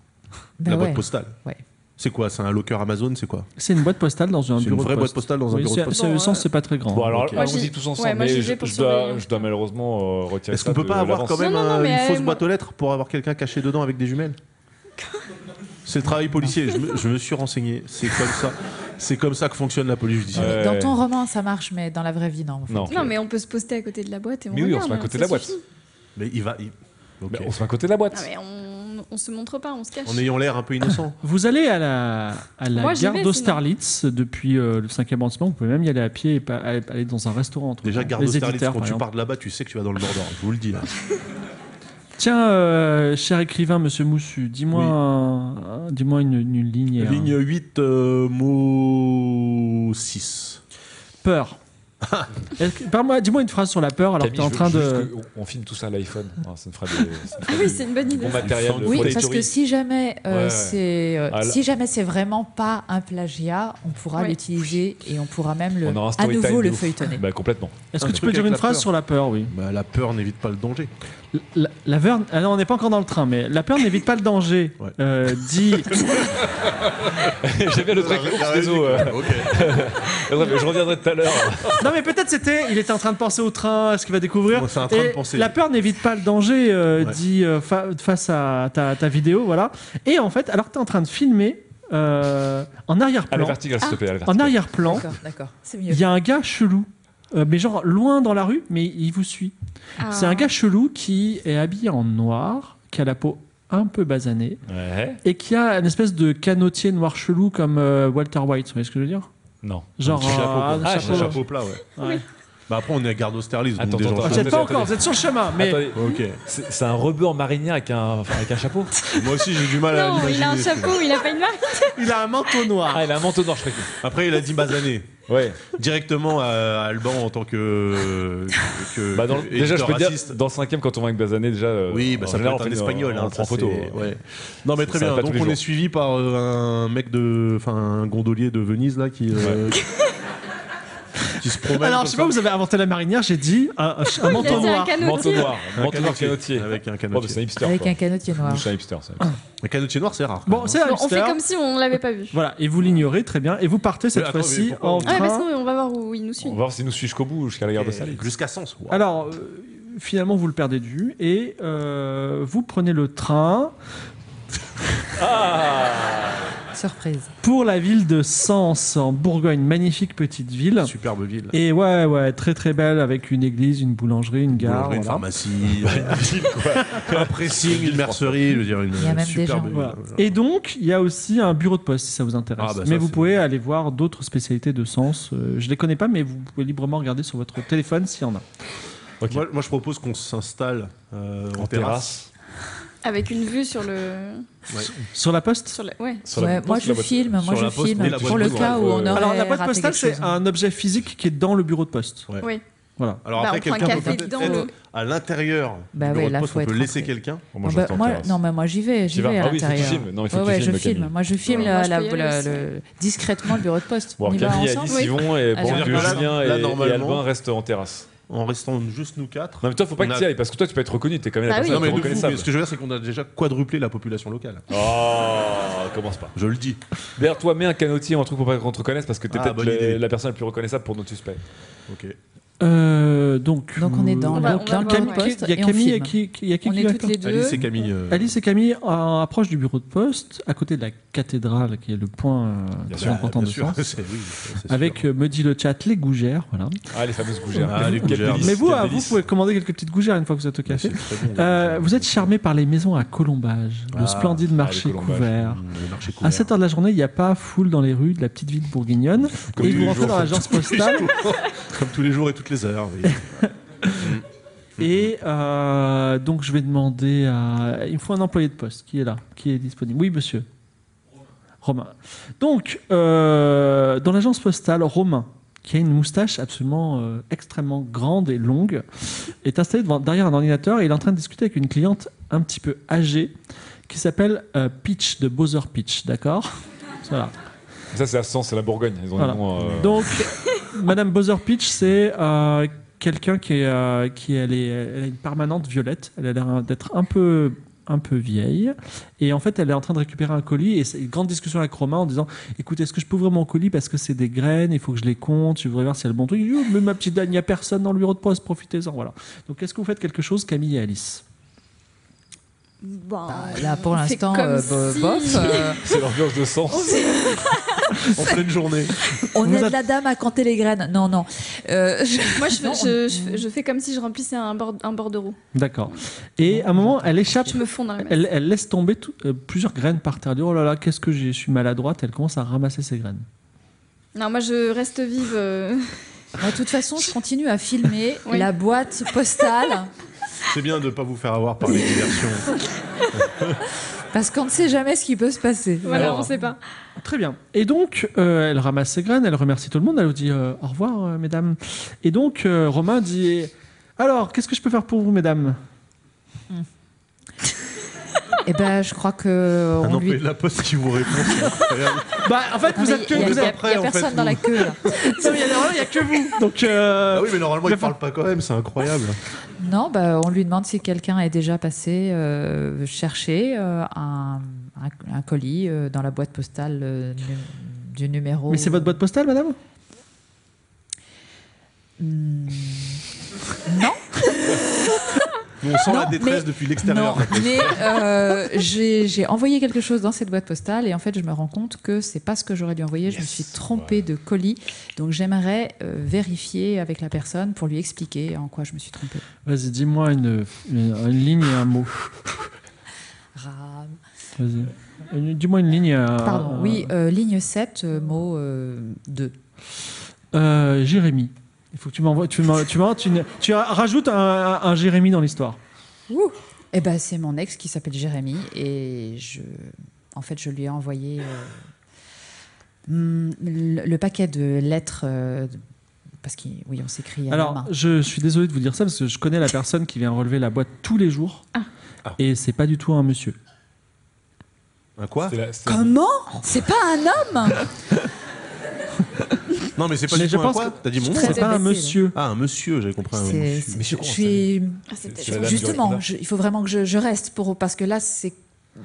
bah
la
ouais.
boîte postale.
Ouais.
C'est quoi C'est un locker Amazon C'est quoi
C'est une boîte postale dans un
C'est une
bureau de
vraie boîte
poste.
postale dans un
Oui,
bureau de
c'est-
poste.
c'est-
Bon,
Sens, c'est pas très grand.
Bon, alors,
Ok.
on
Moi, j'ai-
dit tous ensemble,
ouais, moi,
mais
j'y
je,
vais pour
je dois,
surveiller.
je dois malheureusement euh, retirer
Est-ce
ça
qu'on peut
de
pas avoir
l'avance.
quand même
Non, non, non,
euh,
mais
une
allez,
fausse
moi-
boîte aux lettres pour avoir quelqu'un caché dedans avec des jumelles C'est le travail policier, je me, je me suis renseigné. C'est comme ça. C'est comme ça que fonctionne la police judiciaire.
Ouais.
Dans ton roman, ça marche, mais dans la vraie vie, non. en fait.
Non.
Non, mais on peut se poster à côté de la boîte et on
Mais oui, on se
regarde,
met à côté
ça
de la boîte.
suffit.
Mais il va. il- Ok.
Mais on se met à côté de la boîte.
Non, Ah, mais on, on se montre pas, on se cache.
En ayant l'air un peu innocent.
Vous allez à la, à la
Moi, j'y
gare
vais,
d'Austerlitz depuis euh, le 5e arrondissement. Vous pouvez même y aller à pied et pas, aller, aller dans un restaurant. entre
Déjà,
temps.
garde
Les
Austerlitz,
éditeurs,
quand
par
tu
exemple.
pars de là-bas, tu sais que tu vas dans le Mordor. Je vous le dis là.
Tiens, euh, cher écrivain, monsieur Moussu, dis-moi
Oui.
un- un- dis-moi une, une ligne. et un-
Ligne 8, euh, mot 6.
Peur. Est-ce que- parle-moi- dis-moi une phrase sur la peur alors que
Camille,
tu es en
je
train
veux
de.
juste que- on- On filme tout ça à l'iPhone. Ah, ça nous fera des- ça nous
Ah
fera
oui,
des-
c'est une bonne idée.
bon matériel. de
Oui,
photo.
parce que si jamais euh,
Ouais.
c'est euh,
Ah, là-
si jamais c'est vraiment pas un plagiat, on pourra
Ouais.
l'utiliser et on pourra même le
On aura un
à
story time
nouveau
de
le
ouf.
feuilletonner.
Bah, complètement.
Est-ce
Un
que tu
truc
peux dire
avec
une
la
phrase
peur.
sur la peur, oui.
Bah, la peur n'évite pas le danger.
La, la peur. ah non, on n'est pas encore dans le train, mais la peur n'évite pas le danger.
Ouais.
Euh, dit.
J'aime bien le truc. Oups, désolé, euh, Attends, mais je reviendrai tout à l'heure.
Ah,
non, mais peut-être c'était. Il était en train de penser au train, à ce qu'il va découvrir.
Moi, c'est en train
Et
de penser.
La peur n'évite pas le danger, euh,
Ouais.
dit euh, fa- face à ta, ta vidéo, voilà. Et en fait, alors que tu es en train de filmer, euh, en
À la
arrière-plan,
verticale, s'il te plaît. à la
en
verticale.
arrière-plan,
D'accord, d'accord, c'est mieux.
il y a un gars chelou. Euh, mais genre loin dans la rue, mais il vous suit.
Ah.
C'est un gars chelou qui est habillé en noir, qui a la peau un peu basanée
Ouais.
et qui a une espèce de canotier noir chelou comme euh, Walter White. Vous voyez ce que je veux dire
Non.
Genre euh,
Un petit chapeau,
un
quoi.
Ah,
Un
chapeau.
chapeau plat, ouais.
Ouais.
Bah, après, on est à garde Austerlitz. donc
Attends,
des gens
attends,
Vous
chauds.
êtes pas
Attendez,
encore, vous êtes sur le chemin, mais
Attendez,
Ok.
c'est c'est un rebord marinière avec un, enfin, avec un chapeau
Moi aussi, j'ai du mal à
Non,
l'imaginer.
il a un
celui-là.
chapeau, il a pas une marque.
il a un manteau noir.
Ah, il a un manteau noir, je crois. que-
Après, il a dit Bazané.
Ouais.
Directement à Alban en tant que. que-
Bah, dans le-
que
déjà, je
éditeur
peux dire,
raciste.
dans le cinquième, quand on va avec Bazané, déjà. euh,
Oui, bah,
en
ça peut
général,
être
on
un
fait-
espagnol.
On
hein, ça,
prend photo.
c'est- ouais. Non, mais très
Ça va
bien.
pas
Donc,
tous les
on est
jours.
suivi par euh, un mec de. Enfin, un gondolier de Venise, là, qui. euh, qui se promène.
Alors,
comme
je sais
ça.
pas, vous avez inventé la marinière, j'ai dit un, un- un
Il a
manteau
dit un
noir.
Manteau
canotier.
noir.
Un
Manteau noir
canotier.
canotier.
Avec un
Oh, bah, c'est un
canotier.
hipster.
Avec
quoi.
un canotier
Nous,
noir.
c'est un hipster, ça.
Ah,
Un canotier noir, c'est rare. quand
Bon,
même, hein.
c'est un
Bon, on fait
hipster.
comme si on l'avait pas vu.
Voilà, et vous l'ignorez très bien, et vous partez cette
attends, mais
fois-ci
pourquoi
en
on-
Ah, parce
train.
qu'on va voir où il nous suit.
On va voir s'il nous suit jusqu'au bout, jusqu'à la gare de
Et-
Salé.
hein. Jusqu'à Sens.
Ah,
waouh.
Alors, euh, finalement, vous le perdez de vue, et euh, vous prenez le train
Surprise.
pour la ville de Sens, en Bourgogne, magnifique petite ville.
Superbe ville.
Et ouais, ouais, très très belle, avec une église, une boulangerie, une gare.
Boulangerie, une
voilà.
pharmacie, euh, un pressing, une mercerie, je veux dire, une
Il y a même des
superbe euh,
gens.
ville.
Voilà. Et donc, il y a aussi un bureau de poste si ça vous intéresse.
Ah bah ça,
mais vous
c'est
pouvez aller voir d'autres spécialités de sens. Euh, je les connais pas, mais vous pouvez librement regarder sur votre téléphone s'il y en a.
Ok.
Moi, moi, je propose qu'on s'installe euh, en,
En
terrasse.
terrasse.
Avec une vue sur le.
sur la poste
Sur la... Ouais.
sur
Ouais,
la-
moi je
sur la boîte-
filme, moi
sur
je
la poste et
filme
la
pour
boîte
le
postale,
cas où
ouais.
on aurait
Alors, la boîte
raté
postale,
quelque
c'est
chose. hein.
un objet physique qui est dans le bureau de poste.
Ouais.
Oui.
Voilà.
Alors
Bah,
après,
on prend un
quelqu'un peut
café
peut-être
dans
être
le-
à l'intérieur du
Bah
bureau
ouais,
de
là,
poste,
faut
on
être
peut laisser
rentré.
quelqu'un.
Moi,
Ah bah,
j'attends en
moi-
terrasse.
non, mais moi j'y vais,
Tu
j'y
vas-
vais à
ah oui, faut que tu
l'intérieur.
filmes. Non, il faut
Ouais,
que tu
ouais,
filmes,
je filme.
Camille.
Moi je filme la-
Voilà. Moi, je
la-
peux y aller
la-
aussi.
le- discrètement le bureau de poste.
Bon,
on y va
Camille,
ensemble
Alice, ils vont et
Allez,
Banlieue,
on va.
Julien
Là,
et, et
normalement-
Albin restent en terrasse.
En restant juste nous quatre.
Non, mais toi, faut pas
On
que
a-
tu y ailles parce que toi, tu peux être reconnu, t'es quand même la
Bah oui.
personne
Non, mais de fou,
reconnaissable.
mais ce que je veux dire, c'est qu'on a déjà quadruplé la population locale.
Oh, commence pas.
Je le dis.
D'ailleurs, toi, mets un canotier ou un truc pour pas qu'on te reconnaisse parce que t'es
Ah,
peut-être
bonne
le-
idée.
la personne la plus reconnaissable pour notre suspect.
Ok.
Euh, donc,
Donc, on est dans
euh,
le-
donc,
dans le
Camille-
poste
Il y a
et on
Camille
filme.
qui, qui- il y a qui
On
qui
est
va
toutes les deux.
Alice et Camille. euh,
Alice et Camille euh, approchent du bureau de poste, à côté de la cathédrale, qui est le point euh,
Bien
très
sûr,
important
bien
de
sûr,
France.
c'est- oui, c'est sûr.
Avec, euh, me dit le chat, les gougères. Voilà.
Ah, les fameuses gougères.
Ah, les
Quelle
gougères.
délice,
Mais vous,
quelle
ah, vous
délice.
pouvez commander quelques petites gougères une fois que vous êtes au
Mais
café.
c'est très bon,
Euh,
les-
vous êtes charmé par les maisons à Colombage,
Ah, Mmh,
le splendide
ah,
marché
les Colombages.
couvert. Ah,
Le marché couvert.
À 7h de la journée, il n'y a pas foule dans les rues de la petite ville bourguignonne.
Comme
et
tous
vous
les
rentrez
jours.
dans l'agence postale.
Comme tous les jours et toutes les heures. oui.
Et euh, donc, je vais demander à. Il me faut un employé de poste qui est là, qui est disponible. Oui, monsieur. Romain. Donc, euh, dans l'agence postale, Romain, qui a une moustache absolument euh, extrêmement grande et longue, est installé devant, derrière un ordinateur et il est en train de discuter avec une cliente un petit peu âgée qui s'appelle euh, Pitch de Bowser Pitch, d'accord Voilà.
Ça, c'est à Sens, c'est la Bourgogne. Ils ont
Voilà.
des noms, euh,
Donc, Madame Bowser Pitch, c'est euh, quelqu'un qui, est, euh, qui elle est, elle a une permanente violette. Elle a l'air d'être un peu un peu vieille et en fait elle est en train de récupérer un colis et c'est une grande discussion avec Romain en disant écoute est-ce que je peux ouvrir mon colis parce que c'est des graines il faut que je les compte je voudrais voir si c'est le bon truc Il dit, Oh, mais ma petite dame il n'y a personne dans le bureau de poste profitez-en voilà donc est-ce que vous faites quelque chose Camille et Alice
Bon,
Bah, là, pour
on fait
l'instant,
comme
euh, bo-
si.
bof. euh,
C'est l'ambiance de Sens.
En pleine journée.
on
Vous
aide
êtes-
la dame à compter les graines. Non, non. Euh, je-
Moi, je fais,
Non, on-
je, je fais- je fais comme si je remplissais un, bord, un bordereau.
d'accord et à un moment elle échappe
Je me fonds dans la main.
Elle, elle laisse tomber tout- euh, plusieurs graines par terre. Elle dit, oh là là, qu'est-ce que j'ai- je suis maladroite. Elle commence à ramasser ses graines.
Non, moi, je reste vive. euh.
Moi, De toute façon, je continue à filmer
Oui.
la boîte postale
C'est bien de ne pas vous faire avoir par les diversions.
parce qu'on ne sait jamais ce qui peut se passer.
Voilà,
Alors-
on sait pas.
Très bien. Et donc, euh, elle ramasse ses graines, elle remercie tout le monde, elle vous dit euh, au revoir, euh, mesdames. Et donc, euh, Romain dit, alors, qu'est-ce que je peux faire pour vous, mesdames
Et ben, je crois que
Un
on
employé
lui.
de Ah la poste qui vous répond, c'est incroyable.
Bah, en fait, vous
Non, Ah, mais
êtes que
il y a,
vous.
il y a-
êtes-
après,
il y a
en fait,
personne dans
vous-
la queue. là.
Non, mais il y a- vraiment, il y a que vous. Donc, euh,
Ah oui, mais normalement,
Mais
il
enfin-
parle pas quand même, c'est incroyable.
Non, bah, on lui demande si quelqu'un est déjà passé euh, chercher euh, un, un- un colis euh, dans la boîte postale euh, nu- du numéro.
mais c'est votre boîte postale, madame
Hmm,
Nous, on sent
Non,
la détresse
mais-
depuis
Non,
l'extérieur.
mais euh, j'ai j'ai envoyé quelque chose dans cette boîte postale et en fait, je me rends compte que c'est pas ce que j'aurais dû envoyer. Je me
Yes.
suis trompée de colis, donc j'aimerais euh, vérifier avec la personne pour lui expliquer en quoi je me suis trompée.
Vas-y, dis-moi une, une- une ligne et un mot.
Ram.
Vas-y. Une- Dis-moi une ligne. et un-
Pardon,
un-
oui, euh, ligne 7, euh, mot euh, 2.
Euh, Jérémy. Il faut que tu m'envoies, tu, m'en- tu, m'en- tu, ne- tu rajoutes un, un Jérémy dans l'histoire.
Eh ben, c'est mon ex qui s'appelle Jérémy et je, en fait, je lui ai envoyé euh, hmm, le, le paquet de lettres euh, parce que oui, on s'écrit à la
Alors,
main.
je suis désolé de vous dire ça parce que je connais la personne qui vient relever la boîte tous les jours
Ah.
et c'est pas du tout un monsieur.
Un quoi
C'est la- c'est-
Comment C'est pas un homme
Non, mais c'est pas
Mais
du
je
tout un
pense
quoi
que-
T'as dit mon nom
Très
C'est pas un
imbécile.
monsieur.
Ah, un monsieur, j'avais compris. Un
C'est- c'est- je
monsieur. Monsieur, comment ça
suis
Ah, c'est peut-être
C'est la
moi.
dame du
justement.
répondeur.
je- il faut vraiment que je, je reste pour parce que là, c'est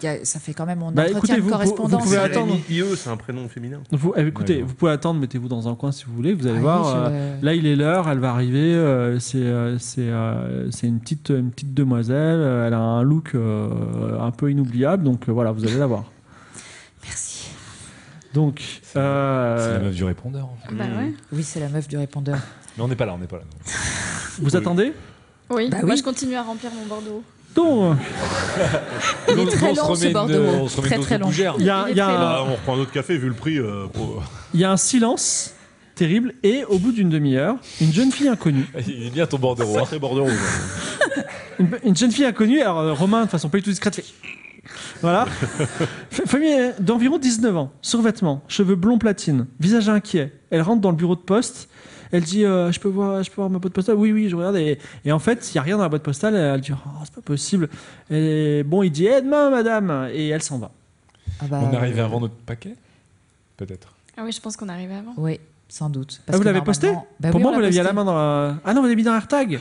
il y a- ça fait quand même mon
Bah,
entretien
écoutez,
de
vous- vous- vous
correspondance.
pouvez
C'est
attendre.
Jérémy IE, c'est un prénom féminin.
Vous, eh, écoutez,
Ouais.
vous pouvez attendre, mettez-vous dans un coin si vous voulez, vous
Ah
allez
oui,
voir.
je-
euh, Là, il est l'heure, elle va arriver. euh, c'est euh, c'est euh, c'est une petite une petite demoiselle. euh, Elle a un look euh, un peu inoubliable, donc euh, voilà, vous allez la voir.
Merci.
Donc,
C'est la-
euh,
c'est la meuf du répondeur. en fait.
Bah ouais.
Oui, c'est la meuf du répondeur.
Mais on n'est pas là, on n'est pas là. non.
vous attendez
Oui.
Bah
Moi,
oui.
je continue à remplir mon bordereau.
Donc,
Il est
Donc,
très
on se
long ce
remet une-
bordereau.
on se remet
très
une
très
dose de
long.
gougère.
il y a, il y a
Il est très
un-
long.
Ah, on reprend un autre café, vu le prix. euh, pour-
il y a un silence terrible et au bout d'une demi-heure, une jeune fille inconnue
Il est bien ton bordereau. hein.
Sacré bordereau. quoi.
Une, une jeune fille inconnue, alors euh, Romain de façon pas du tout discrète, fait. Voilà. F- Famille euh, d'environ 19 ans, survêtement, cheveux blonds platine, visage inquiet. Elle rentre dans le bureau de poste. Elle dit euh, je, peux voir, je peux voir ma boîte postale Oui, oui, je regarde. Et, et en fait, il n'y a rien dans la boîte postale. Elle dit oh, C'est pas possible. Et bon, il dit Eh, demain, madame Et elle s'en va.
Ah bah,
On est arrivé avant notre paquet Peut-être.
Ah oui, je pense qu'on arrive avant.
Oui, sans doute.
Ah, vous
que
l'avez posté
normalement- Bah
Pour
oui,
moi,
on
vous l'aviez à
posté.
la main dans la. Ah non, vous l'avez mis dans un AirTag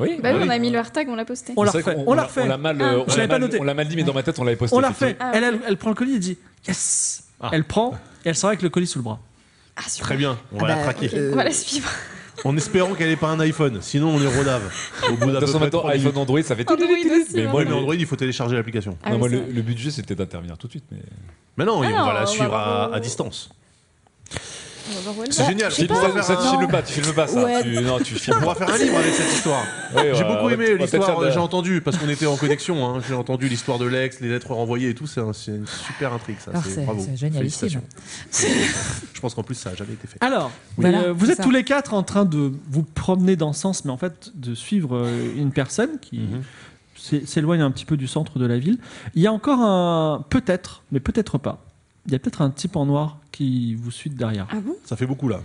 Oui,
Bah oui, on a mis le hashtag, on l'a posté.
On la
C'est vrai
refait,
qu'on-
on la
on
refait.
On l'a mal,
Ah.
euh, on
Je
l'a
l'avais pas
mal-
noté.
on l'a mal dit, mais dans ma tête, on l'avait posté.
On la refait.
Ah,
Elle,
ouais.
elle, elle prend le colis et dit Yes Elle prend, et elle sort avec le colis sous le bras.
Ah, super.
Très bien, on
Ah
va la
bah,
traquer.
euh,
On va la suivre.
En espérant qu'elle n'ait pas un iPhone, sinon on est rodave. Au bout
De
d'un
toute façon,
peu près
maintenant,
trois minutes.
iPhone Android, ça fait.
Android aussi.
Mais
ouais.
moi,
Ouais, mais Android, il faut télécharger l'application.
Ah
Non,
oui,
moi,
c'est
le,
vrai.
le budget, c'était d'intervenir tout de suite. Mais...
Mais non,
Ah
et on
non,
va la
on
suivre
va-
à, à distance.
On va voir où elle
C'est
va.
génial.
Tu
On pourra
ça,
faire
tu
un-
filmes pas, tu filmes pas ça.
Ouais.
Tu- non, tu
on
filmes
pourra
pas.
faire un livre avec cette histoire.
Ouais,
J'ai
ouais,
beaucoup
ouais, ouais,
aimé
peut-être faire
l'histoire,
de-
euh, j'ai entendu, parce qu'on était en connexion. hein. J'ai entendu l'histoire de l'ex, les lettres renvoyées et tout. C'est un- c'est une super intrigue, ça.
Alors,
c'est-
Ah, c'est-
bravo.
c'est génialissime.
Félicitations. Je pense qu'en plus, ça n'a jamais été fait.
Alors,
Voilà,
euh, vous
c'est
êtes
ça.
tous les quatre en train de vous promener dans le sens, mais en fait, de suivre euh, une personne qui
Mhm.
s'é- s'éloigne un petit peu du centre de la ville. Il y a encore un. Peut-être, mais peut-être pas. Il y a peut-être un type en noir qui vous suit derrière.
Ah bon
Ça fait beaucoup là.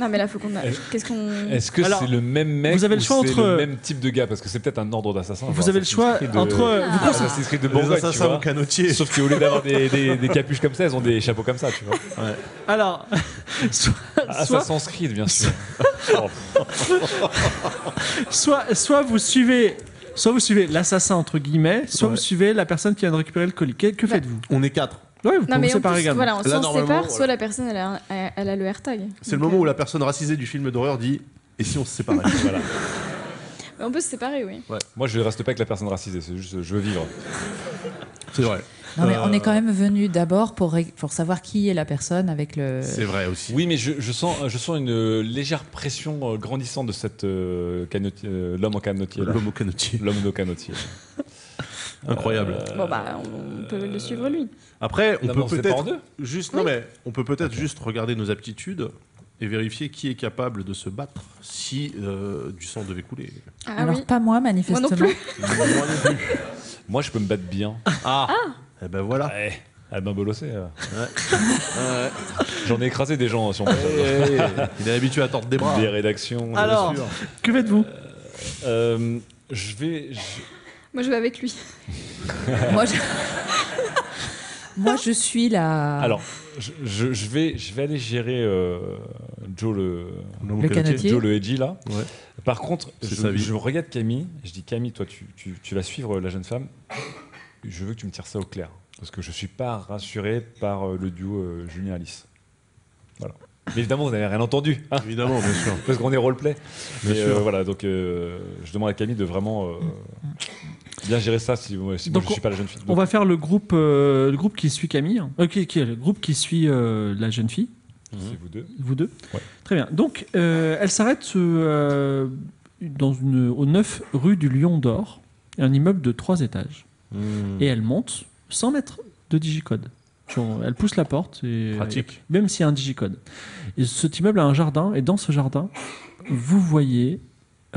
Non, mais là, faut qu'on. a-
Est-ce-
Qu'est-ce qu'on.
Est-ce que
Alors,
c'est le même mec
vous avez le
ou
choix
c'est
entre-
le même type de gars Parce que c'est peut-être un ordre d'assassin.
Ah,
Vous avez le choix entre. vous
Ah.
Assassin's Creed de
Les
Bourgogne, tu
assassins
vois.
au canotier.
Sauf qu'au lieu d'avoir des, des- des capuches comme ça, elles ont des chapeaux comme ça, tu vois.
Alors, soit, soit,
Assassin's Creed, bien sûr. Oh,
soit, soit vous suivez. Soit vous suivez l'assassin entre guillemets, soit
Ouais.
vous suivez la personne qui vient de récupérer le colis. Que, que
Bah,
faites-vous
On est quatre.
Oui, vous
Non,
pouvez vous
mais en
séparer
plus,
également.
voilà, on
Là,
s'en
normalement,
sépare,
voilà.
soit la personne, elle a, un- elle a le AirTag.
C'est le
Donc,
moment où
euh,
la personne racisée du film d'horreur dit Et si on se séparait
voilà.
On peut se séparer, oui.
Moi, je reste pas avec la personne racisée, c'est juste, je veux vivre.
C'est vrai.
Non, mais on
Euh,
est quand même venu d'abord pour, ré- pour savoir qui est la personne avec le.
C'est vrai aussi.
Oui, mais je, je sens, je sens une euh, légère pression euh, grandissante de cette euh, canoti- euh, l'homme en canotier. là.
L'homme au canotier.
L'homme au canotier. Euh,
Incroyable.
Bon, bah, on peut
euh,
le suivre, lui.
Après, on
Non, mais
peut
se sépare en
peut-être
deux.
juste, non mais on peut peut-être juste regarder nos aptitudes et vérifier qui est capable de se battre si euh, du sang devait couler.
Ah
Alors,
oui.
pas moi,
Moi
manifestement.
non plus.
Moi, je peux me battre bien.
Ah. Eh ben voilà.
Ouais. Ah ben bolossé. euh.
Ouais.
J'en ai écrasé des gens hein, sur mon
Il est habitué à tordre des bras.
des rédactions. des-
Alors,
sûr.
que faites-vous
Euh, je vais. je-
Moi, je vais avec lui.
moi, je... Moi, je suis la.
Alors, je, je- je vais, je vais aller gérer euh, Joe le.
L'homme au
Le
canotier.
canotier.
Joe le Edgy là.
Ouais.
Par contre,
C'est
je,
sa vie.
je regarde Camille. Je dis Camille, toi, tu, tu- tu vas suivre euh, la jeune femme. Je veux que tu me tires ça au clair. Parce que je suis pas rassuré par euh, le duo euh, Julien Alice. Voilà. Mais évidemment, vous n'avez rien entendu. hein,
Évidemment, bien sûr.
parce qu'on est roleplay.
Bien
Mais,
sûr.
euh, voilà, donc euh, je demande à Camille de vraiment euh, bien gérer ça si, moi- si moi,
Donc
je suis pas la jeune fille.
On
Donc,
va faire le groupe, euh, le groupe qui suit Camille. hein. Euh, qui- qui est le groupe qui suit euh, la jeune fille,
c'est vous deux.
vous deux.
Ouais.
Très bien. Donc, euh, elle s'arrête euh, dans une, au 9 rue du Lion d'Or, un immeuble de 3 étages.
Hmm.
Mmh.
Et elle monte 100 mètres de digicode. Genre, Elle pousse la porte, et,
Pratique.
même s'il y a un digicode. Et cet immeuble a un jardin, et dans ce jardin, vous voyez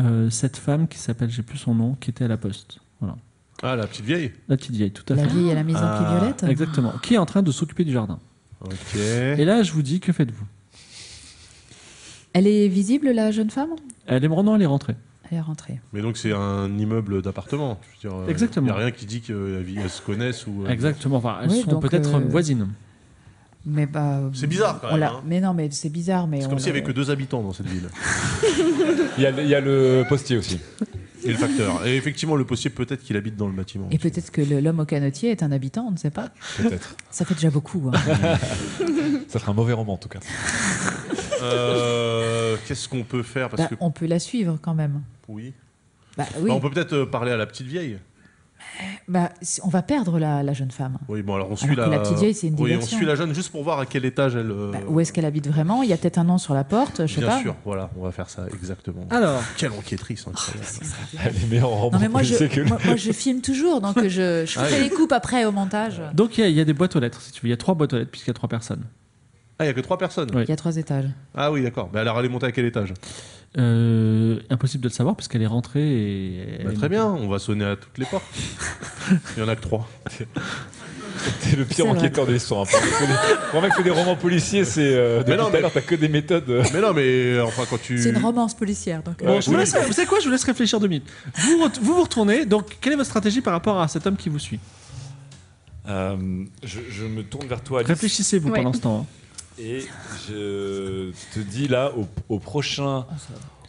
euh, cette femme qui s'appelle, j'ai plus son nom, qui était à la poste. Voilà.
Ah la petite vieille.
La petite vieille, tout à fait.
La vie et la mise en
Ah,
pied violette
Exactement. Qui est en train de s'occuper du jardin.
Ok.
Et là, je vous dis, que faites-vous
Elle est visible, la jeune femme
Elle est non, elle est rentrée.
Elle est rentrée.
Mais donc c'est un immeuble d'appartement. Je veux dire, euh,
Exactement.
Il n'y a rien qui dit que la vie, elles se connaissent ou. euh,
Exactement. Enfin, elles
Oui,
sont
donc,
peut-être
euh,
voisines.
Mais bah.
C'est bizarre, quand
on
même,
l'a-
hein.
Mais non, mais c'est bizarre. Mais
C'est
on
comme s'il n'y
l'a-
avait que deux habitants dans cette ville.
Il y, a, le- il y a le postier aussi.
Et le facteur. Et effectivement, le postier peut-être qu'il habite dans le bâtiment.
Et peut-être que le- l'homme au canotier est un habitant, on ne sait pas.
Peut-être.
Ça fait déjà beaucoup. hein.
ça serait un mauvais roman en tout cas.
Euh, Qu'est-ce qu'on peut faire Parce
Bah,
que
On peut la suivre quand même.
oui.
Bah oui.
Bah, on peut peut-être euh, parler à la petite vieille.
Bah, si- on va perdre la, la jeune femme.
Oui, bon alors on suit
Alors que
la...
Ah, la petite vieille, c'est une
Oui, on
diversion.
suit la jeune juste pour voir à quel étage elle. euh,
Bah, où est-ce qu'elle habite vraiment Il y a peut-être un nom sur la porte, je Ah. sais
Bien
pas.
sûr, voilà, on va faire ça exactement.
Alors,
Quelle enquêtrice incroyable.
Elle est meilleure en roman
Ah, Non mais moi
policier
je,
que le-
moi, moi, je filme toujours, donc je, je
Ah,
fais
oui.
les coupes après au montage.
donc il y, a- il y a des boîtes aux lettres, si tu veux. Il y a trois boîtes aux lettres, puisqu'il y a trois personnes.
Ah, il y a que trois personnes.
Oui.
Il y a trois étages.
Ah oui, d'accord. Bah, alors elle est montée à quel étage
Euh, impossible de le savoir, puisqu'elle est rentrée et. elle
Bah,
est
Très
montée.
bien, on va sonner à toutes les portes. Il y en a que trois.
T'es le pire
C'est vrai.
enquêteur de l'histoire. hein. Pour un mec qui fait des- pour un mec qui fait des romans policiers, c'est. euh, depuis
Mais non,
tout
mais-
à l'heure, t'as que des méthodes. euh,
Mais non, mais euh, enfin quand tu.
C'est une romance policière, donc. euh,
Bon,
Ouais,
Euh, je vous,
oui.
laisse- vous savez quoi Je vous laisse réfléchir deux minutes. Vous re- vous, vous retournez. Donc, quelle est votre stratégie par rapport à cet homme qui vous suit
Euh, je, je me tourne vers toi, Alice,
Réfléchissez-vous
Ouais.
pendant ce temps. hein.
et je te dis là, au, au prochain,
Ah,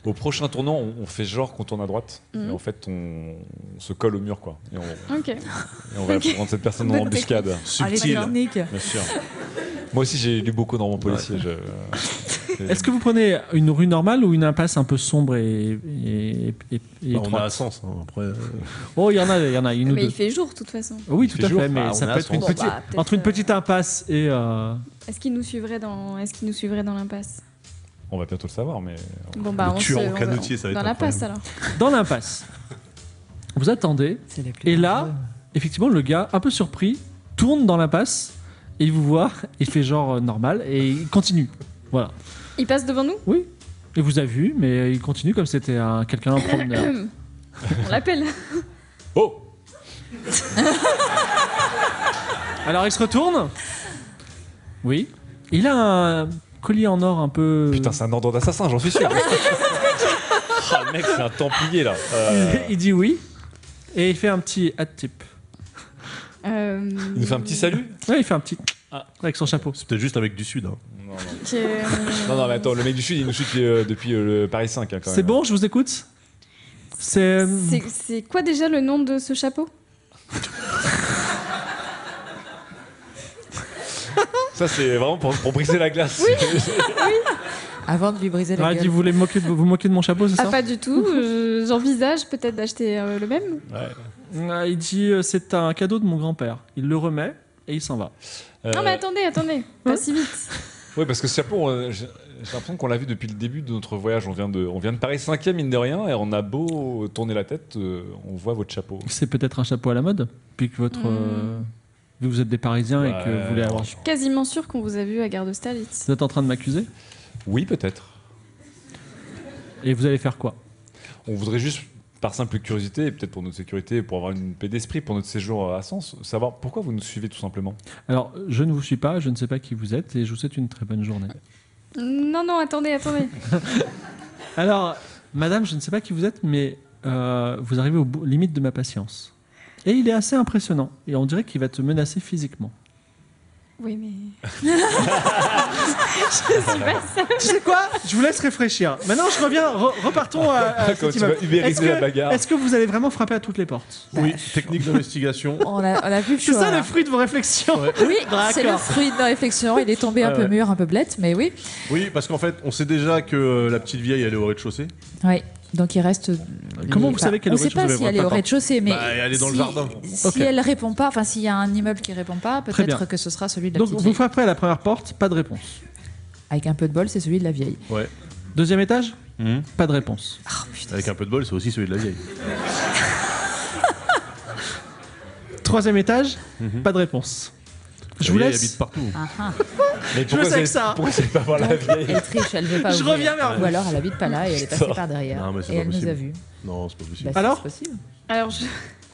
au prochain tournant, on, on fait genre qu'on tourne à droite,
Mhm.
et en fait, on, on se colle au mur, quoi. Et on, et
Ok.
on va
Ok.
prendre cette personne en
Bonne
embuscade.
Allez,
Subtil.
technique.
Bien sûr. Moi aussi, j'ai lu beaucoup de romans policiers. je-
Est-ce que vous prenez une rue normale ou une impasse un peu sombre et, et, et- et
Bah, on a
étroite
à Sens, hein, après. euh,
Oh, il y en a, il y en a une ou
Mais
deux.
il fait jour, de toute façon.
Oui,
Il
tout
fait
à
jour.
fait, mais
Bah,
ça
on a
peut être une
son-
petite...
Bon, bah, peut-être,
entre une
euh,
petite impasse et... euh,
Est-ce qu'il nous suivrait dans, est-ce qu'il nous suivrait dans l'impasse
On va bientôt le savoir, mais.
Bon bah
Le
on
tueur
se-
en
on-
canotier, ça va être
dans
un
l'impasse alors.
Dans l'impasse, vous attendez,
C'est la plus
et là,
dangereuse.
effectivement, le gars, un peu surpris, tourne dans l'impasse, et il vous voit, il fait genre euh, normal, et il continue. Voilà.
Il passe devant nous
Oui, il vous a vu, mais il continue comme c'était un- quelqu'un, un promeneur.
On l'appelle.
Oh
Alors il se retourne. Oui. Il a un collier en or un peu.
Putain, c'est un ordre d'assassin, j'en suis sûr. Ah, le mec, c'est un templier là. Euh,
Il dit oui. Et il fait un petit hat tip.
Euh,
il nous fait un petit salut
Ouais, il fait un petit.
Ah.
Avec son chapeau.
C'est peut-être juste avec du Sud. hein.
non non.
j'ai-
non, non, mais attends, le mec du Sud, il nous chute euh, depuis euh, le Paris 5. hein, quand
C'est
même.
bon, je vous écoute. C'est. euh,
C'est- C'est quoi déjà le nom de ce chapeau
Ça, c'est vraiment pour, pour briser la glace.
Avant de lui briser la
Ah,
gueule.
dit, vous voulez moquer de, vous moquer de mon chapeau, c'est
Ah
ça
pas du tout. je- J'envisage peut-être d'acheter euh, le même.
Ah, Il dit euh, c'est un cadeau de mon grand-père. Il le remet et il s'en va.
Euh,
Non mais attendez, attendez, pas si vite.
Ouais, parce que ce chapeau, on- j'ai j'ai l'impression qu'on l'a vu depuis le début de notre voyage. On vient de, on vient de Paris 5 mine de rien, et on a beau tourner la tête, euh, on voit votre chapeau.
C'est peut-être un chapeau à la mode, puis que votre.
Hmm.
euh, vu que vous êtes des Parisiens et que
Ouais.
vous voulez avoir. Vous
Quasiment sûr qu'on vous a vu à Gare de Stalit.
êtes en train de m'accuser
Oui, peut-être.
Et vous allez faire quoi
On voudrait juste, par simple curiosité, et peut-être pour notre sécurité, pour avoir une paix d'esprit pour notre séjour à Sens, savoir pourquoi vous nous suivez tout simplement.
Alors, je ne vous suis pas, je ne sais pas qui vous êtes et je vous souhaite une très bonne journée.
Non non, attendez, attendez.
Alors, madame, je ne sais pas qui vous êtes, mais euh, vous arrivez aux bou- limites de ma patience. Et il est assez impressionnant. Et on dirait qu'il va te menacer physiquement.
Oui mais. je suis pas ça.
Tu sais quoi Je vous laisse réfléchir. Maintenant, je reviens. re- repartons à, à
Quand
cet
tu
immeuble.
vas ubériser
Est-ce que-
la bagarre.
Est-ce que vous allez vraiment frapper à toutes les portes
Oui, technique d'investigation.
On a, on a vu le
C'est
choix,
ça
là.
le fruit de vos réflexions.
Oui, c'est le
D'accord.
fruit de la réflexion. Il est tombé un
Ah
peu
ouais.
mûr, un peu blette, mais oui.
Oui, parce qu'en fait, on sait déjà que euh, la petite vieille, elle est au rez-de-chaussée.
Oui. Donc il reste.
Comment vous
Enfin,
savez qu'elle est
On
au
ne sait pas
rez-de-chaussée
si elle est au
Attends.
rez-de-chaussée, mais
Bah, elle est dans le
si-
jardin.
Si
Ok.
elle répond pas, enfin s'il y a un immeuble qui répond pas,
Très bien.
peut-être que ce sera celui de la
Donc,
petite
vous
vieille.
frapperez à la première porte, pas de réponse.
Avec un peu de bol, c'est celui de la vieille.
Ouais.
Deuxième étage,
Hmm.
pas de réponse.
Avec un peu de bol, c'est aussi celui de la vieille.
Troisième étage,
Hmm.
pas de réponse. Je
La
vous
vieille
laisse.
habite partout.
Ah, ah.
Mais
Je sais que ça.
pourquoi c'est pas voir la vieille
Elle triche, elle veut pas.
Je
ouvrir.
reviens vers vous.
Ou alors elle habite pas là et elle est passée par derrière.
Non, mais c'est
et
pas
elle nous
possible.
a vus.
Non, c'est pas
Bah,
possible.
si,
Alors
c'est possible.
Alors je,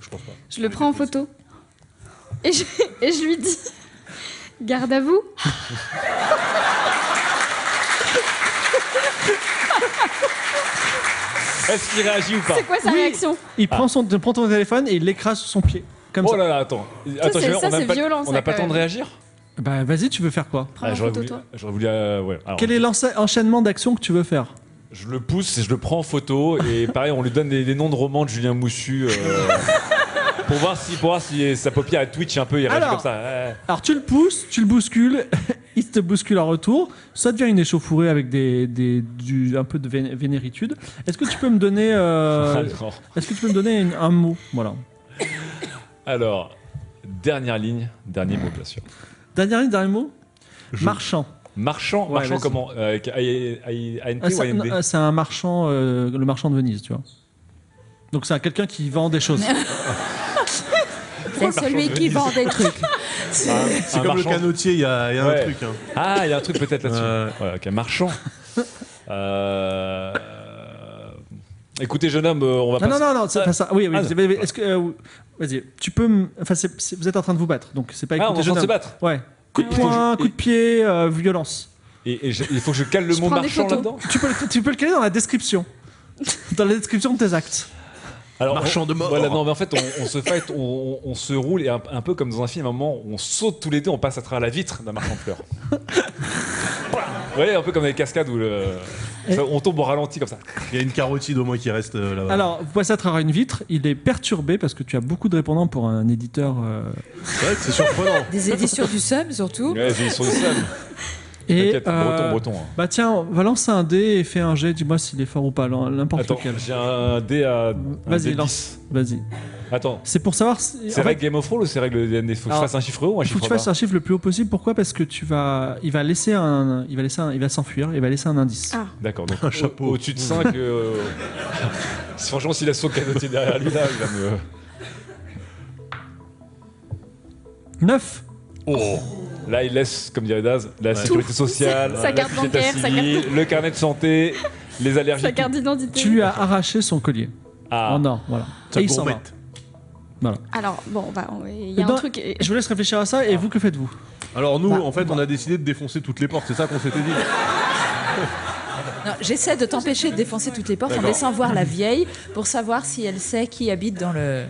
Je pense pas.
je le prends en photo et je, et je lui dis garde à vous.
Est-ce qu'il réagit ou pas
C'est quoi sa
Oui. Ah,
réaction
Il prend son, prend ton téléphone et il l'écrase sous son pied. Comme
Oh
ça.
là là, attends. attends
c'est-
Gérard,
ça,
on n'a
c'est
pas,
violent,
On
ça,
n'a pas le
quand
temps de
même.
réagir
Bah vas-y, tu veux faire quoi
Prends
Ah,
en
J'aurais
photo
voulu.
toi.
J'aurais voulu euh, ouais. Alors,
Quel est l'ense- l'enchaînement d'actions que tu veux faire
Je le pousse et je le prends en photo. Et pareil, on lui donne des, des noms de romans de Julien Moussu. euh, pour, voir si, pour voir si sa paupière elle twitch un peu. Il réagit
Alors.
comme ça. Euh,
Alors tu le pousses, tu le bouscules, il te bouscule en retour. Ça devient une échauffourée avec des, des- du, un peu de vén- vénéritude. Est-ce que tu peux me donner, euh,
alors.
est-ce que tu peux me donner une- un mot, voilà.
Alors, dernière ligne, dernier mot, bien sûr.
Dernier dernier mot. Marchand.
Marchand,
Ouais,
marchand
vas-y.
comment Euh, Avec I- I- ANT
Ah,
ou
ça-
AND
non, ah, c'est un marchand, euh, le marchand de Venise, tu vois. Donc c'est un- quelqu'un qui vend des choses.
C'est
marchand
celui
de
qui
Venise
vend des trucs.
C'est
Un
comme
marchand.
le canotier, il y a, il y a
Ouais.
un truc. hein.
Ah, il y a un truc peut-être là-dessus.
Euh.
Ouais, ok, marchand. Euh, Écoutez, jeune homme, euh, on va
Non,
pas.
non, non, non, c'est
Ah.
pas ça. Oui, oui.
Ah,
vous avez- Est-ce que euh, vas-y, tu peux. me- Enfin, c'est- c'est- vous êtes en train de vous battre, donc c'est pas.
Ah, on est
écouter
en train de se
jeune homme.
battre.
Ouais. Coup de
Il faut que je-
poing, coup de pied, euh, violence.
Et, et je- il faut que je cale le
Je
mot
prends des
marchand
photos.
là-dedans.
Tu peux, le- tu peux le caler dans la description. Dans la description de tes actes.
Alors,
Marchand
on-
de mort.
Voilà, non, mais en fait, on, on se fight, on, on- on se roule, et un, un peu comme dans un film, à un moment, on saute tous les deux, on passe à travers la vitre d'un marchand de fleurs. ouais, un peu comme dans les cascades où le- ça, on tombe au ralenti comme ça.
Il y a une carotide au moins qui reste euh, là-bas.
Alors, vous passez à travers une vitre, il est perturbé parce que tu as beaucoup de répondants pour un éditeur. euh,
C'est vrai que c'est surprenant.
Des éditions du Somme surtout.
Ouais, ils sont des sommes.
Et,
T'inquiète,
euh,
breton, breton. hein.
Bah tiens, va lancer un dé et fais un jet, dis-moi s'il est fort ou pas, l'un- n'importe
Attends,
lequel.
j'ai un dé à. un dé
Vas-y,
de
lance. Vas-y.
dix. Attends,
C'est pour savoir si.
c'est
en fait,
règle Game of Thrones ou c'est règle DND Faut que je
Alors,
fasse un chiffre haut ou un
il faut que
chiffre
tu
bas
fasses un chiffre le plus haut possible. Pourquoi Parce que tu vas, il va laisser un, il va laisser un- il va s'enfuir, il va laisser un indice.
Ah.
D'accord, donc
Un chapeau.
au- Au-dessus de 5. Franchement, s'il a son canotier derrière lui, là, il va me.
9
Là, il laisse, comme dirait Daz, la sécurité sociale,
Sa carte
la sécurité
bancaire, sa
civile, le carnet de santé, les allergies.
Sa carte d'identité.
Tu lui as arraché son collier.
Ah,
En or, voilà.
Ça
et il s'en va.
gourmette.
Alors, bon, bah, on- il y a
Dans-
un truc. et-
Je vous laisse réfléchir à ça
Ah.
et vous que faites-vous
Alors nous,
Bah,
en fait, on a décidé de défoncer toutes les portes, c'est ça qu'on s'était dit.
Non, J'essaie de t'empêcher de défoncer toutes les portes en
D'accord.
laissant voir la vieille pour savoir si elle sait qui habite dans le.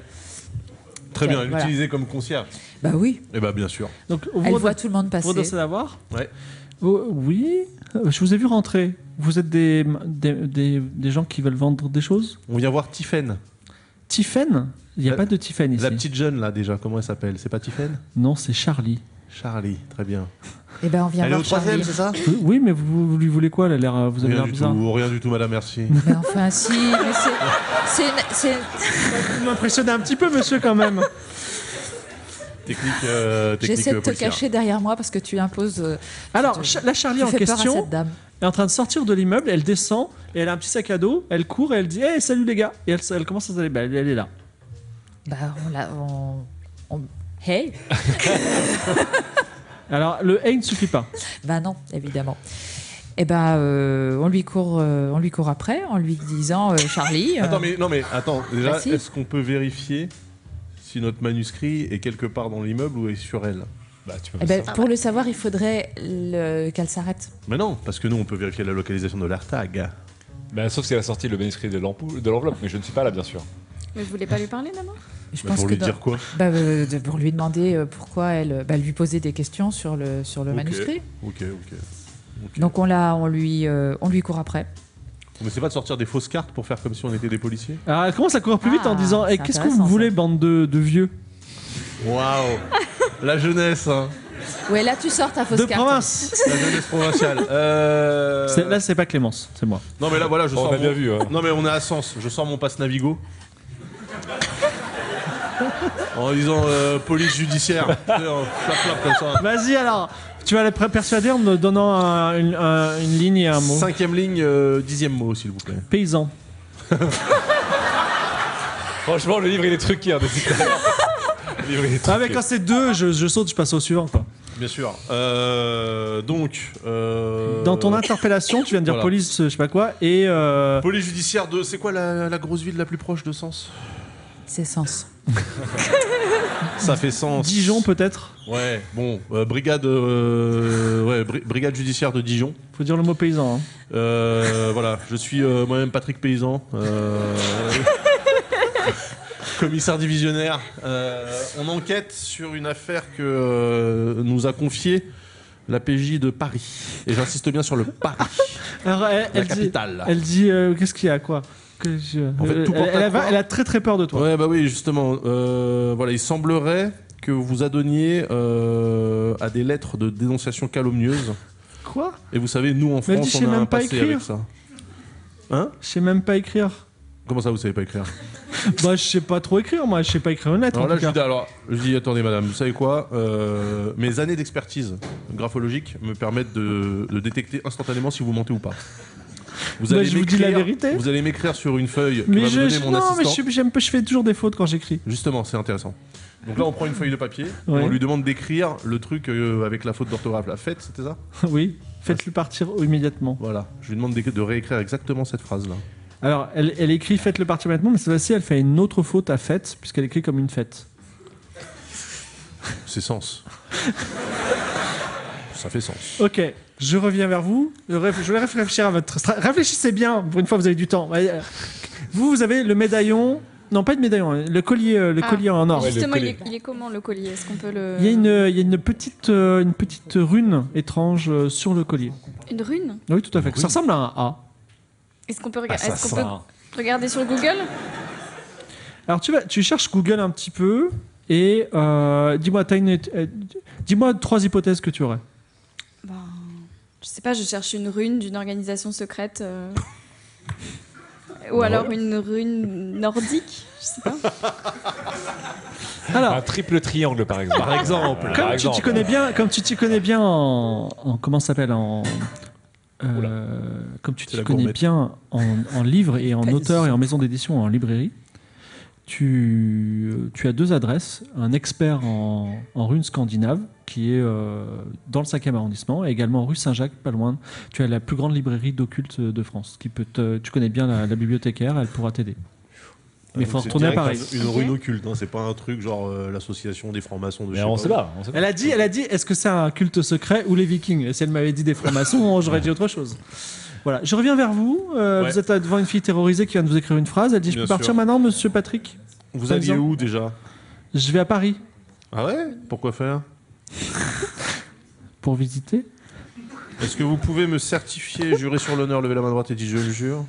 Très
Ok,
bien,
voilà.
l'utiliser comme concierge.
Bah oui,
Eh bah bien sûr.
Donc vous
elle
redressez-
voit tout le monde
vous
passer.
redressez la voir
Ouais.
Vous- oui. Euh, Je vous ai vu rentrer. Vous êtes des, des, des- des gens qui veulent vendre des choses
On vient voir Tiffen,
Tiffen Il n'y a
La-
pas de Tiffen ici.
la petite jeune là déjà. Comment elle s'appelle C'est pas Tiffen
Non, c'est Charlie.
Charlie, très bien.
Et ben on vient
Elle est au
voir
troisième,
Charlie.
c'est ça
Euh, Oui, mais vous, vous lui voulez quoi Elle a l'air, euh, Vous avez
Rien
l'air
du
bizarre.
tout, rien du tout, Madame, merci.
Mais enfin si, mais c'est- c'est une- c'est une-
Vous m'impressionnez un petit peu, monsieur, quand même.
technique, euh, technique.
J'essaie de te
policière.
cacher derrière moi parce que tu imposes. euh,
Alors,
Tu-
Cha- la Charlie
Tu
en
fais peur à
question
cette dame.
est en train de sortir de l'immeuble. Elle descend et elle a un petit sac à dos. Elle court et elle dit Hey, salut les gars Et elle, elle commence à s'aller. bah, elle elle est là.
Bah on la. On... on- Hey
Alors, le hey ne suffit pas.
Bah non, évidemment. Et ben euh, on lui court, euh, on lui court après en lui disant euh, Charlie. euh,
Attends, mais non, mais attends. Déjà,
Bah, si.
est-ce qu'on peut vérifier si notre manuscrit est quelque part dans l'immeuble ou est sur elle
bah, tu peux
eh
faire
ben,
ça.
pour le savoir, il faudrait le- qu'elle s'arrête.
Mais non, parce que nous, on peut vérifier la localisation de l'ARTAG.
Bah, sauf si elle a sorti le manuscrit de l'ampoule- de l'enveloppe, mais je ne suis pas là, bien sûr.
Mais vous voulez pas lui parler d'abord
Je
Bah, pour
que
lui
dans-
dire quoi
bah, euh, de- pour lui demander euh, pourquoi elle, euh, bah, lui poser des questions sur le sur le
Ok.
manuscrit.
Ok, ok. ok.
Donc on la, on lui, euh, on lui court après.
On essaie pas de sortir des fausses cartes pour faire comme si on était des policiers
Alors, elle commence à courir plus vite
Ah,
en disant Eh,
c'est
Qu'est-ce que
intéressant,
vous
ça.
voulez, bande de, de vieux
Waouh La jeunesse, hein
Ouais, là tu sors ta fausse
De
carte.
province
La jeunesse provinciale. Euh...
C'est- Là, c'est pas Clémence, c'est moi.
Non, mais là, voilà, je
Oh,
sors.
on a
mon-
bien vu. Hein.
Non, mais on est à Sens. Je sors mon passe Navigo. en disant euh, police judiciaire. Tu sais, en flap-flap comme ça.
Vas-y alors Tu vas la per- persuader en me donnant un- une, un- une ligne et un mot.
Cinquième ligne, euh, dixième mot, s'il vous plaît.
Paysan.
Franchement, le livre, il est truqué. Hein, depuis tout à l'heure. le livre, il est truqué.
Ah, mais quand c'est deux, je, je saute, je passe au suivant. Quoi.
Bien sûr. Euh, donc. euh,
Dans ton interpellation, tu viens de dire
voilà.
police, euh, je sais pas quoi, et. euh,
Police judiciaire de. C'est quoi la, la grosse ville la plus proche de Sens
C'est sens.
Ça fait Sens.
Dijon peut-être
Ouais, bon. euh, brigade. euh, ouais, bri- brigade judiciaire de Dijon.
Faut dire le mot paysan. hein.
Euh, voilà, je suis euh, moi-même Patrick Paysan, euh, commissaire divisionnaire. Euh, on enquête sur une affaire que euh, nous a confiée la PJ de Paris. Et j'insiste bien sur le Paris,
Alors, elle,
la
elle dit,
capitale.
elle dit, euh, qu'est-ce qu'il y a quoi Que je- euh,
En fait, tout
elle,
porte à
elle a,
croire.
elle a très très peur de toi.
Ouais, bah oui, justement. euh, voilà, il semblerait que vous adonniez euh, à des lettres de dénonciation calomnieuse.
Quoi
Et vous savez, nous en
Mais elle dit,
France,
je sais
on a
même
un
pas
passé
écrire.
avec ça. Hein
Je sais même pas écrire.
Comment ça, vous savez pas écrire
bah, je sais pas trop écrire, moi, je sais pas écrire une lettre.
Alors
en
là,
tout cas.
je lui dis, alors, je dis, attendez, madame, vous savez quoi Euh, Mes années d'expertise graphologique me permettent de, de détecter instantanément si vous mentez ou pas. Vous
Bah, je vous dis la
m'écrire-
vérité.
Vous allez m'écrire sur une feuille que
mais
va me
je,
donner
je-
mon
non, mais
assistant.
je, suis- j'aime pas, je fais toujours des fautes quand j'écris.
Justement, c'est intéressant. Donc là, on prend une feuille de papier
Ouais.
et on lui demande d'écrire le truc euh, avec la faute d'orthographe. La fête, c'était ça
oui, faites-le partir immédiatement.
Voilà. Je lui demande d'éc- de réécrire exactement cette phrase-là.
Alors, elle, elle écrit faites-le partir immédiatement, mais cette fois-ci, elle fait une autre faute à fête, puisqu'elle écrit comme une fête.
C'est sens. ça fait sens.
Ok, je reviens vers vous. Je réf- je vais réfléchir à votre. stra- Réfléchissez bien, pour une fois, vous avez du temps. Ouais, euh, Vous, vous avez le médaillon. Non, pas de médaillon, euh, le collier, euh, le
Ah.
collier en or.
Ouais, le
Justement, il
collier.
est, il est comment le collier Est-ce qu'on peut le.
Il y a une, il y a une petite, euh, une petite rune étrange euh, sur le collier.
Une rune
Oui, tout à fait. Ça ressemble à un A.
Est-ce qu'on peut, rega-
ça
est-ce qu'on
sent,
peut
hein.
regarder sur Google
Alors tu vas, tu cherches Google un petit peu et euh, dis-moi, t'as une, euh, dis-moi trois hypothèses que tu aurais.
Ben, Je sais pas, je cherche une rune d'une organisation secrète. euh, Ou alors une rune nordique, je sais pas.
Alors,
Un triple triangle, par exemple.
Par
Euh,
exemple.
Par
comme tu t'y
exemple.
connais bien, comme tu t'y connais bien en, en- comment ça s'appelle en euh, comme tu
C'est
t'y
la
connais
gourmette.
bien en, en livre et en
Pas du
auteur et en maison d'édition en librairie, tu, euh, tu as deux adresses, un expert en, en runes scandinaves qui est euh, dans le 5e arrondissement et également rue Saint-Jacques, pas loin. Tu as la plus grande librairie d'occulte de France qui peut te- tu connais bien la, la bibliothécaire, elle pourra t'aider. Mais
Bah, Ah, Donc
faut
c'est
retourner à
direct
Paris.
Une
Ok.
rune occulte, hein, c'est pas un truc genre euh, l'association des francs-maçons de
Mais
je sais
on
pas
sait
où.
pas. on sait pas.
Elle a dit, elle a dit, est-ce que c'est un culte secret ou les Vikings Et Si elle m'avait dit des francs-maçons, j'aurais dit autre chose. Voilà, je reviens vers vous. Euh,
Ouais.
Vous êtes devant une fille terrorisée qui vient de vous écrire une phrase. Elle dit, je
Bien
peux
sûr.
partir maintenant, Monsieur Patrick
Vous
Par
alliez
exemple.
où déjà
Je vais à Paris
Ah ouais Pourquoi faire
pour visiter.
Est-ce que vous pouvez me certifier, jurer sur l'honneur, lever la main droite et dire je le jure,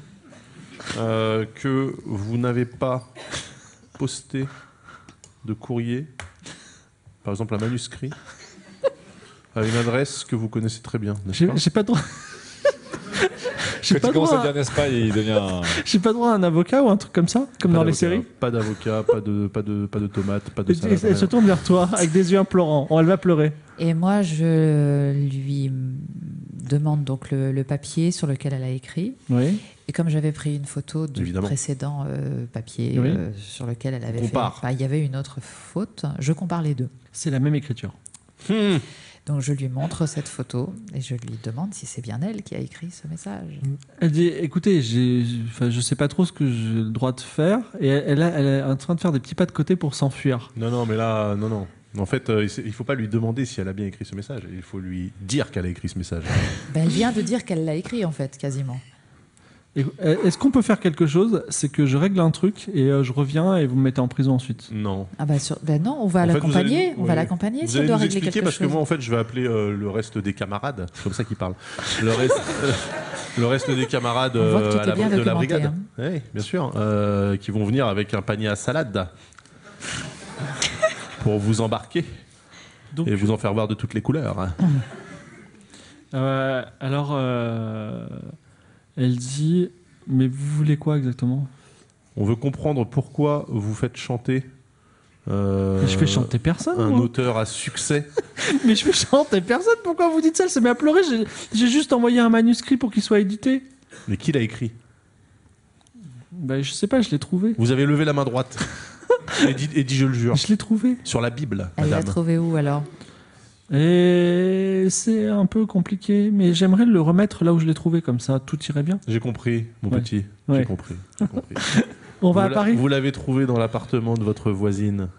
euh, que vous n'avez pas posté de courrier, par exemple un manuscrit, à une adresse que vous connaissez très bien, n'est-ce
J'ai
pas
j'ai pas droit. J'ai
Quand
pas,
tu commences
droit
à
à-
dire n'est-ce pas, il devient. un-
j'ai pas droit à un avocat ou un truc comme ça, comme dans
Pas
les
d'avocat,
séries.
Pas d'avocat, pas de, pas, de, pas de tomate, pas de
Et- et-
salade.
Elle se
rien.
tourne vers toi avec des yeux implorants. Oh, elle va pleurer.
Et moi, je lui demande donc le, le papier sur lequel elle a écrit.
Oui.
Et comme j'avais pris une photo du
Évidemment.
précédent euh, papier
Oui.
euh, sur lequel elle avait
compare.
fait, enfin, il y avait une autre faute. Je compare les deux.
C'est la même écriture. Hmm.
Donc je lui montre cette photo et je lui demande si c'est bien elle qui a écrit ce message.
Elle dit écoutez, j'ai- enfin, je sais pas trop ce que j'ai le droit de faire. Et elle, elle a- elle est en train de faire des petits pas de côté pour s'enfuir.
Non, non, mais là, non, non. En fait, euh, il s- il faut pas lui demander si elle a bien écrit ce message. Il faut lui dire qu'elle a écrit ce message.
Ben, elle vient de dire qu'elle l'a écrit en fait, quasiment.
Et- euh, Est-ce qu'on peut faire quelque chose C'est que je règle un truc et euh, je reviens et vous me mettez en prison ensuite.
Non.
Ah bah sur... ben non, on va
En fait, vous
l'accompagner.
allez-
On va
oui.
l'accompagner
Vous
si on
allez
doit
nous
régler
expliquer
quelque
parce
chose.
que moi en fait je vais appeler euh, le reste des camarades, c'est comme ça qu'ils parlent. Le reste, le reste des camarades
On voit que
euh,
tout
à
est
la,
bien
de la
documenté,
brigade, Eh
hein.
Oui, bien sûr, euh, qui vont venir avec un panier à salade pour vous embarquer
Donc-
et vous en faire voir de toutes les couleurs.
Euh, alors, euh, elle dit Mais vous voulez quoi exactement
On veut comprendre pourquoi vous faites chanter. euh,
Je fais chanter personne.
Un
moi.
auteur à succès.
Mais je fais chanter personne. Pourquoi vous dites ça Elle se met à pleurer. J'ai- J'ai juste envoyé un manuscrit pour qu'il soit édité.
Mais qui l'a écrit
Bah, je sais pas, je l'ai trouvé.
Vous avez levé la main droite. et, dit, et dit je le jure.
Je l'ai trouvé.
Sur la Bible,
Ah,
Elle l'a
madame.
trouvé où alors
Et c'est un peu compliqué, mais j'aimerais le remettre là où je l'ai trouvé, comme ça tout irait bien.
J'ai compris, mon
Ouais.
petit.
Ouais.
J'ai compris. j'ai compris.
On va
Vous
à
l'a-
Paris.
Vous l'avez trouvé dans l'appartement de votre voisine.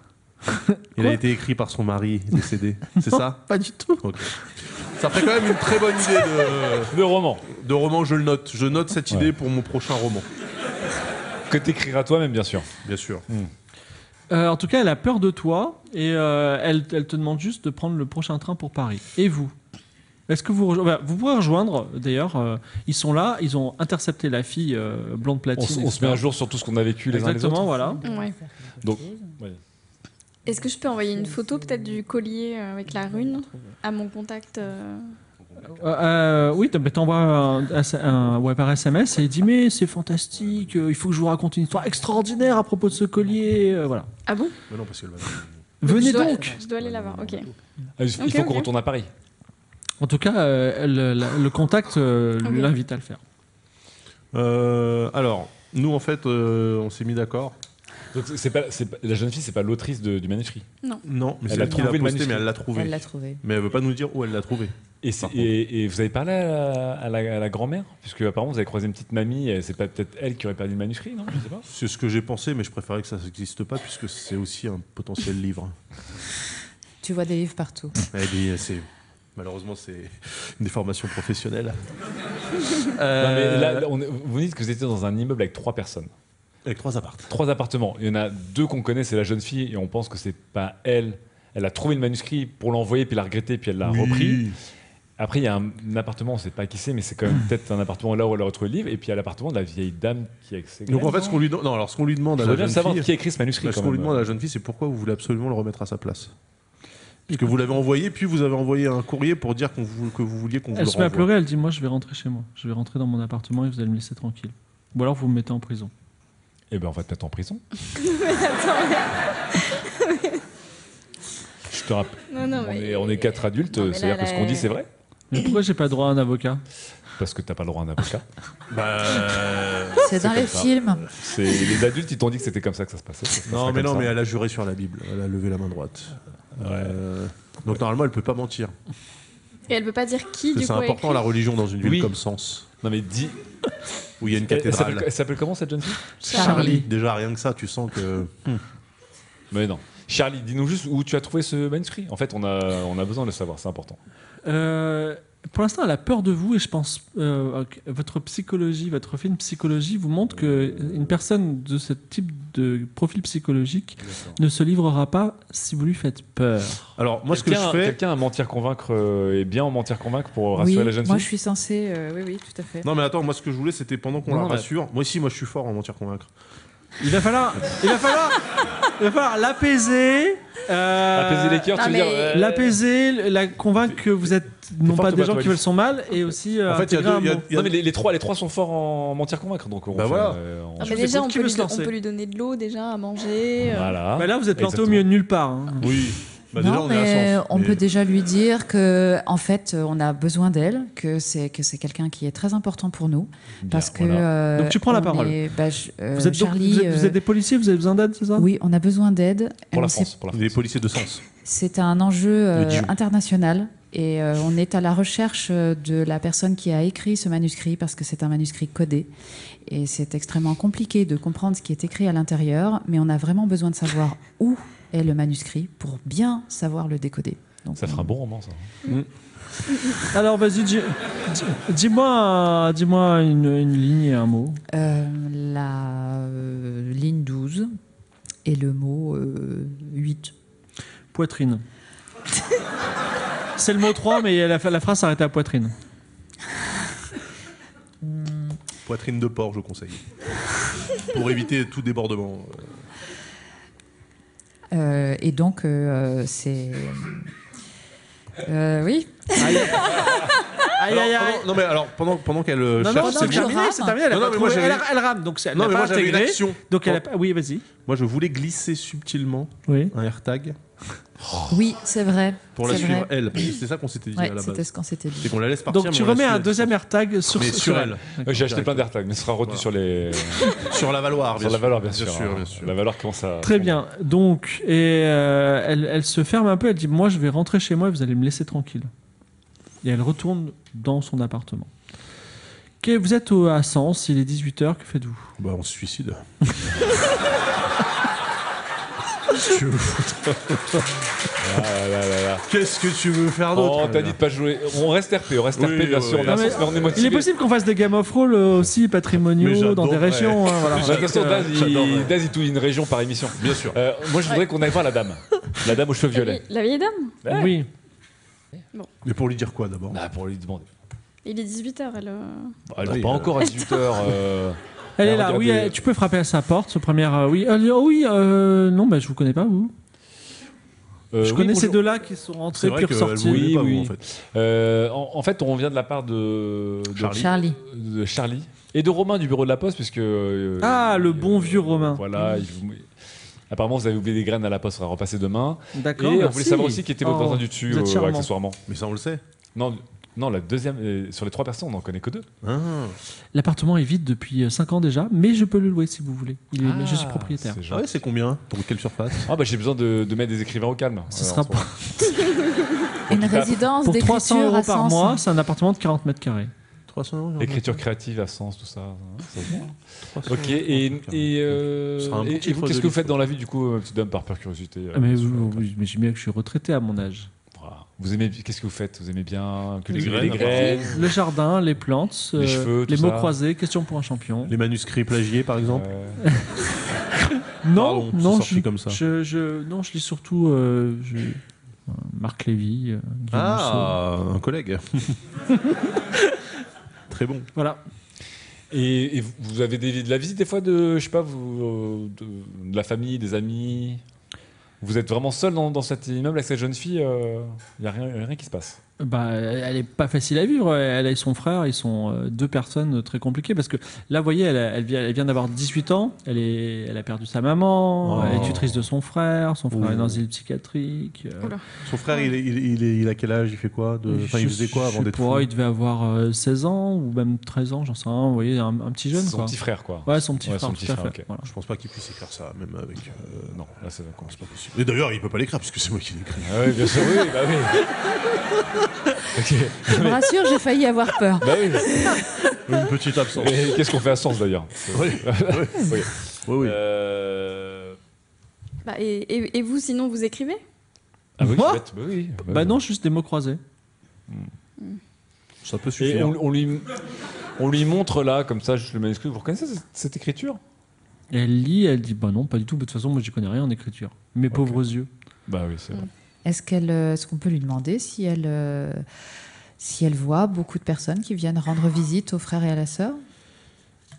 Il a
Quoi
été écrit par son mari décédé. C'est ça
Pas du tout.
Ok. Ça ferait quand même une très bonne idée de,
Le roman
de roman, je le note. Je note cette
Ouais.
idée pour mon prochain roman,
que t'écriras toi-même, bien sûr.
bien sûr.
Euh, en tout cas, elle a peur de toi et euh, elle, elle te demande juste de prendre le prochain train pour Paris. Et vous Est-ce que vous rejo- bah, Vous pourrez rejoindre, d'ailleurs, euh, ils sont là, ils ont intercepté la fille euh, blonde
On, s-
platine.
on se met à jour sur tout ce qu'on a vécu les uns
Exactement, voilà.
Ouais.
Donc-
Est-ce que je peux envoyer une photo peut-être du collier euh, avec la rune à mon contact euh,
Euh, euh, oui, t'as- bah, t'envoies un, un- un- ouais, par SMS et il dit Mais c'est fantastique, euh, il faut que je vous raconte une histoire extraordinaire à propos de ce collier. euh, voilà.
Ah bon
Mais non, parce qu'elle va-
Venez
je dois-
donc
Je dois aller la voir, ok.
les autres. Ah, Il
Ok,
faut
ok.
qu'on retourne à Paris.
En tout cas, euh, le, la- le contact euh,
Ok.
l'invite à le faire.
Euh, alors, nous, en fait, euh, on s'est mis d'accord.
Donc c'est pas, c'est pas- la jeune fille, c'est pas l'autrice de- du manuscrit.
Non, mais
Elle
c'est
a
elle qui l'a
trouvé le
posté, mais
manuscrit.
elle l'a trouvé.
Elle l'a trouvé.
Mais elle veut pas nous dire où elle l'a trouvé.
Et, c'est-
Par contre.
et, et vous avez parlé à la, à la- à la grand-mère Puisque apparemment vous avez croisé une petite mamie, et c'est pas peut-être elle qui aurait perdu le manuscrit, non Je sais pas.
C'est ce que j'ai pensé, mais je préférais que ça n'existe pas puisque c'est aussi un potentiel livre.
Tu vois des livres partout.
Eh bien, c'est- Malheureusement, c'est une déformation professionnelle.
Non, mais
Euh,
là, là, on est- vous dites que vous étiez dans un immeuble avec trois personnes.
Avec trois appartes.
Trois appartements. Il y en a deux qu'on connaît, c'est la jeune fille, et on pense que c'est pas elle. Elle a trouvé le manuscrit pour l'envoyer, puis elle l'a regretté, puis elle
Ah,
l'a repris. Après, il y a un, un appartement, on ne sait pas qui c'est, mais c'est quand même peut-être un appartement là où elle a retrouvé le livre. Et puis, il y a l'appartement de la vieille dame qui accède.
Donc en fait, ce qu'on lui, don- non, alors, ce qu'on lui demande
je
à la
voudrais bien
jeune
savoir
fille,
qui a écrit ce manuscrit.
bah, ce
quand
qu'on lui
même.
demande à la jeune fille, c'est pourquoi vous voulez absolument le remettre à sa place.
Et
Parce que vous l'avez envoyé, puis vous avez envoyé un courrier pour dire qu'on vous- que vous vouliez qu'on vous
Elle
le
se met à
renvoie.
pleurer, elle dit Moi, je vais rentrer chez moi. Je vais rentrer dans mon appartement et vous allez me laisser tranquille. Ou alors vous me mettez en prison.
Eh ben, on va te mettre en prison. Je te rappelle.
Non, non,
on,
mais-
est, on est quatre adultes,
Non, mais là,
c'est-à-dire que
là,
ce qu'on dit, c'est vrai
Mais pourquoi j'ai pas droit à un avocat
Parce que t'as pas le droit à un avocat.
Bah, euh,
C'est dans
comme
les
ça.
films.
C'est- les adultes, ils t'ont dit que c'était comme ça que ça se passait. ça se
Non,
passera
mais
comme
non,
ça.
mais elle a juré sur la Bible. Elle a levé la main droite. Euh, donc normalement, elle peut pas mentir.
Et elle peut pas dire qui,
Parce que
du
C'est
coup. a
important
écrit.
la religion dans une ville
Oui.
comme Sens,
Non, mais dis.
où il y a une
Elle- Elle s'appelle
cathédrale.
elle s'appelle comment cette jeune fille
Charlie.
Déjà rien que ça, tu sens que
Mais non. Charlie, dis-nous juste où tu as trouvé ce manuscrit. En fait, on a, on a besoin de le savoir, c'est important.
Euh, Pour l'instant, elle a peur de vous et je pense euh, que votre psychologie, votre film psychologie vous montre que une personne de ce type de profil psychologique ne se livrera pas si vous lui faites peur.
Alors moi, ce que je
Quelqu'un-
fais.
Quelqu'un à mentir convaincre euh, est bien en mentir convaincre pour
Oui,
rassurer la jeune
moi je suis
fille.
censée. euh, oui, oui, tout à fait.
Non mais attends, moi ce que je voulais, c'était pendant qu'on
Non,
la
non, mais-
rassure. Moi aussi, moi je suis fort en mentir convaincre.
Il va falloir, il va falloir, il va falloir l'apaiser. euh,
Apaiser les cœurs,
non,
tu veux dire.
mais-
euh,
E
L'apaiser, la convaincre que vous êtes non
forte
pas
ou
des
pas,
gens
toi,
qui veulent son mal et aussi. euh,
en fait, il y a
intégrer
deux. il y a-
un bon-
il y a-
Non, mais les, les trois, les trois sont forts en mentir convaincre. Donc on
Bah
fait,
voilà.
euh, on-
Ah,
Je
mais
vous
déjà,
écoute,
on
qui
peut,
veut
lui
se
don-
lancer
on peut lui donner de l'eau déjà à manger. euh.
Voilà.
Bah là, vous êtes planté
Ah,
au
Exactement.
milieu de nulle part. hein.
Oui. Bah, déjà,
non,
on est
mais
à Sens.
on
mais-
peut déjà lui dire que, en fait, euh, on a besoin d'elle, que c'est que c'est quelqu'un qui est très important pour nous,
Bien,
parce que.
voilà.
euh,
Donc, tu prends la
on
parole.
est- bah, je- euh,
Vous êtes, donc-
Charlie.
vous, êtes, vous
euh,
êtes des policiers, vous avez besoin d'aide, c'est ça
Oui, on a besoin d'aide.
Pour
On
la
sait-
France. Pour la France.
Les policiers de Sens.
C'est un enjeu euh,
De Dijon.
international et euh, on est à la recherche euh, de la personne qui a écrit ce manuscrit parce que c'est un manuscrit codé et c'est extrêmement compliqué de comprendre ce qui est écrit à l'intérieur, mais on a vraiment besoin de savoir où est le manuscrit pour bien savoir le décoder. Donc,
Ça fera un bon roman, ça.
Alors vas-y, dis- dis- dis-moi un- dis-moi une, une ligne et un mot.
euh, la euh, ligne 12 et le mot euh, 8.
Poitrine. C'est le mot 3, mais la, la phrase s'arrête à poitrine.
Poitrine de porc, je conseille. Pour éviter tout débordement.
Euh, et donc, euh, c'est... Euh, oui,
Aïe, aïe,
Alors, pendant-
aïe.
non mais alors pendant pendant qu'elle euh,
Non,
cherche
non,
c'est
c'est
bien.
terminé, c'est terminé. Elle, a
Non,
pas
non, mais moi,
trouvé- elle,
j'avais-
elle rame, donc c'est- elle
Non,
n'a
mais
pas
moi j'avais une
intégré.
action.
Donc elle a pas... Oui, vas-y.
Moi je voulais glisser subtilement
Oui.
un AirTag
oui, c'est vrai.
pour la
c'est
suivre
vrai.
elle. parce que C'est ça qu'on s'était dit
Ouais,
à la
c'était
base.
ce qu'on s'était dit.
C'est qu'on la laisse partir.
Donc
mais
tu
on la
remets
suit,
un
elle.
deuxième AirTag sur,
Mais sur elle.
Euh, J'ai acheté
Direct.
plein d'AirTags, mais ce sera retenu
Voilà.
sur les.
Sur la Valoir, bien
sur la
sûr.
valeur, Ah, bien sûr. hein.
bien sûr.
La valeur commence à.
Très bien. Donc, et euh, elle, elle se ferme un peu, elle dit Moi, je vais rentrer chez moi et vous allez me laisser tranquille. Et elle retourne dans son appartement. Que- vous êtes au, à Sens, il est 18h, que faites-vous
Bah on se suicide.
Ah là là là.
Qu'est-ce que tu veux faire d'autre
Oh, t'as dit de pas jouer. On reste RP, on reste
Oui,
RP, bien
oui,
sûr.
oui.
On, est à
Non, mais-
sens, mais on est
Il
motivé.
est possible qu'on fasse des Game of Roll euh, aussi
Mais
patrimoniaux dans des
j'adorerais.
régions. hein, voilà.
De toute façon, Daz,
J'adorerais.
il, Daz, il touille une région par émission.
Bien sûr.
Euh, moi, je voudrais qu'on aille voir la dame. La dame aux cheveux
La
violets.
vieille- La vieille dame
Ouais.
Oui.
Mais pour lui dire quoi d'abord
Bah, pour lui demander.
Il est 18h, elle. euh,
Bah, elle
Ah
dort
oui,
pas
euh,
encore à euh, 18h.
Elle
Alors,
est là, oui,
regardez- euh,
elle- tu peux frapper à sa porte, ce premier. euh, oui, Elle dit, oh oui, euh, non, bah, je vous connais pas, vous.
euh,
je connais ces deux-là qui sont
C'est
rentrés
vrai
puis
qu'elle vous
ressortis.
connaît pas,
Oui,
vous,
oui.
en fait.
Euh, en, en fait, on vient de la part de, de-
Charlie.
Charlie.
de Charlie et de Romain du bureau de la Poste, puisque. euh,
Ah, le
euh,
bon vieux Romain.
Voilà. il vous- Apparemment, vous avez oublié des graines à la poste, on va repasser demain. Et
D'accord.
on voulait
merci.
savoir aussi qui était votre
Oh,
voisin du dessus,
vous êtes
euh,
charmant.
accessoirement.
Mais ça on le sait.
Non, non, la deuxième, euh, sur les trois personnes, on n'en connaît que deux.
Ah,
L'appartement est vide depuis 5 ans déjà, mais je peux le louer si vous voulez. Il est-
Ah,
je suis propriétaire.
c'est
Ah
gentil.
ouais, c'est combien Pour quelle surface
Ah bah j'ai besoin de, de mettre des écrivains au calme.
Ce
Alors,
sera
en ce moment.
Une
Pour
résidence
Pour 300
d'écriture
euros
à
par
Sens.
mois, c'est un appartement de 40 mètres carrés.
300 euros. genre.
Écriture créative, à sens, tout ça. hein, ça se voit.
300
ok,
euros,
et,
un truc,
et,
hein.
euh,
Ce sera un bon
et- et
titre
vous,
de
qu'est-ce que vous
livre.
faites dans la vie du coup, euh, petite dame, par pure curiosité euh,
Ah, mais
sur-
vous, vous- mais j'ai bien que je suis retraité à mon âge.
Voilà. Vous aimez, qu'est-ce que vous faites Vous aimez bien que
Les
les,
graines,
les
par
graines
Le jardin, les plantes, euh,
Les cheveux, tout
les mots
ça.
croisés, question pour un champion.
Les manuscrits plagiés, par exemple.
euh,
Non,
Pardon, c'est
non,
sorti
je,
comme ça.
je- je- non, je lis surtout euh, je- euh, Marc Lévy, euh, Guillaume
Ah, un collègue. Très bon.
Rousseau. Voilà.
Et, et vous- vous avez des, de la visite des fois de, je sais pas, vous, euh, de, de la famille, des amis Vous êtes vraiment seul dans, dans cet immeuble avec cette jeune fille Il n'y a rien, rien qui se passe.
Bah, elle est pas facile à vivre. Elle et son frère, ils sont euh, deux personnes très compliquées parce que là, vous voyez, elle, a- elle vient, elle vient d'avoir 18 ans. Elle, est, elle a perdu sa maman.
Oh.
Elle est tutrice de son frère. Son frère
Ouh.
est dans une île psychiatrique. euh,
Oula.
Son frère, il, est- il, est- il est- il a quel âge Il fait quoi de... Enfin,
je
il faisait quoi
sais
avant d'être
pas,
fou
Il devait avoir euh, 16 ans ou même 13 ans, j'en sais rien. Vous voyez, un, un petit jeune
Son
quoi.
petit frère, quoi.
Ouais, son petit
Ouais,
frère.
son petit
tout à
frère,
fait.
ok.
Voilà.
Je pense pas qu'il puisse écrire ça, même avec. euh,
Non, là, c'est d'accord.
C'est pas possible. Et d'ailleurs, il peut pas l'écrire parce que c'est moi qui l'écris.
Ah oui, bien sûr, oui, bah oui. ok.
Je me rassure, j'ai failli avoir peur.
Bah oui.
Une petite absence.
Et Qu'est-ce qu'on fait à Sens d'ailleurs
Oui, oui.
Oui.
Oui, oui.
Euh...
Bah, et, et- et vous, sinon, vous écrivez
Ah oui,
Moi
c'est bête, bah oui.
Bah non, juste des mots croisés.
Ça peut
Et
suffire.
on, on lui, on lui montre là, comme ça, juste le manuscrit. Vous reconnaissez cette, cette écriture
Et elle lit, elle dit bah non, pas du tout. mais De toute façon, moi, j'y connais rien en écriture. Mes pauvres yeux.
Bah oui, c'est
vrai.
Est-ce qu'elle, euh, est-ce qu'on peut lui demander si elle, euh, si elle voit beaucoup de personnes qui viennent rendre visite aux frères et à la sœur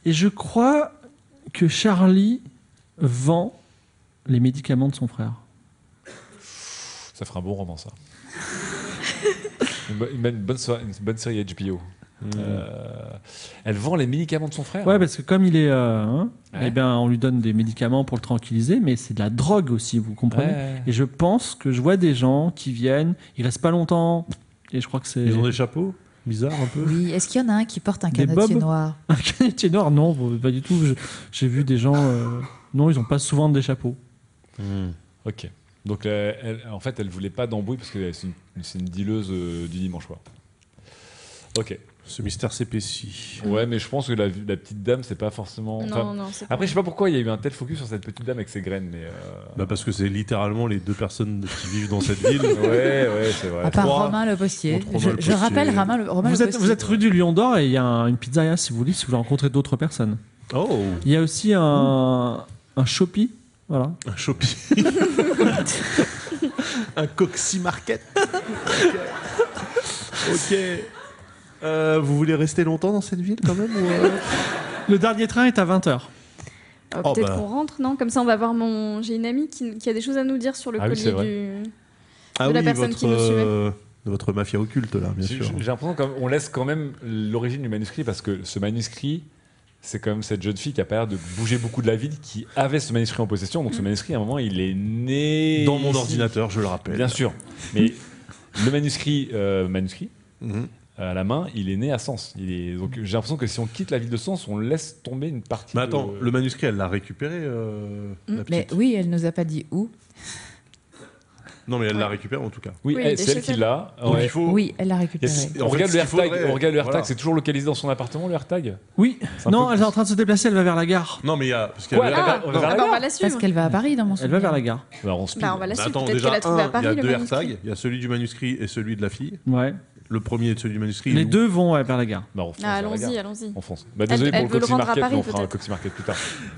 Et je crois que Charlie vend les médicaments de son frère.
Ça ferait un bon roman, ça. une, bo- une bonne- une bonne soirée- une bonne série HBO. Euh, elle vend les médicaments de son frère
Ouais, parce que comme il est, euh, hein,
Ouais.
eh bien, on lui donne des médicaments pour le tranquilliser, mais c'est de la drogue aussi, vous
Ouais,
comprenez.
ouais.
Et je pense que je vois des gens qui viennent, ils restent pas longtemps, et je crois que c'est
Ils ont des chapeaux Bizarre un peu
Oui. Est-ce qu'il y en a un qui porte un
Des
canotier
bobs
noir
un canetier noir. Non, pas du tout. Je- J'ai vu des gens. euh, Non, ils ont pas souvent des chapeaux.
Ok. Donc, euh, elle- en fait, elle voulait pas d'embrouille parce que euh, c'est une, c'est une dealeuse euh, du dimanche soir. Ok.
Ce mystère s'épaissit.
Ouais, mais je pense que la, la petite dame, c'est pas forcément. enfin,
Non, non, c'est pas.
Après, je sais pas pourquoi il y a eu un tel focus sur cette petite dame avec ses graines, mais. euh,
Bah parce que c'est littéralement les deux personnes qui vivent dans cette ville.
Ouais, ouais, c'est vrai.
À part
trois.
Romain le postier. Je,
Contre Romain le
je
postier.
rappelle Romain le, Romain
Vous
le
êtes,
postier.
vous êtes rue du Lion d'Or et il y a un- une pizzeria si vous voulez, si vous voulez rencontrer d'autres personnes.
Oh
Il y a aussi un, un Shopee. Voilà.
Un shopping Un coxy market Ok. Euh, vous voulez rester longtemps dans cette ville quand même ou, euh
Le dernier train est à 20h.
Euh,
Oh,
Peut-être
bah.
qu'on rentre, non Comme ça, on va voir mon. J'ai une amie qui, qui a des choses à nous dire sur le
Ah oui,
collier
c'est vrai.
du.
Ah
De la
oui,
personne
votre,
qui nous suivait.
euh, votre mafia occulte là, bien
J'ai
sûr.
j'ai l'impression qu'on laisse quand même l'origine du manuscrit parce que ce manuscrit, c'est quand même cette jeune fille qui a pas l'air de bouger beaucoup de la ville qui avait ce manuscrit en possession.
Mm.
Donc ce manuscrit, à un moment, il est né.
Dans mon
ici.
ordinateur, je le rappelle.
Bien sûr. Mais le manuscrit, euh, manuscrit
Mhm.
à la main, il est né à Sens. Il est... Donc j'ai l'impression que si on quitte la ville de Sens, on laisse tomber une partie.
Mais attends,
de-
le manuscrit, elle l'a récupéré euh,
Mmh,
la
Mais
petite
oui, elle nous a pas dit où.
Non, mais elle l'a
Ouais.
récupéré en tout cas.
Oui,
Oui,
eh,
il est
c'est
chez
elle qui
elle.
l'a.
Donc
Ouais.
il faut.
Oui, elle l'a
Il y a-
récupérée.
en
On
fait,
regarde
ce
le
qu'il
AirTag,
faudrait-
on regarde le
voilà.
AirTag, c'est toujours localisé dans son appartement le AirTag
Oui.
C'est un
Non,
peu-
elle est en train de se déplacer, elle va vers la gare.
Non, mais il y a. Parce qu'il y
Quoi,
avait-
elle va-
Ah,
on va
ah,
la
bah, on va
voir
la suivre.
Parce qu'elle va à Paris dans mon
Elle
souvenir.
va vers la gare.
Bah, on speed.
Bah, on va la
Bah,
suivre.
attends,
Peut-être
déjà,
qu'elle a trouvé
un,
à
il
Paris
y a
le
deux
manuscrit.
AirTags, il y a celui du manuscrit et celui de la fille.
Ouais.
Le premier et celui du manuscrit.
Les
nous-
deux vont ouais, vers la gare.
Bah, on fonce
Ah,
vers la gare.
allons-y, allons-y.
On fonce. Bah, désolé
Elle- elle
pour
veut
le
le
Coxy
rendre à
Market,
Paris,
mais on fera un
peut-être.
Coxy Market plus tard.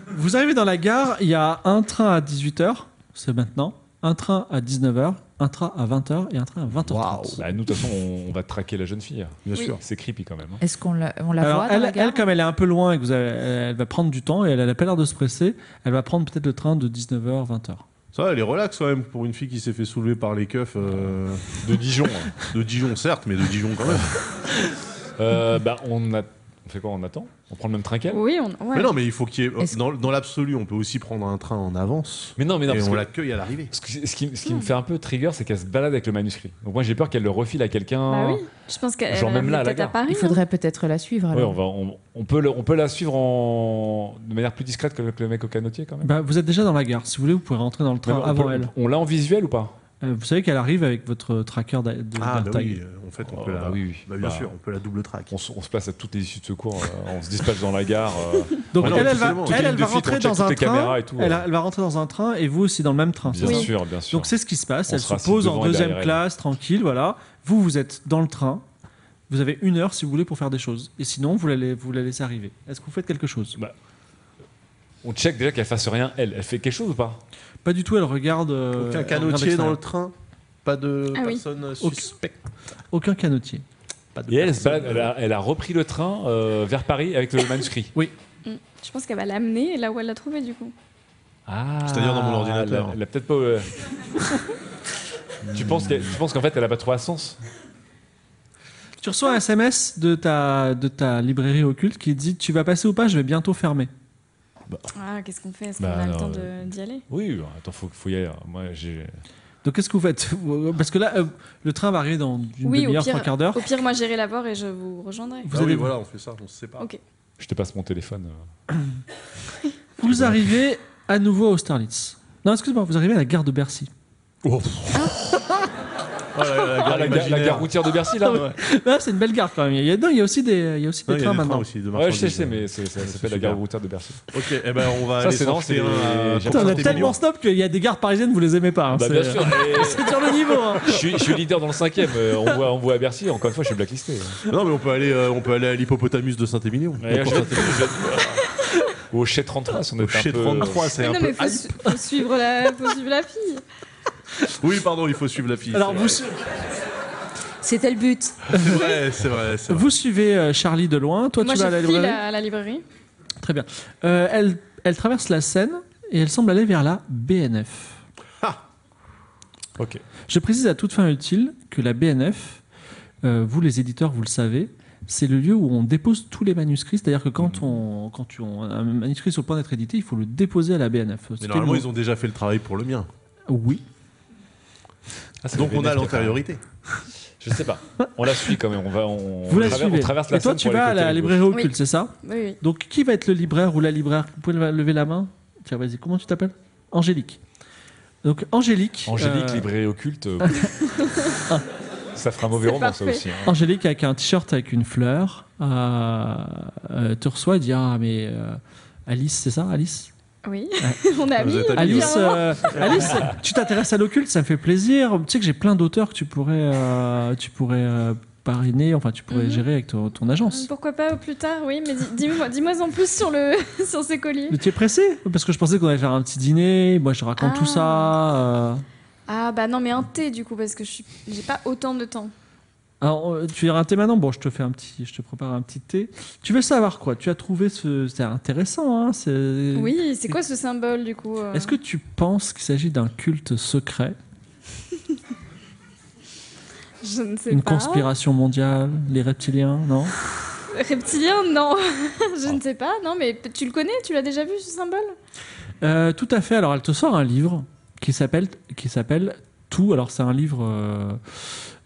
Vous arrivez dans la gare, il y a un train à 18h, c'est maintenant, un train à 19h, un train à 20h et un train à 20h30.
Bah, nous, de toute façon, on, on va traquer la jeune fille.
Bien
Oui.
sûr.
C'est creepy quand même. hein.
Est-ce qu'on la, on la
Alors,
voit dans
elle,
la gare
elle, comme elle est un peu loin et que vous avez- elle va prendre du temps et elle n'a pas l'air de se presser, elle va prendre peut-être le train de 19h, 20h.
Ça, va, elle est relax quand même pour une fille qui s'est fait soulever par les keufs euh,
De Dijon. hein.
de Dijon, certes, mais de Dijon quand même.
Euh, bah, on, a- on fait quoi On attend On prend le même train qu'elle
Oui, on. ouais.
Mais non, mais il faut qu'il y ait.
Est-ce-
Dans, dans l'absolu, on peut aussi prendre un train en avance.
Mais non, mais non.
et
parce
on
que-
l'accueille à l'arrivée.
ce qui, ce qui- ce qui me fait un peu trigger, c'est qu'elle se balade avec le manuscrit. Donc moi, j'ai peur qu'elle le refile à
Bah
quelqu'un.
oui, je pense qu'elle
Genre
elle
même là, à la
peut-être à
gare.
Paris.
Il faudrait peut-être la suivre.
Ouais,
Alors.
on, va, on, on peut le- on peut la suivre en... de manière plus discrète que le, que le mec au canotier quand même.
Bah, vous êtes déjà dans la gare, si vous voulez, vous pouvez rentrer dans le train
Mais on
avant
peut-
elle.
On l'a en visuel ou pas
Euh, vous savez qu'elle arrive avec votre tracker d'a- de,
Ah, bah
d'AirTag.
oui, euh, en fait, on
Oh,
peut la.
bah oui, oui.
Bah, bien
Bah,
sûr, on peut la double track.
On, se- on se place à toutes les issues de secours, euh, on se dispatche dans la gare. euh,
Donc
Ah non,
elle, elle
tout
va,
simplement.
elle,
Toutes les
elle va
deux filles,
rentrer
on check
dans un
toutes les caméras
train.
et tout,
elle,
ouais.
a- elle va rentrer dans un train et vous aussi dans le même train.
bien
Oui.
sûr, bien sûr.
Donc c'est ce qui se passe.
On
elle se
sera assis
pose
devant
en
et
deuxième
derrière elle.
classe, tranquille, voilà. Vous, vous êtes dans le train. Vous avez une heure si vous voulez pour faire des choses. Et sinon, vous la, la- vous la laissez arriver. Est-ce que vous faites quelque chose
On check déjà qu'elle fasse rien, elle. Elle fait quelque chose ou pas
Pas du tout, elle regarde. euh, elle
Aucun
regarde
canotier
l'extérieur.
dans le train Pas de
Ah oui.
personne
Aucun-
suspecte
Aucun canotier.
pas de
Et elle, elle se
personne-
balade, bah, elle, a, elle a repris le train euh, vers Paris avec le manuscrit.
hein. Je pense qu'elle va l'amener là où elle l'a trouvé du coup.
Ah,
C'est-à-dire dans mon ordinateur.
Elle a, elle a peut-être pas. euh, tu penses qu'elle- tu penses qu'en fait, elle a pas trop à sens
Tu reçois un SMS de ta, de ta librairie occulte qui dit Tu vas passer ou pas Je vais bientôt fermer.
Ah, qu'est-ce qu'on fait Est-ce
Bah,
qu'on a le
alors,
temps
euh,
de- d'y aller
Oui, attends, faut, faut y aller. Moi, j'ai.
Donc qu'est-ce que vous faites Parce que là, euh, le train va arriver dans une
Oui, au
demi-heure,
pire-
trois quarts d'heure.
Au pire, moi j'irai la voir et je vous rejoindrai.
Vous
ah
avez-
oui, voilà, on fait ça, on se sépare.
Ok.
Je te passe mon téléphone.
Vous arrivez à nouveau à Austerlitz. Non, excuse-moi, vous arrivez à la gare de Bercy.
Oh là là, la gare
Ah, la, ga- la
imaginaire.
gare routière de Bercy, là ouais.
Là, Ah, c'est une belle gare quand même. Il y a, non, il y a aussi des, il y a aussi des
Non, il y a
trains
des trains
maintenant.
aussi de
Ouais, je
marchandises.
sais, je sais, mais c'est- ça
Ouais,
s'appelle
c'est
la gare
super.
routière de Bercy.
Ok, eh ben on va
Ça,
aller
c'est
s'en
non,
jeter
c'est
un
les-
à
Putain,
Putain, on est
150 millions.
tellement snob qu'il y a des gares parisiennes, vous les aimez
Ah,
pas. hein.
Bah,
C'est-
bien sûr. et-
c'est sur le niveau. hein.
je, suis, je suis leader dans le cinquième. euh, on, voit, on voit à Bercy. Encore une fois, je suis blacklisté.
Non, mais on peut aller, euh, on peut aller à l'hippopotamus de Saint-Émilion.
Ouais, je vais- je vais- Au chez 33, on
Au
est un
chez
peu.
33, c'est
Mais
un
non,
peu.
mais faut, su- faut suivre la, faut suivre la fille.
Oui, pardon, il faut suivre la fille.
Alors, vous,
c'est
su-
C'était le but.
vrai, c'est vrai, c'est vrai.
vous suivez euh, Charlie de loin. Toi,
moi
tu
je
vas à la
file
librairie.
à la librairie.
Très bien. Euh, elle, elle traverse la Seine et elle semble aller vers la BNF.
Ah. Ok.
Je précise à toute fin utile que la BNF, euh, vous les éditeurs, vous le savez, c'est le lieu où on dépose tous les manuscrits. C'est-à-dire que quand, on, quand tu- on- un manuscrit est sur le point d'être édité, il faut le déposer à la BNF.
Mais normalement, ils ont déjà fait le travail pour le mien.
Oui.
Ah, c'est
Donc
le
on a
VNF qui fait.
l'antériorité.
Je sais pas. On la suit quand même. On va. On,
vous
on
la
traverse-
suivez.
on traverse la
et toi,
Seine
tu
pour aller
vas à
côté
la
gauche.
librairie
Oui.
occulte, c'est ça
Oui, oui.
Donc, qui va être le libraire ou la libraire Vous pouvez lever la main Tiens, vas-y, comment tu t'appelles Angélique. Donc, Angélique.
Angélique,
euh,
librairie occulte. euh, ça fera un mauvais
C'est
roman, ça
parfait.
aussi. hein.
Angélique avec un t-shirt avec une fleur euh, euh, te reçoit et dit Ah, mais euh, Alice, c'est ça Alice
Oui. on est amis.
êtes amis,
depuis un
Alice,
moment.
euh, Alice tu t'intéresses à l'occulte, ça me fait plaisir. Tu sais que j'ai plein d'auteurs que tu pourrais, euh, tu pourrais euh, parrainer, enfin, tu pourrais
Mhm.
gérer avec ton, ton agence.
Pourquoi pas plus tard, oui, mais dis- dis-moi dis-moi en plus sur, le, sur ces colliers.
Mais tu es pressé Parce que je pensais qu'on allait faire un petit dîner, moi je te raconte
Ah.
tout ça. euh.
Ah bah non, mais un thé du coup, parce que je suis- j'ai pas autant de temps.
Alors, euh, tu verras un thé maintenant Bon, je te fais un petit, je te prépare un petit thé. Tu veux savoir quoi Tu as trouvé ce. C'est intéressant, hein c'est-
Oui, c'est quoi ce symbole du coup euh
Est-ce que tu penses qu'il s'agit d'un culte secret
Je ne sais
Une
pas.
conspiration mondiale Les reptiliens Non
Reptilien, non. je
Ah.
ne sais pas, non, mais p- tu le connais Tu l'as déjà vu ce symbole
Euh, Tout à fait. Alors, elle te sort un livre qui s'appelle qui s'appelle Tout. Alors, c'est un livre euh,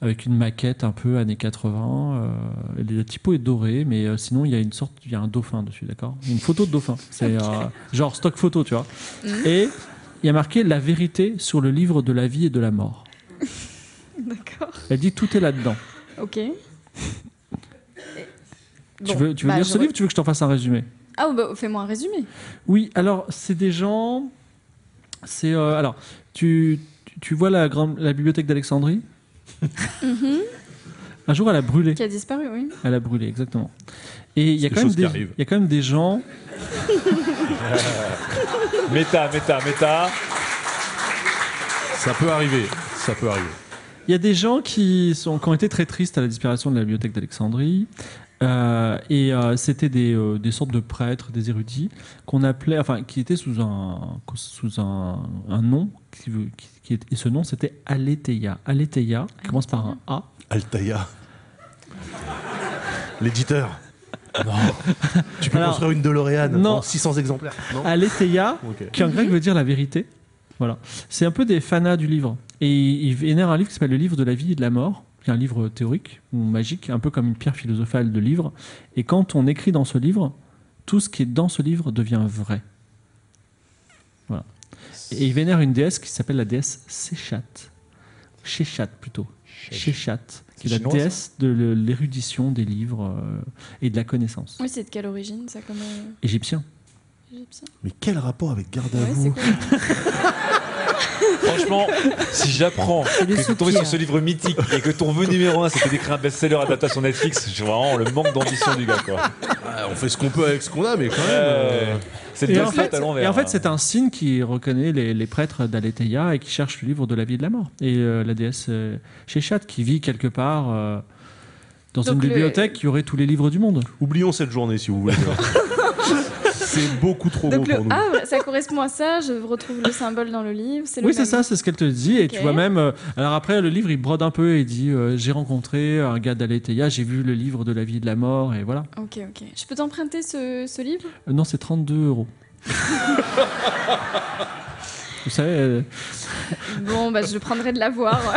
avec une maquette un peu années 80. euh, le typo est doré, mais euh, sinon, il y a une sorte. Il y a un dauphin dessus, d'accord Une photo de dauphin. C'est euh, genre stock photo, tu vois.
Mhm.
Et il y a marqué La vérité sur le livre de la vie et de la mort.
D'accord.
Elle dit Tout est là-dedans.
Ok. Et-
Tu
Bon,
veux, tu veux
bah,
lire
je
ce
re-
livre Tu veux que je t'en fasse un résumé
Ah bah fais-moi un résumé.
Oui, alors c'est des gens. C'est euh, alors tu, tu- tu vois la grande la bibliothèque d'Alexandrie.
Mhm.
Un jour, elle a brûlé.
Qui a disparu, oui.
Elle a brûlé, exactement. Et il y a
C'est
quand
des
même
choses qui
des
arrivent.
il y a quand même des gens.
Méta, méta, méta.
Ça peut arriver, ça peut arriver.
Il y a des gens qui sont qui ont été très tristes à la disparition de la bibliothèque d'Alexandrie. Euh, et euh, c'était des, euh, des sortes de prêtres, des érudits, qu'on appelait, enfin, qui étaient sous un, sous un, un nom, qui, veut- qui, qui est- et ce nom c'était Aletheia. Aletheia, qui commence par un A.
Altaïa. L'éditeur. Tu peux
Alors,
construire une DeLorean
non.
en 600 exemplaires. Ah. Non
Aletheia,
Ok.
qui en grec veut dire la vérité. Voilà. C'est un peu des fanas du livre. Et ils vénèrent un livre qui s'appelle le livre de la vie et de la mort, qui est un livre théorique ou magique, un peu comme une pierre philosophale de livre. Et quand on écrit dans ce livre, tout ce qui est dans ce livre devient vrai. Voilà. Et ils vénèrent une déesse qui s'appelle la déesse Sechat. Shechat plutôt. Shechat, qui est la
chinois, ça
déesse de le- l'érudition des livres euh, et de la connaissance.
Oui, c'est de quelle origine ça comme euh,
Égyptien.
égyptien
Mais quel rapport avec Garde à
Euh,
Ouais, c'est
vous
quoi
Franchement, si j'apprends que
des
tu es tombé
soupirs.
sur ce livre mythique et que ton vœu numéro 1 c'était d'écrire un best-seller adaptation Netflix, je vois vraiment le manque d'ambition du gars quoi.
Ah, On fait ce qu'on peut avec ce qu'on a, mais quand même.
Euh,
euh,
c'est
Et
le
en, fait,
à l'envers.
et en fait,
hein.
c'est un signe qui reconnaît les, les prêtres d'Aletheia et qui cherche le livre de la vie et de la mort. Et euh, la déesse euh, Shechat qui vit quelque part euh, dans
Donc
une
le-
bibliothèque qui aurait tous les livres du monde.
Oublions cette journée si vous voulez. C'est beaucoup trop gros
Donc le
pour nous.
havre, ça correspond à ça. Je retrouve le symbole dans le livre. C'est le
Oui, c'est
même.
ça, c'est ce qu'elle te dit. Et tu
Ok.
vois même. euh, alors après, le livre, il brode un peu et il dit euh, J'ai rencontré un gars d'Aletheia, j'ai vu le livre de la vie et de la mort, et voilà.
Ok, ok. Je peux t'emprunter ce, ce livre
Euh, non, c'est 32 euros. Vous savez, euh,
Bon, bah je le prendrai de l'avoir.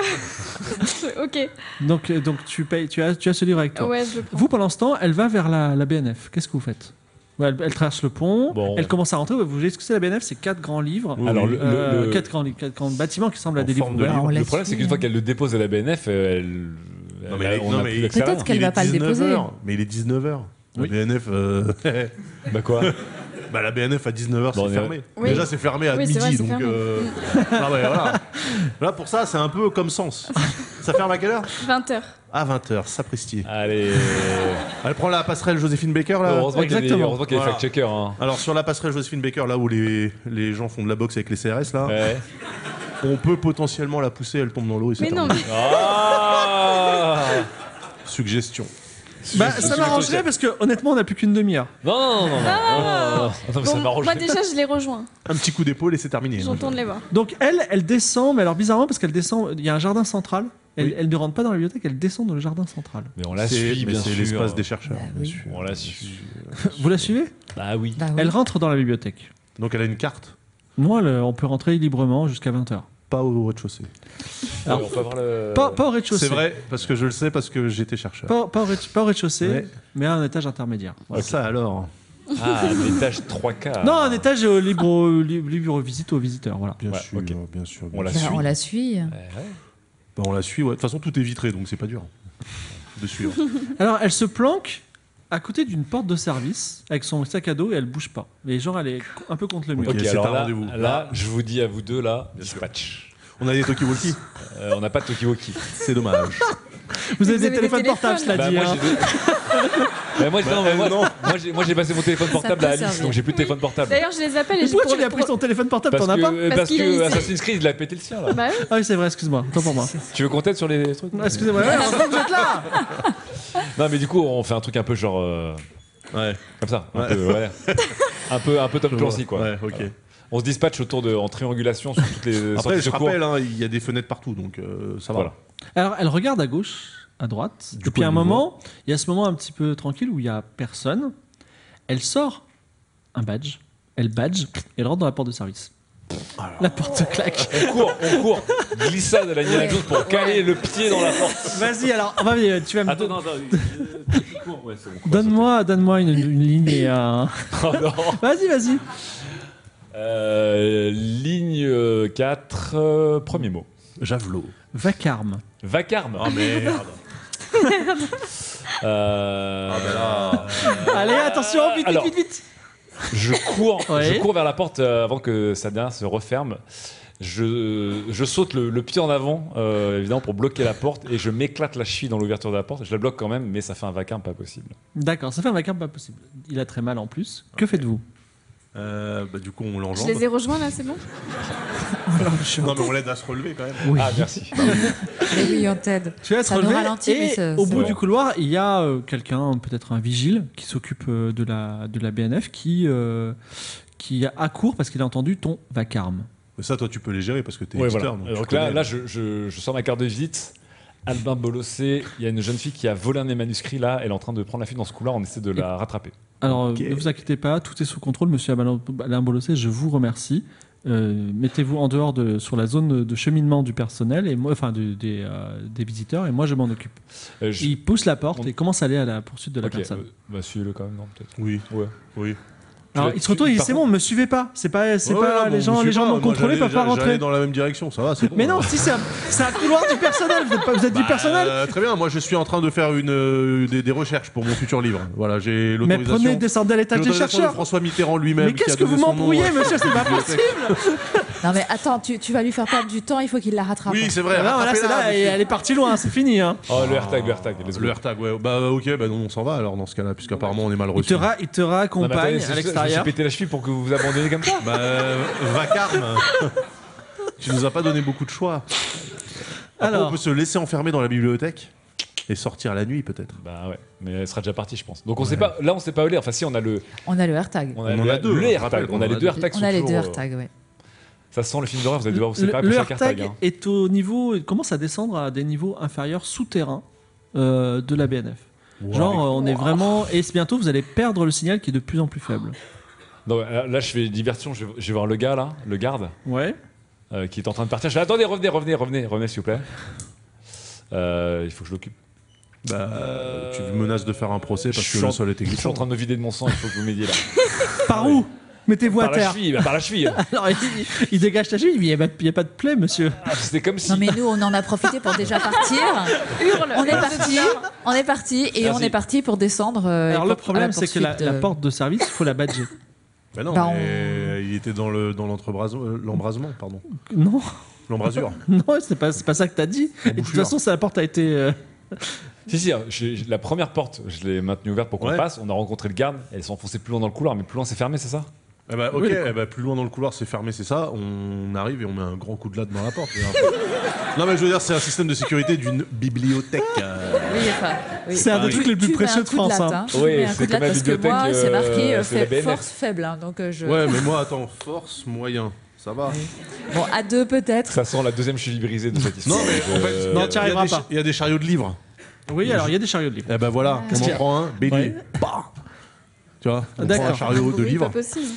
ok.
donc, euh, donc tu, payes, tu, as, tu as ce livre avec toi.
Ouais, je le prends.
Vous, pendant ce temps, elle va vers la, la BNF. Qu'est-ce que vous faites Ouais, elle, elle traverse le pont,
Bon.
elle commence à rentrer. Vous voyez ce que c'est la BNF C'est quatre grands livres.
Oui,
Alors,
oui.
le, le-
euh,
le-
Quatre, grands, livres, quatre grands bâtiments qui semblent à
En
des livres
forme de
ouverts.
livre.
on
le
l'a
problème, c'est qu'une
su,
fois
hein.
qu'elle le dépose à la BNF, elle.
Non, mais elle-
on
non,
a
mais
plus d'accès à
Peut-être
rien.
Il
qu'elle
est
va pas le
19
déposer.
heures, mais il est 19h.
Oui.
La BNF, euh,
Bah quoi
bah, la BNF à 19h,
Bon, on
c'est
est-
fermé.
Oui.
Déjà, c'est fermé à
Oui,
midi.
c'est vrai, c'est
donc,
fermé.
euh, ah ouais, voilà. Là, pour ça, c'est un peu comme sens. ça ferme à quelle heure
20h.
À 20h, sapristi.
Allez.
Elle prend la passerelle Joséphine Baker, là
heureusement qu'il y a des,
exactement.
heureusement qu'il y a des
Voilà.
fact-checkers. Hein.
Alors, sur la passerelle Joséphine Baker, là où les, les gens font de la boxe avec les CRS, là,
Ouais.
on peut potentiellement la pousser, elle tombe dans l'eau et c'est
Mais non,
terminé.
mais
Ah
Suggestion.
Bah,
Je-
ça
je-
m'arrangerait
je-
parce que honnêtement, on n'a plus qu'une demi-heure.
Non, non, non, non, non, non, non, non. Attends, mais ça
bon,
m'arrange.
moi déjà je les rejoins.
Un petit coup d'épaule et c'est terminé.
J'entends de les voir.
Donc elle, elle descend, mais alors bizarrement parce qu'elle descend, il y a un jardin central. Elle,
Oui.
elle ne rentre pas dans la bibliothèque, elle descend dans le jardin central.
Mais on
C'est-
la suit,
mais
bien
c'est
sûr.
l'espace des chercheurs.
Bah
bien
oui.
sûr.
On la suit.
Vous la suivez
Bah oui.
Bah oui.
Elle rentre dans la bibliothèque.
Donc, elle a une carte,
Non, elle, euh, on peut rentrer librement jusqu'à 20h.
pas au rez-de-chaussée.
Ouais, on peut avoir le.
Pas, pas au rez-de-chaussée.
C'est vrai, parce que je le sais, parce que j'étais chercheur.
Pas, pas au rez- pas au rez-de-chaussée,
Ouais.
mais à un étage intermédiaire. Voilà.
Ça alors
Ah, l'étage 3K.
Non, un étage euh, libre, aux- li- libre aux visites aux visiteurs. Voilà.
Bien
Ouais,
sûr,
ok.
bien sûr.
On la
Bah,
suit.
on la suit.
Ouais, ouais.
Bah, on la suit, ouais. De toute façon, tout est vitré, donc c'est pas dur de suivre.
Alors elle se planque à côté d'une porte de service avec son sac à dos et elle bouge pas. Mais genre elle est un peu contre le mur.
Ok,
c'est
alors
un
là,
rendez-vous.
là, je vous dis à vous deux, là,
Bien sûr.
dispatch.
on a des talkie-walkie,
Euh, on n'a pas de Tokiwoki.
c'est dommage.
Vous avez
Vous
des
avez des
téléphones portables,
téléphones.
cela dit. hein.
Bah, moi, j'ai Bah, moi, j'ai- non, mais moi-
non.
moi, j'ai- moi, j'ai passé mon téléphone portable
peut
à Alice,
servir.
donc j'ai plus de téléphone portable.
D'ailleurs je les appelle et
Mais
je
pourquoi
pour-
tu lui as pris
pour-
ton téléphone portable
Parce
T'en as pas
que, euh, parce
qu'il est
que
ici.
Assassin's Creed, il a pété le sien, là.
Bah oui.
Ah oui, c'est vrai, excuse-moi, autant pour moi.
Tu veux qu'on t'aide sur les trucs
Ah, Excusez-moi, ouais, heureusement que vous êtes là
Non, mais du coup, on fait un truc un peu genre. euh,
Ouais,
comme ça. Un,
Ouais.
peu, ouais. un, peu, un peu Tom
je
Clancy,
vois.
quoi.
Ouais, ok.
On se dispatche autour de, en triangulation sur toutes les sorties
Après,
de
je
secours.
rappelle, hein, il y a des fenêtres partout, donc euh, ça va.
Voilà.
Alors, elle regarde à gauche, à droite.
Du
et
coup,
puis à
elle
un
nous
moment, il y a ce moment un petit peu tranquille où il n'y a personne. Elle sort un badge. Elle badge et elle rentre dans la porte de service. La porte se claque.
On court, on court. Glissade à la Indiana
Ouais.
Jones pour caler le pied dans la porte.
Vas-y, alors, on va- tu vas me.
Attends, non, attends. euh, tu cours, ouais, c'est bon, on court.
Donne-moi donne moi une, une ligne et un.
Oh, non.
Vas-y, vas-y.
Euh, ligne euh, 4, euh, premier mot.
Javelot.
Vacarme.
Vacarme.
Ah merde
Euh,
Ah.
Allez, Eh, attention, vite,
alors.
vite, vite, vite.
je, cours,
Ouais.
je cours vers la porte euh, avant que sa dernière se referme. Je, je saute le, le pied en avant, euh, évidemment, pour bloquer la porte et je m'éclate la cheville dans l'ouverture de la porte. Je la bloque quand même, mais ça fait un vacarme pas possible.
D'accord, ça fait un vacarme pas possible. Il a très mal en plus. Que faites-vous
Euh, bah, Du coup, on
Je
l'enjambe.
les ai rejoints là, c'est bon
Non, mais on l'aide à se relever quand même.
Oui.
Ah, merci.
Mais oui, on t'aide.
Tu vas te
Ça nous
relever
ralentit,
et
mais ça-
au
ça
bout
va.
du couloir, il y a euh, quelqu'un, peut-être un vigile, qui s'occupe euh, de la, de la BNF, qui, euh, qui accourt parce qu'il a entendu ton vacarme.
Mais ça, toi, tu peux les gérer parce que t'es
Ouais,
éditeur.
voilà.
donc
Donc,
tu
là,
connais.
là je, je- je sors ma carte de visite. Albin Bolossé, il y a une jeune fille qui a volé un des manuscrits là, elle est en train de prendre la fuite dans ce couloir, on essaie de la rattraper.
Alors, euh,
Ok.
ne vous inquiétez pas, tout est sous contrôle, monsieur Abalon- Alain Bolossé, je vous remercie. Euh, Mettez-vous en dehors de, sur la zone de cheminement du personnel, et moi, enfin du- des, euh, des visiteurs, et moi je m'en occupe.
Euh, je-
Il pousse la porte
On-
et commence à aller à la poursuite de la
Ok,
personne.
euh, bah, suivez-le quand même, non, peut-être.
Oui.
Ouais.
Oui.
Alors
tu-
il se retourne,
tu-
il dit
par
c'est
contre-
bon, me suivez pas, c'est pas, c'est
Ouais,
pas
ouais,
les
bon,
gens,
je
les
sais
gens
pas,
non
moi,
contrôlés
j'allais-
peuvent pas
j'allais
rentrer.
dans la même direction, ça va, c'est bon. hein.
Mais non, si c'est un, c'est un couloir du personnel, vous êtes, pas- vous êtes
Bah,
du personnel.
euh, Très bien, moi je suis en train de faire une, euh, des, des recherches pour mon futur livre. Voilà, j'ai
Mais
l'autorisation.
prenez, descendez à
j'ai
l'étage des
l'autorisation de
chercheurs.
François Mitterrand lui-même.
Mais
qui a
qu'est-ce que
donné
vous
son nom,
m'embrouillez,
ouais.
monsieur, c'est pas possible.
Non mais attends, tu, tu vas lui faire perdre du temps, il faut qu'il la rattrape.
Oui, c'est vrai.
Là, Ah, voilà, c'est
rattrapez-la,
là, et
monsieur.
elle est partie loin, c'est fini. hein.
Oh, le AirTag, le AirTag, let's go.
Le AirTag, ouais. Bah ok, bah non, on s'en va alors dans ce cas-là, puisqu'apparemment on est mal
Il
reçu.
te, ra- il te
Non, mais attendez,
raccompagne
c'est-
à
je- Je me
l'extérieur.
suis pété la cheville pour que vous vous abandonniez comme ça.
Bah, euh, vacarme. tu nous as pas donné beaucoup de choix. Après,
Alors.
on peut se laisser enfermer dans la bibliothèque. Et sortir la nuit, peut-être.
Bah ouais, mais elle sera déjà partie, je pense. Donc on sait pas. Là, on sait pas où l'air. Enfin, si on a le,
On a le AirTag.
on
On en a
le-
deux,
le
on
AirTag.
rappelle,
On a les deux AirTags.
On
sont
a les
toujours,
deux
euh,
AirTags, ouais.
Ça sent le film d'horreur. Vous allez devoir vous
Le,
séparer
le
pour chaque AirTag.
AirTag
hein.
est au niveau, il commence à descendre à des niveaux inférieurs souterrains euh, de la BNF. Genre, euh, on est vraiment. Et c'est bientôt, vous allez perdre le signal qui est de plus en plus faible.
Non, là, là, je fais diversion. Je, vais- je vais voir le gars là, le garde,
Ouais.
euh, qui est en train de partir. Je fais, attendez, revenez, revenez, revenez, revenez, s'il vous plaît. Euh, il faut que je l'occupe.
Bah,
Euh,
tu menaces de faire un procès parce
je
que
suis en-
le sol est
Je suis en
glissant.
train de me vider de mon sang. Il faut que vous m'aidiez là.
Par où Mettez-vous à
Ah par la
terre.
cheville, bah, par la cheville.
Alors, il, il dégage ta cheville, mais il n'y a, pas- il y a pas de plaie, monsieur.
Ah, C'était comme si.
Non mais nous on en a profité pour déjà partir.
Hurle
On est parti, on est parti et
Merci.
on est parti pour descendre. euh,
Alors,
pour-
le
à la
problème, c'est que la,
poursuite,
la
euh,
porte de service, il faut la badger.
Bah non,
Bah, on-
mais il était dans le dans l'entrebrasement- euh, l'embrasement, pardon.
Non,
L'embrasure.
non, c'est pas, c'est pas ça que t'as dit. Et de toute
bouchure.
façon, ça, la porte a été. euh,
Si, si, j'ai- j'ai- la première porte, je l'ai maintenue ouverte pour qu'on
Ouais.
passe. On a rencontré le garde, elle s'est enfoncée plus loin dans le couloir, mais plus loin c'est fermé, c'est ça
Eh bah, ok,
Oui.
eh bah, plus loin dans le couloir, c'est fermé, c'est ça. On arrive et on met un grand coup de latte dans la porte. non, mais je veux dire, c'est un système de sécurité d'une bibliothèque. euh.
oui, enfin, oui.
C'est un des
Tu-
trucs les plus
tu mets
précieux
un
de
coup
France,
latte,
hein.
Tu
Ah Oui,
mets un
c'est
coup de
comme
latte
la
parce que moi,
bibliothèque,
c'est marqué
euh,
euh,
c'est la
fait-
BNF.
force faible, hein, donc euh, je.
Ouais, mais moi, attends, force, moyen, ça va.
Bon, à deux peut-être.
Ça sent la deuxième cheville brisée de cette histoire.
Non, mais en fait,
Euh,
il y a-
non, tu y arriveras
il y a des
pas.
Il y a des chariots de livres.
Oui, alors il y a des chariots de livres.
Eh ben voilà,
Qu'est-ce
on
qu'il y
en
a
prend un, bélier, bah Tu vois, on prend
D'accord. Ah,
un chariot de livres.
possible.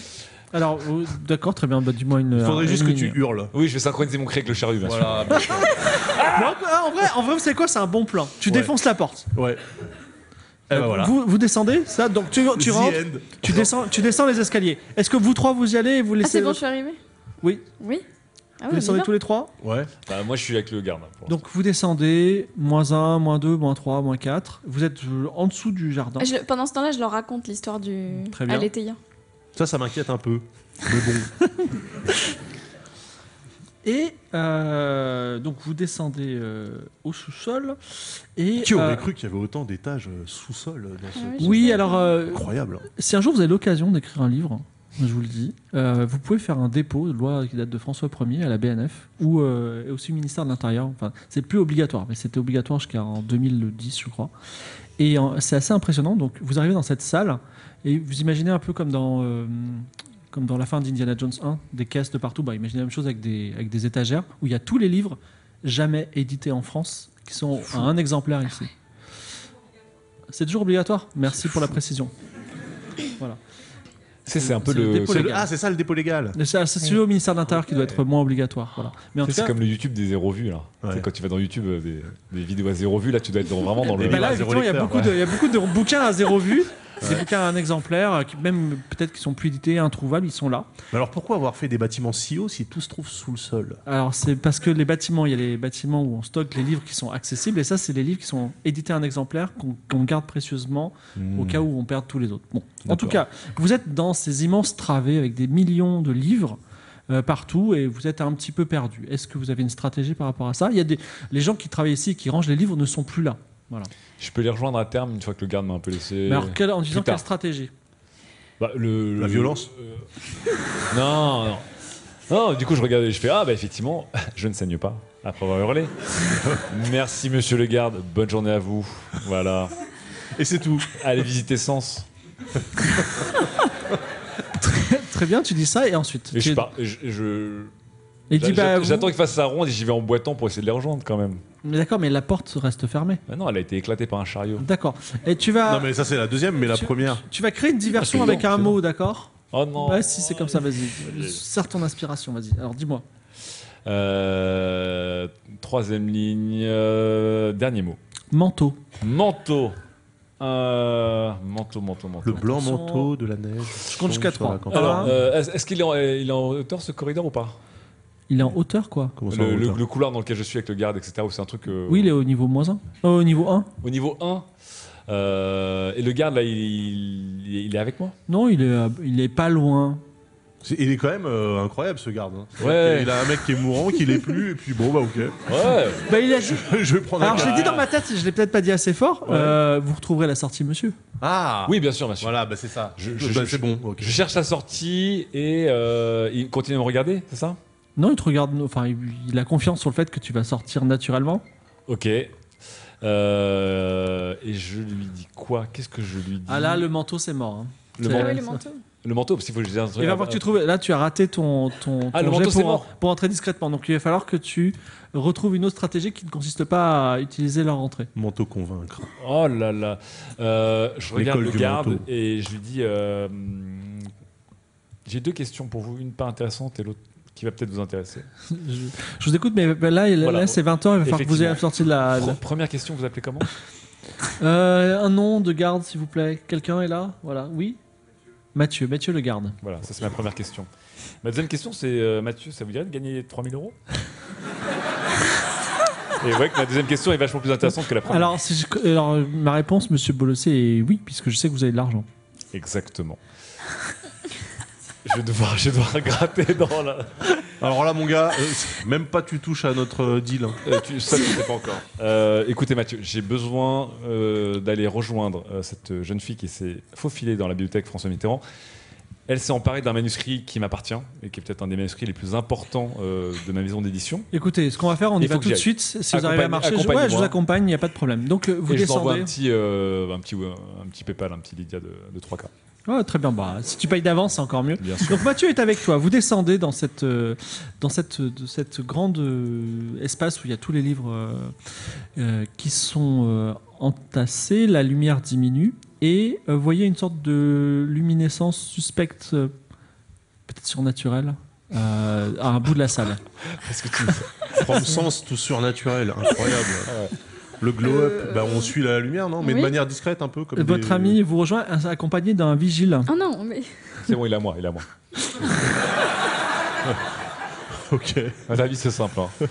Alors, euh, d'accord, très bien, bah, dis-moi une.
Il faudrait
une
juste que tu
ligne.
hurles.
Oui, je vais synchroniser mon cri avec le chariot, bien sûr.
Voilà,
Non, ah, en vrai, en vrai c'est quoi C'est un bon plan. Tu
Ouais.
défonces la porte.
ouais. Eh ben voilà.
vous, vous descendez, ça, donc tu, tu
The
rentres,
end.
tu descends, tu descends les escaliers. Est-ce que vous trois vous y allez et vous
Ah,
laissez.
c'est bon, je suis arrivée
Oui.
Oui
vous
Ah oui, on y
descendez
va.
tous les trois
Ouais.
Bah, moi, je suis avec le garde. pour
Donc vous descendez, moins 1, moins 2, moins 3, moins 4. Vous êtes euh, en dessous du jardin.
Ah, Je- pendant ce temps-là, je leur raconte l'histoire du.
Très bien.
À l'étayant.
Ça, ça m'inquiète un peu. Mais bon.
Et euh, donc vous descendez euh, au sous-sol. Et,
Qui aurait
euh,
cru qu'il y avait autant d'étages euh, sous-sol dans ce.
Ah ouais, j'ai
oui,
pas-
alors euh,
Incroyable.
si un jour vous avez l'occasion d'écrire un livre, je vous le dis, euh, vous pouvez faire un dépôt, de loi qui date de François 1er à la BNF, ou euh, et aussi au ministère de l'Intérieur. Enfin, c'est plus obligatoire, mais c'était obligatoire jusqu'à en 2010, je crois. Et euh, c'est assez impressionnant. Donc, vous arrivez dans cette salle et vous imaginez un peu comme dans, euh, comme dans la fin d'Indiana Jones 1, des caisses de partout. Bah, imaginez la même chose avec des, avec des étagères où il y a tous les livres jamais édités en France qui sont à un exemplaire ici. C'est toujours obligatoire. Merci pour la précision.
l'instant. C'est c'est un peu
c'est le
le.
dépôt
c'est-
légal.
Ah, c'est ça le dépôt légal.
Mais C'est c'est celui au ministère de l'Intérieur qui doit être moins obligatoire. Voilà. Mais en
tu
tout
sais, C'est
cas,
comme le YouTube des zéro vues, là.
Ouais.
C'est Quand tu vas dans YouTube, euh, des, des vidéos à zéro vue, là, tu dois être dans- vraiment dans le.
Des
bah là,
à zéro
effectivement, il y, a
lecteur,
beaucoup de- il y a beaucoup de bouquins à zéro vue, des bouquins à un exemplaire, euh, qui, même peut-être qui sont plus édités, introuvables, ils sont là.
Mais alors pourquoi avoir fait des bâtiments si hauts si tout se trouve sous le sol
Alors c'est parce que les bâtiments, il y a les bâtiments où on stocke les livres qui sont accessibles, et ça, c'est les livres qui sont édités à un exemplaire qu'on qu'on garde précieusement
Hmm.
Hmm.
au cas où on perd tous les autres. Bon, en tout cas, vous êtes dans ces immenses travées avec des millions de livres euh, partout et vous êtes un petit peu perdu. Est-ce que vous avez une stratégie par rapport à ça Il y a des les gens qui travaillent ici, et qui rangent les livres, ne sont plus là. Voilà.
Je peux les rejoindre à terme une fois que le garde m'a un peu laissé.
Mais alors, quelle- en disant
tard.
quelle stratégie
Bah, le,
La
le-
violence
euh, Non, non. Non, du coup, je regardais et je fais Ah, bah effectivement, je ne saigne pas après avoir hurlé. Merci, monsieur le garde. Bonne journée à vous. Voilà.
Et c'est tout.
Allez visiter Sens.
Très bien, tu dis ça et ensuite.
Et
tu-
je pars. et je- je-
il dit, bah,
j'a-
vous-
J'attends qu'il fasse sa ronde et j'y vais en boitant pour essayer de les rejoindre quand même.
Mais d'accord, mais la porte reste fermée.
Ah non, elle a été éclatée par un chariot.
D'accord. Et tu vas,
Ah. Non mais ça c'est la deuxième, mais la
Tu-
première.
tu vas créer une diversion
Parce que
avec
non,
un
Ah, c'est
mot, d'accord
Oh non.
Ouais, Bah, si c'est comme ça, vas-y.
Vas-y.
Sers ton inspiration, vas-y. Alors dis-moi.
Euh, troisième ligne. euh, dernier mot.
Manteau.
Manteau. Euh, manteau, manteau, manteau.
Le blanc
Attention.
manteau de la neige.
Je compte jusqu'à
tombe sur
3.
la campagne.
Alors,
Alors,
euh, est- est-ce qu'il est, en- il est en hauteur ce corridor ou pas
il est en hauteur, quoi.
Comment ça,
le,
en
le-
hauteur
le couloir dans lequel je suis avec le garde, etc. Où c'est un truc. euh,
Oui, il est au niveau moins 1. au niveau 1
Au niveau 1. euh, et le garde, là, il, il- il est avec moi
Non, il est, euh, il est pas loin.
C'est- Il est quand même euh, incroyable ce garde. hein.
Ouais.
Il a un mec qui est mourant, qui l'est plus, et puis bon bah ok.
Ouais
Bah, il a
je vais prendre un
Alors, je l'ai
garde.
dit dans ma tête, je l'ai peut-être pas dit assez fort.
Ouais.
euh, vous retrouverez la sortie, monsieur.
Ah
Oui, bien sûr, bien sûr.
Voilà, bah c'est ça.
Je- je-
Bah,
je-
c'est bon, ok.
Je cherche la sortie et euh, il continue à me regarder, c'est ça
Non, il te regarde, enfin, il il a confiance sur le fait que tu vas sortir naturellement.
Ok. Euh, et je lui dis quoi Qu'est-ce que je lui dis
Ah là, le manteau, c'est mort. hein.
Le
C'est-
manteau.
Ah ouais, le manteau.
Le manteau, parce qu'il faut que je dise un truc.
Il va falloir que tu trouves. Là, tu as raté ton, ton,
Ah,
ton
le manteau,
jet
c'est
pour,
mort.
pour entrer discrètement. Donc, il va falloir que tu retrouves une autre stratégie qui ne consiste pas à utiliser leur entrée.
Manteau convaincre.
Oh là là. Euh, je regarde
L'école
le
du
garde
manteau.
et je lui dis euh, hmm, J'ai deux questions pour vous, une pas intéressante et l'autre qui va peut-être vous intéresser.
Je, je vous écoute, mais là, il-
Voilà.
là, c'est 20h, il va falloir que vous ayez
Effectivement.
sorti de la.
Pre- Première question, vous appelez comment
Euh, un nom de garde, s'il vous plaît. Quelqu'un est là Voilà, oui Mathieu, Mathieu le garde.
Voilà, ça c'est ma première question. Ma deuxième question, c'est euh, Mathieu, ça vous dirait de gagner 3000 euros Et ouais, que ma deuxième question est vachement plus intéressante que la première.
Alors, si je- alors, ma réponse, monsieur Bolossé, est oui, puisque je sais que vous avez de l'argent.
Exactement. je, vais devoir, je vais devoir gratter dans la.
Alors là, mon gars, euh, même pas tu touches à notre euh, deal. hein.
Euh, tu, ça, tu sais pas encore. Euh, écoutez, Mathieu, j'ai besoin euh, d'aller rejoindre euh, cette jeune fille qui s'est faufilée dans la bibliothèque François Mitterrand. Elle s'est emparée d'un manuscrit qui m'appartient et qui est peut-être un des manuscrits les plus importants euh, de ma maison d'édition.
Écoutez, ce qu'on va faire, on
Il
y va
faut que
tout de
j'y
suite. Si vous arrivez à
Accompagne-
marcher, je,
accompagne-moi.
ouais, je vous accompagne, il n'y a pas de problème. Donc, euh, vous
et je vous envoie
descendez.
un petit, euh, un, petit, un petit PayPal, un petit Lydia de, de 3K.
Ah, très bien, bah, si tu payes d'avance, c'est encore mieux.
Bien sûr.
Donc Mathieu est avec toi. Vous descendez dans cette euh, dans cette de cette grande euh, espace où il y a tous les livres euh, euh, qui sont euh, entassés. La lumière diminue et euh, vous voyez une sorte de luminescence suspecte, euh, peut-être surnaturelle, euh, à un bout de la salle.
Parce que tu
From sens, tout surnaturel, incroyable. Le glow-up,
Euh,
bah, on suit la lumière, non Mais de
oui.
manière discrète, un peu comme
Votre
des-
ami vous rejoint accompagné d'un vigile.
Ah
Oh non, mais
C'est bon, il est à moi, il est à moi.
Ok.
Ah, La vie, c'est simple. hein.
Bah,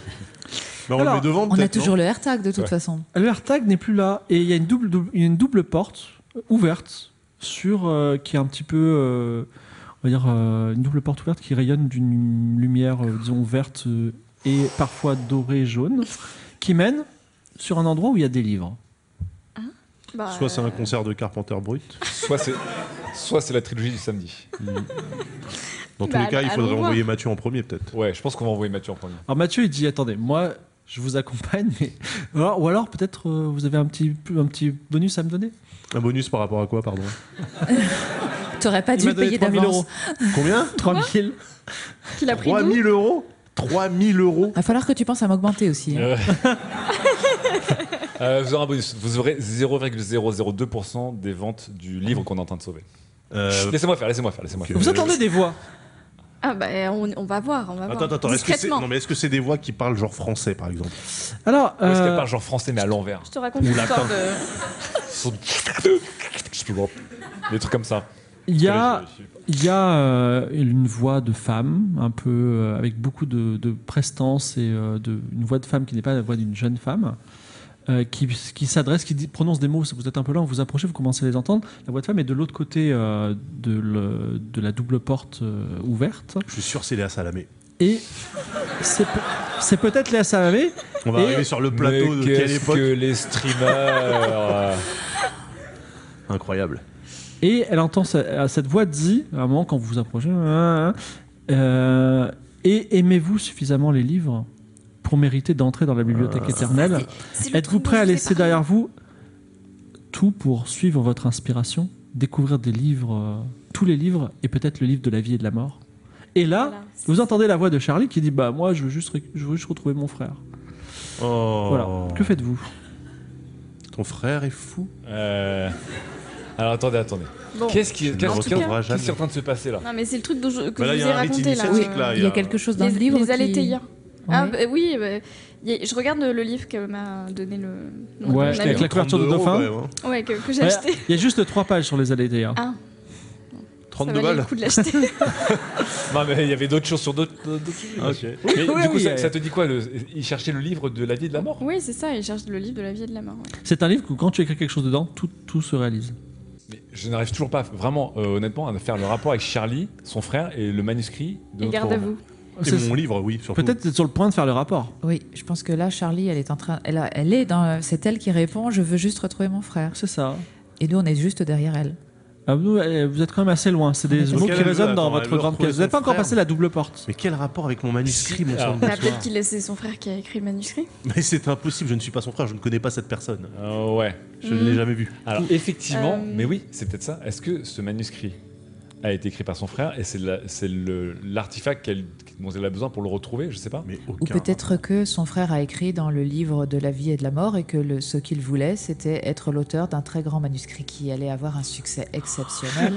on
Alors,
le met devant,
On a
peut-être,
toujours le AirTag de toute
Ouais.
façon.
Le AirTag n'est plus là et il y a une double, double- il y a une double porte euh, ouverte sur euh, qui est un petit peu euh, on va dire euh, une double porte ouverte qui rayonne d'une lumière euh, disons verte euh, et parfois dorée et jaune qui mène sur un endroit où il y a des livres.
bah,
non Soit c'est un concert de Carpenter Brut.
Soit c'est, soit c'est la trilogie du samedi.
Dans tous
Bah,
les cas, il
allons
faudrait
voir.
envoyer Mathieu en premier, peut-être.
Ouais, je pense qu'on va envoyer Mathieu en premier.
Alors Mathieu il dit attendez moi je vous accompagne mais ou alors, ou alors peut-être euh, vous avez un petit un petit bonus à me donner.
Un bonus par rapport à quoi, pardon
T'aurais pas
il m'a
dû
donné
Ah, payer
3000
d'avance.
euros.
Combien
3000
Qu'il a pris d'où
3000 euros 3000 euros
Il va falloir que tu penses à m'augmenter aussi. hein.
Euh, euh, vous aurez un bonus. Vous aurez 0,002% des ventes du livre qu'on est en train de sauver.
Euh,
Chut, Laissez-moi faire, laissez-moi faire, laissez-moi
Ok.
faire.
Vous attendez des voix.
Ah bah on, on va voir, on va voir.
Attends, attends, est-ce que c'est
Discrètement.
non, mais est-ce que c'est des voix qui parlent genre français, par exemple
Alors
Parce qu'il y a
euh,
pas genre français mais à l'envers.
Je te raconte l'histoire de...
Ils sont- Des trucs comme ça.
il y a
Je- je- je-
Il y a euh, une voix de femme, un peu euh, avec beaucoup de, de prestance et euh, de, une voix de femme qui n'est pas la voix d'une jeune femme, euh, qui, qui s'adresse, qui dit- prononce des mots. Vous êtes un peu lent, vous vous approchez, vous commencez à les entendre. La voix de femme est de l'autre côté euh, de, le- de la double porte euh, ouverte.
Je suis sûr c'est Léa Salamé.
Et c'est pe- c'est peut-être Léa Salamé.
On va
Et-
arriver sur le plateau
Mais
de quelle
qu'est-ce
époque
que les streamers euh,
Incroyable.
Et elle entend ce- euh, cette voix dit, à un moment quand vous vous approchez, euh, euh, et aimez-vous suffisamment les livres pour mériter d'entrer dans la bibliothèque éternelle
Euh, C'est le
Êtes-vous
truc
prêt à
dont je vous ai
laisser
parlé.
derrière vous tout pour suivre votre inspiration, découvrir des livres, euh, tous les livres, et peut-être le livre de la vie et de la mort Et là,
Voilà.
vous entendez la voix de Charlie qui dit Bah, moi, je veux juste, ré- je veux juste retrouver mon frère.
Oh.
Voilà. Que faites-vous
Ton frère est fou.
Euh, Alors attendez, attendez.
Bon.
Qu'est-ce qui,
ne
qu'est-ce-
le
qu'est-ce-
retrouveras
qu'est-ce qui est
jamais.
en train de se passer là
Non mais c'est le truc dont je- que
Bah là,
je
il y
vous
a
ai
un rite
raconté là.
initiatique,
Oui,
Ah,
là,
il y a quelque chose dans
les,
le livre.
les
qui-
allétayens. Ah
Ouais.
bah, oui, bah, il y a- je regarde le livre que m'a donné le. mon-
Ouais,
mon
avec
ami.
la couverture de
32 euros,
dauphin.
quand même, hein.
Ouais, que, que j'ai
Ouais,
acheté.
Il y a juste trois pages sur les allées hein.
Ah, Ça
32
valait le
balles.
coup de l'acheter.
Non mais il y avait d'autres choses sur d'autres. d'autres- d'autres sujets. Mais
Oui,
du coup,
oui,
ça,
oui.
ça te dit quoi le... Il cherchait le livre de la vie et de la mort
oui, c'est ça, il cherche le livre de la vie et de la mort. ouais.
C'est un livre que quand tu écris quelque chose dedans, tout, tout se réalise.
Mais je n'arrive toujours pas, vraiment, euh, honnêtement, à faire le rapport avec Charlie, son frère et le manuscrit de
Et
notre
garde à
roman.
vous.
Et
C'est-
mon livre, oui, surtout.
Peut-être c'est sur le point de faire le rapport.
Oui, je pense que là, Charlie, elle est en train, elle, a- elle est dans, c'est elle qui répond. Je veux juste retrouver mon frère.
C'est ça.
Et nous, on est juste derrière elle.
Ah, vous, euh, vous êtes quand même assez loin. C'est des
Donc,
mots qui
elle veut,
résonnent dans
attends,
votre
elle veut
grande
retrouver
pièce. Vous n'êtes pas
son
encore
frère.
passé la double porte.
Mais quel rapport avec mon manuscrit, mon sang
Ah.
de
Bah,
bonsoir
peut-être qu'il c'est son frère qui a écrit le manuscrit.
Mais c'est impossible, je ne suis pas son frère, je ne connais pas cette personne.
Ah ouais.
Je ne l'ai
Mm.
jamais vu.
Alors effectivement,
Euh,
mais oui, c'est peut-être ça. Est-ce que ce manuscrit a été écrit par son frère et c'est la- c'est le- l'artefact qu'elle- dont elle a besoin pour le retrouver Je sais pas.
Mais
Ou
aucun.
peut-être que son frère a écrit dans le livre de la vie et de la mort et que le- ce qu'il voulait, c'était être l'auteur d'un très grand manuscrit qui allait avoir un succès exceptionnel.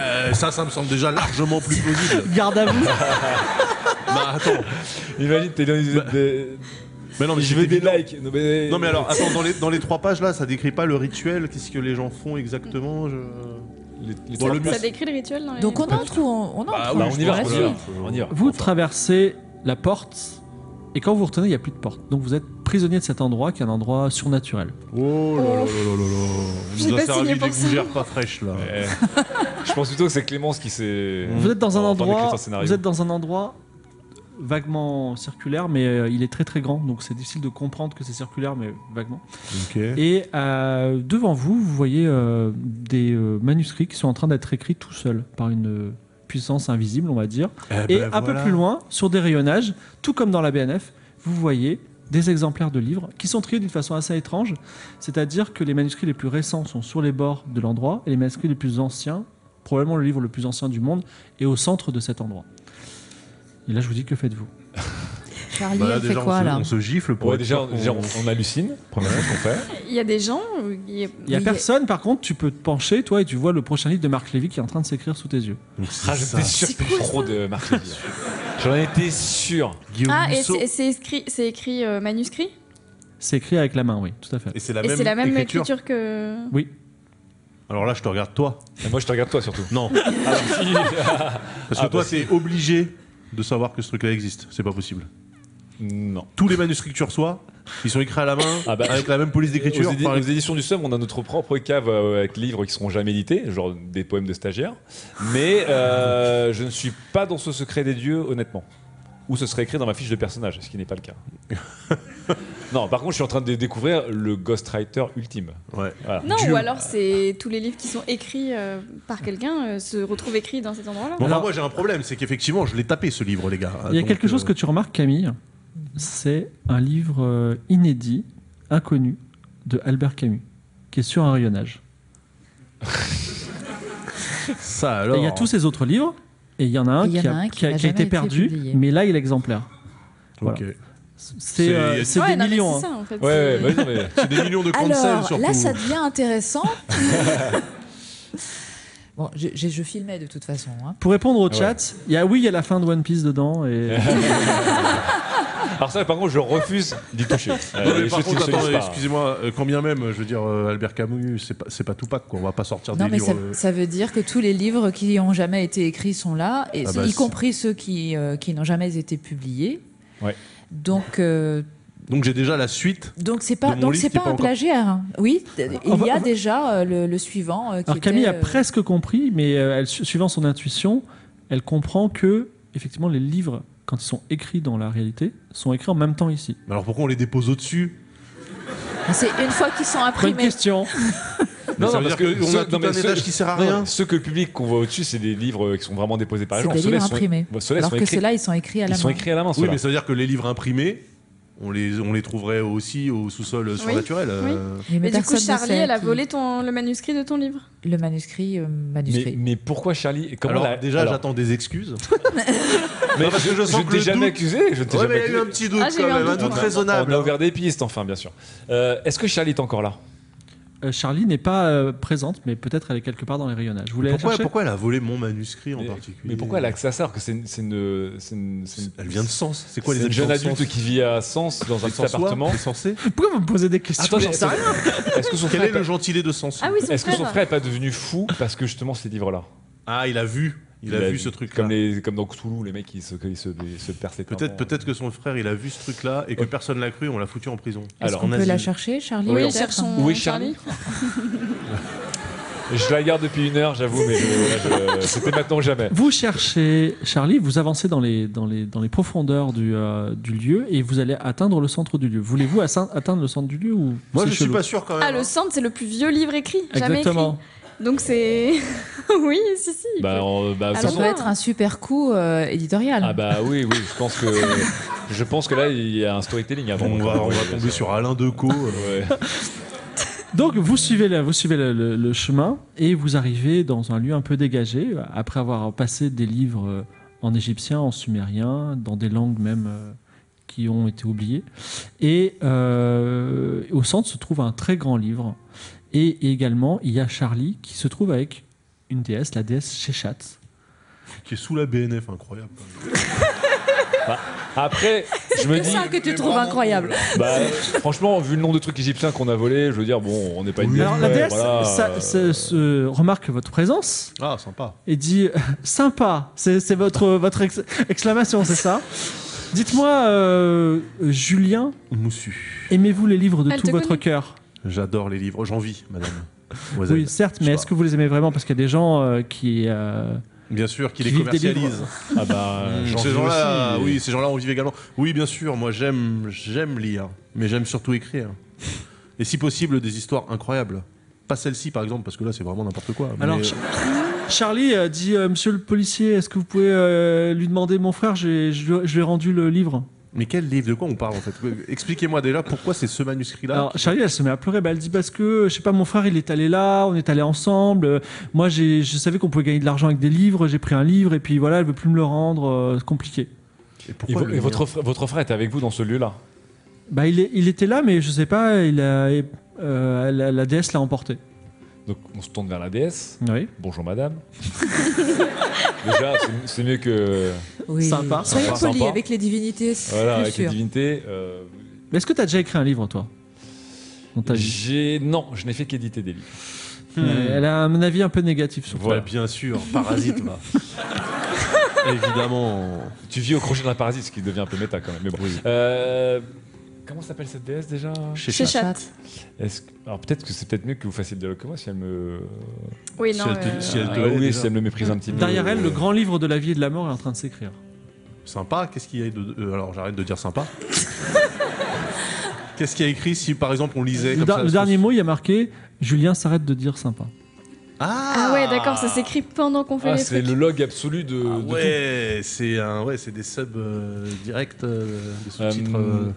Euh, ça, ça me semble déjà largement plus plausible.
Garde à vous.
bah attends.
Imagine, t'es dans des- des-
Mais non, mais
je
c'est
veux des
évident.
likes. Bah, Non mais,
Non mais alors, attends, dans les, dans les trois pages là, ça décrit pas le rituel, qu'est-ce que les gens font exactement je...
les- les-
Bon, le mieux,
Ça décrit le rituel dans les.
Donc on entre ou on, on entre
Bah,
Bah,
ou
on y va,
reste
on y va, on y va.
Vous traversez la porte et quand vous retenez, il n'y a plus de porte. Donc vous êtes prisonnier de cet endroit qui est un endroit surnaturel.
Oh là là là là là là
J'ai
On nous a
Oh. pas signé
servi des
pour ça.
gougères pas fraîches là.
Euh, je pense plutôt que c'est Clémence qui s'est.
Vous êtes dans un
en train d'écrire
endroit,
son scénario.
vous êtes dans un endroit vaguement circulaire, mais euh, il est très très grand, donc c'est difficile de comprendre que c'est circulaire, mais vaguement.
Ok.
Et euh, devant vous, vous voyez euh, des euh, manuscrits qui sont en train d'être écrits tout seuls par une euh, puissance invisible, on va dire.
Eh
Et
ben
un peu plus loin, sur des rayonnages, tout comme dans la BNF, vous voyez des exemplaires de livres qui sont triés d'une façon assez étrange, c'est-à-dire que les manuscrits les plus récents sont sur les bords de l'endroit et les manuscrits les plus anciens, probablement le livre le plus ancien du monde, est au centre de cet endroit. Et là, je vous dis que faites-vous
Charlie,
Bah là,
elle fait
déjà, on,
quoi
se,
là
on se gifle pour
Ouais,
être
déjà,
sûr qu'on-
déjà, on, on hallucine. Première chose qu'on fait.
Il y a des gens. ou il y a-
Il y a
Oui,
personne, par contre, tu peux te pencher, toi, et tu vois le prochain livre de Marc Lévy qui est en train de s'écrire sous tes yeux.
Donc, c'est
Ah,
ça.
j'étais sûr que c'était trop de Marc Lévy. J'en étais sûr.
Guillaume
Ah, et
Musso.
c'est- c'est écrit, c'est écrit euh, manuscrit
C'est écrit avec la main, oui, tout à fait.
Et c'est la,
Et c'est la même écriture,
écriture.
que.
Oui.
Alors là, je te regarde toi.
Et moi, je te regarde toi surtout.
Non, parce que
Ah,
toi,
bah,
t'es obligé de savoir que ce truc-là existe. C'est pas possible.
non.
Tous les manuscrits que tu reçois, ils sont écrits à la main,
Ah bah,
avec la même police d'écriture.
Aux, édi-
par
aux éditions du Somme, on a notre propre cave euh, avec livres qui seront jamais édités, genre des poèmes de stagiaires. Mais euh, je ne suis pas dans ce secret des dieux, honnêtement. Ou ce serait écrit dans ma fiche de personnage, ce qui n'est pas le cas. non, par contre, je suis en train de découvrir le ghostwriter ultime.
Ouais.
Voilà.
Non,
Dieu.
ou alors c'est tous les livres qui sont écrits euh, par quelqu'un euh, se retrouvent écrits dans cet endroit-là.
Bon, enfin,
Alors-
moi, j'ai un problème, c'est qu'effectivement, je l'ai tapé ce livre, les gars.
Il y a
Donc,
quelque
euh,
chose que tu remarques, Camille, c'est un livre euh, inédit, inconnu, de Albert Camus, qui est sur un rayonnage.
euh, Ça
Et
alors.
Il y a tous ces autres livres, et il y en a un
Et il y
qui
en a
a
un
qui a-
qui n'a
qui a
jamais
été
été
perdu,
publié.
mais là, il est exemplaire.
Ok.
C'est euh,
il y a-
c'est
Ouais,
des
non, mais
millions.
C'est
hein.
ça, en fait.
Ouais, ouais, bah,
c'est-
non, mais-
C'est des millions de cancels
Alors
surtout.
là, ça devient intéressant. bon, je, je- je filmais de toute façon. hein.
Pour répondre au
Ah
Ouais.
chat, il y a, oui, il y a la fin de One Piece dedans, et
Alors ça, par contre, je refuse d'y toucher. Euh,
Non, mais
les
par
choses qui
contre,
ne se disent
attends,
pas.
excusez-moi, euh, quand bien même, je veux dire, euh, Albert Camus, c'est pas, c'est pas Tupac, quoi. On va pas sortir
Non,
des
mais
livres.
ça,
euh,
ça veut dire que tous les livres qui n'ont jamais été écrits sont là, et
Ah bah,
y
c'est-
compris ceux qui, euh, qui n'ont jamais été publiés.
Ouais.
Donc, euh,
Donc j'ai déjà la suite.
donc c'est pas,
De mon
donc
livre
c'est
qui est
pas,
pas
un
encore-
plagiat. hein. Oui,
On
t- il
va-
y
on va-
a déjà euh, le, le suivant. euh, qui
Alors Camille a
était, euh,
presque compris, mais euh, elle, su- suivant son intuition, elle comprend que effectivement les livres, quand ils sont écrits dans la réalité, sont écrits en même temps ici.
Mais Alors pourquoi on les dépose au-dessus
C'est une fois qu'ils sont
Bonne
imprimés.
question.
Mais
Non,
ça
non,
veut
parce
dire
que
qu'on
ceux-
a tout
non, mais
un
ceux-
étage qui sert à
non,
rien.
Ceux que le public qu'on voit au-dessus, c'est des livres euh, qui sont vraiment déposés par les
C'est
gens.
des
Ceux-là
livres
sont-
imprimés.
ceux-là
Alors
sont
que
écrits-
ceux-là, ils sont écrits à la
Ils sont
main.
écrits à la main,
Oui,
ceux-là.
mais ça veut dire que les livres imprimés, on les, on les trouverait aussi au sous-sol surnaturel. euh.
Oui,
Mais du
personne
coup,
ne
Charlie,
sait
elle a
qui-
volé ton, le manuscrit de ton livre.
le manuscrit. euh, manuscrit.
Mais, mais pourquoi Charlie et comment
Alors
la-
déjà,
alors-
j'attends des excuses.
Mais
Non, parce que je sens
ne
que
t'ai
le
jamais
doute-
accusé. Je ne t'ai
Ouais,
jamais
mais il y a eu un
accusé.
petit doute
Ah, j'ai
quand
eu un
même, un
doute,
doute
ouais.
raisonnable.
On a ouvert des pistes, enfin, bien sûr. Euh, Est-ce que Charlie est encore là
Euh, Charlie n'est pas euh, présente, mais peut-être elle est quelque part dans les rayonnages. Vous voulez la
Pourquoi,
chercher
pourquoi elle a volé mon manuscrit en
mais,
particulier
mais pourquoi elle a accès à ça alors que c'est une, c'est une- c'est une- c'est une-
Elle vient de Sens. C'est quoi
c'est
les
une jeune
habitants de
adulte
Sens
qui vit à Sens dans un petit appartement.
C'est censé
Pourquoi vous me posez des questions
Attends,
j'en sais rien.
Est-ce que son
Quel
frère
est
est
le
pas-
gentilé de Sens
Ah oui, son
est-ce que
frère.
son frère n'est pas devenu fou parce que justement ces livres-là
Ah, il a vu. Il, a, vu ce truc
Comme, les, Ah. comme dans Cthulhu, les mecs qui se, qui se, ils se percent les
Peut-être
tympans.
peut que son frère il a vu ce truc-là et que personne l'a cru, on l'a foutu en prison.
Est-ce
Alors,
qu'on
en
peut la
asile.
chercher, Charlie
Oui,
Oui,
on
elle
peut-être
cherche son.
Où est Charlie Je la garde depuis une heure, j'avoue, mais je- je- c'était maintenant ou jamais.
Vous cherchez Charlie, vous avancez dans les, dans les, dans les profondeurs du, euh, du lieu et vous allez atteindre le centre du lieu. Voulez-vous attein- atteindre le centre du lieu ou
Moi
c'est
je suis
chelou
pas sûr quand même. hein.
Ah, le centre, c'est le plus vieux livre écrit. Jamais
Exactement.
écrit. Donc c'est. oui, si, si. il
Bah,
peut-
en- bah, de
Ça
toute
Alors,
façon-
peut être un super coup euh, éditorial.
Ah bah oui, oui, je pense que je pense que là il y a un storytelling avant.
on va, on va tomber sur Alain Decaux. euh,
Ouais.
Donc vous suivez, la- vous suivez la- le, le chemin et vous arrivez dans un lieu un peu dégagé après avoir passé des livres euh, en égyptien, en sumérien, dans des langues même euh, qui ont été oubliées. Et euh, au centre se trouve un très grand livre. Et également il y a Charlie qui se trouve avec une déesse, la déesse Shechat.
qui est sous la BNF, incroyable.
Après, je me
C'est
dis,
ça que tu trouves incroyable.
bah, franchement, vu le nombre de trucs égyptiens qu'on a volés, je veux dire, bon, on n'est pas une
Alors la
ouais,
déesse
voilà,
ça-
euh,
ça- se remarque votre présence
Ah, sympa.
et dit sympa. C'est c'est votre, votre ex- exclamation, c'est ça Dites-moi, euh, Julien,
Moussu.
aimez-vous les livres de
Elle
tout
te
votre
connaît.
cœur
J'adore les livres. J'en vis, madame. Oiselle.
Oui, certes, mais
Je
est-ce
vois.
que vous les aimez vraiment Parce qu'il y a des gens euh, qui. euh,
Bien sûr, qui
Qui
les
vivent des livres.
commercialisent.
Ah bah,
Mmh,
j'en
ces
vis
gens-là,
aussi.
oui, ces gens-là, on vit également. Oui, bien sûr, moi j'aime, j'aime lire, mais j'aime surtout écrire. Et si possible, des histoires incroyables. Pas celle-ci, par exemple, parce que là, c'est vraiment n'importe quoi.
Alors,
mais, euh,
Cha- Charlie euh, dit euh, Monsieur le policier, est-ce que vous pouvez euh, lui demander mon frère j'ai- Je lui- je lui ai rendu le livre.
mais quel livre De quoi on parle en fait Euh, Expliquez-moi déjà pourquoi c'est ce manuscrit-là.
Alors Charlie, elle se met à pleurer. Bah, elle dit parce que je sais pas, mon frère, il est allé là, on est allé ensemble. Euh, moi, j'ai- je savais qu'on pouvait gagner de l'argent avec des livres. J'ai pris un livre et puis voilà, elle veut plus me le rendre. euh, c'est compliqué.
et
Et,
pourquoi
vo-
le
et
mien
votre frère, votre frère était avec vous dans ce lieu-là.
Bah, il, est- il était là, mais je sais pas. Il a, euh, la, la déesse l'a emporté.
Donc on se tourne vers la déesse.
Oui.
Bonjour madame. Déjà, c'est- c'est mieux que
Oui.
Sympa.
Soyons
Sympa.
polis
Sympa.
avec les divinités. c'est
voilà
plus
avec les
sûr.
divinités. euh,
Mais est-ce que t'as déjà écrit un livre, toi Dans ta vie.
j'ai non, je n'ai fait qu'éditer des livres.
Euh, Elle a un avis un peu négatif sur
Bah,
Voilà.
bien sûr, parasite là. Évidemment.
Tu vis au crochet d'un parasite, ce qui devient un peu méta quand même. Mais bon. Euh, comment s'appelle cette déesse déjà
Chez Chat.
Est-ce que- Alors peut-être que c'est peut-être mieux que vous fassiez le dialogue que moi si elle me.
Oui,
Si
non.
elle te-
euh,
si elle
Ah
te-
oui,
déjà.
si elle me méprise un petit
toi.
peu.
Derrière elle, le
euh,
grand livre de la vie et de la mort est en train de s'écrire.
Sympa, qu'est-ce qu'il y a de. euh, alors j'arrête de dire sympa. qu'est-ce qu'il y a écrit si par exemple on lisait.
Le,
comme
da-
ça,
le
ce-
dernier mot, il y a marqué Julien s'arrête de dire sympa.
Ah,
Ah ouais, d'accord, ça s'écrit pendant qu'on fait
Ah,
les
c'est
trucs.
le log absolu de.
Ah
de
ouais, c'est un, ouais, c'est des subs euh, directs, euh, des sous-titres
Euh,
euh,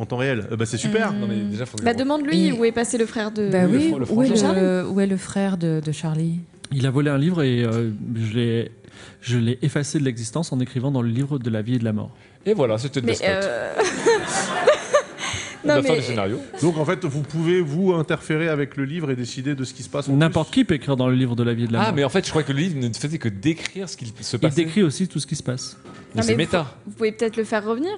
en temps réel. Euh, bah c'est super.
tout. Non mais déjà faut. que
Bah,
je-
demande-lui
Et-
où est passé le frère de.
Bah
Le
oui,
fr- le
où, est
frangin.
le, où est le frère de, de Charlie
Il a volé un livre et euh, je l'ai- je l'ai effacé de l'existence en écrivant dans le livre de la vie et de la mort.
Et voilà, c'était de la
Mais.
spot.
euh,
On va
non,
faire
mais.
le scénario.
Donc en fait, vous pouvez vous interférer avec le livre et décider de ce qui se passe. en
N'importe
plus.
qui peut écrire dans le livre de la vie et de la
Ah
mort.
mais en fait, je crois que le livre ne faisait que décrire ce qu'il se
Il
passait.
décrit aussi tout ce qui se passe.
Mais
Non,
C'est
mais-
méta.
Vous pouvez peut-être le faire revenir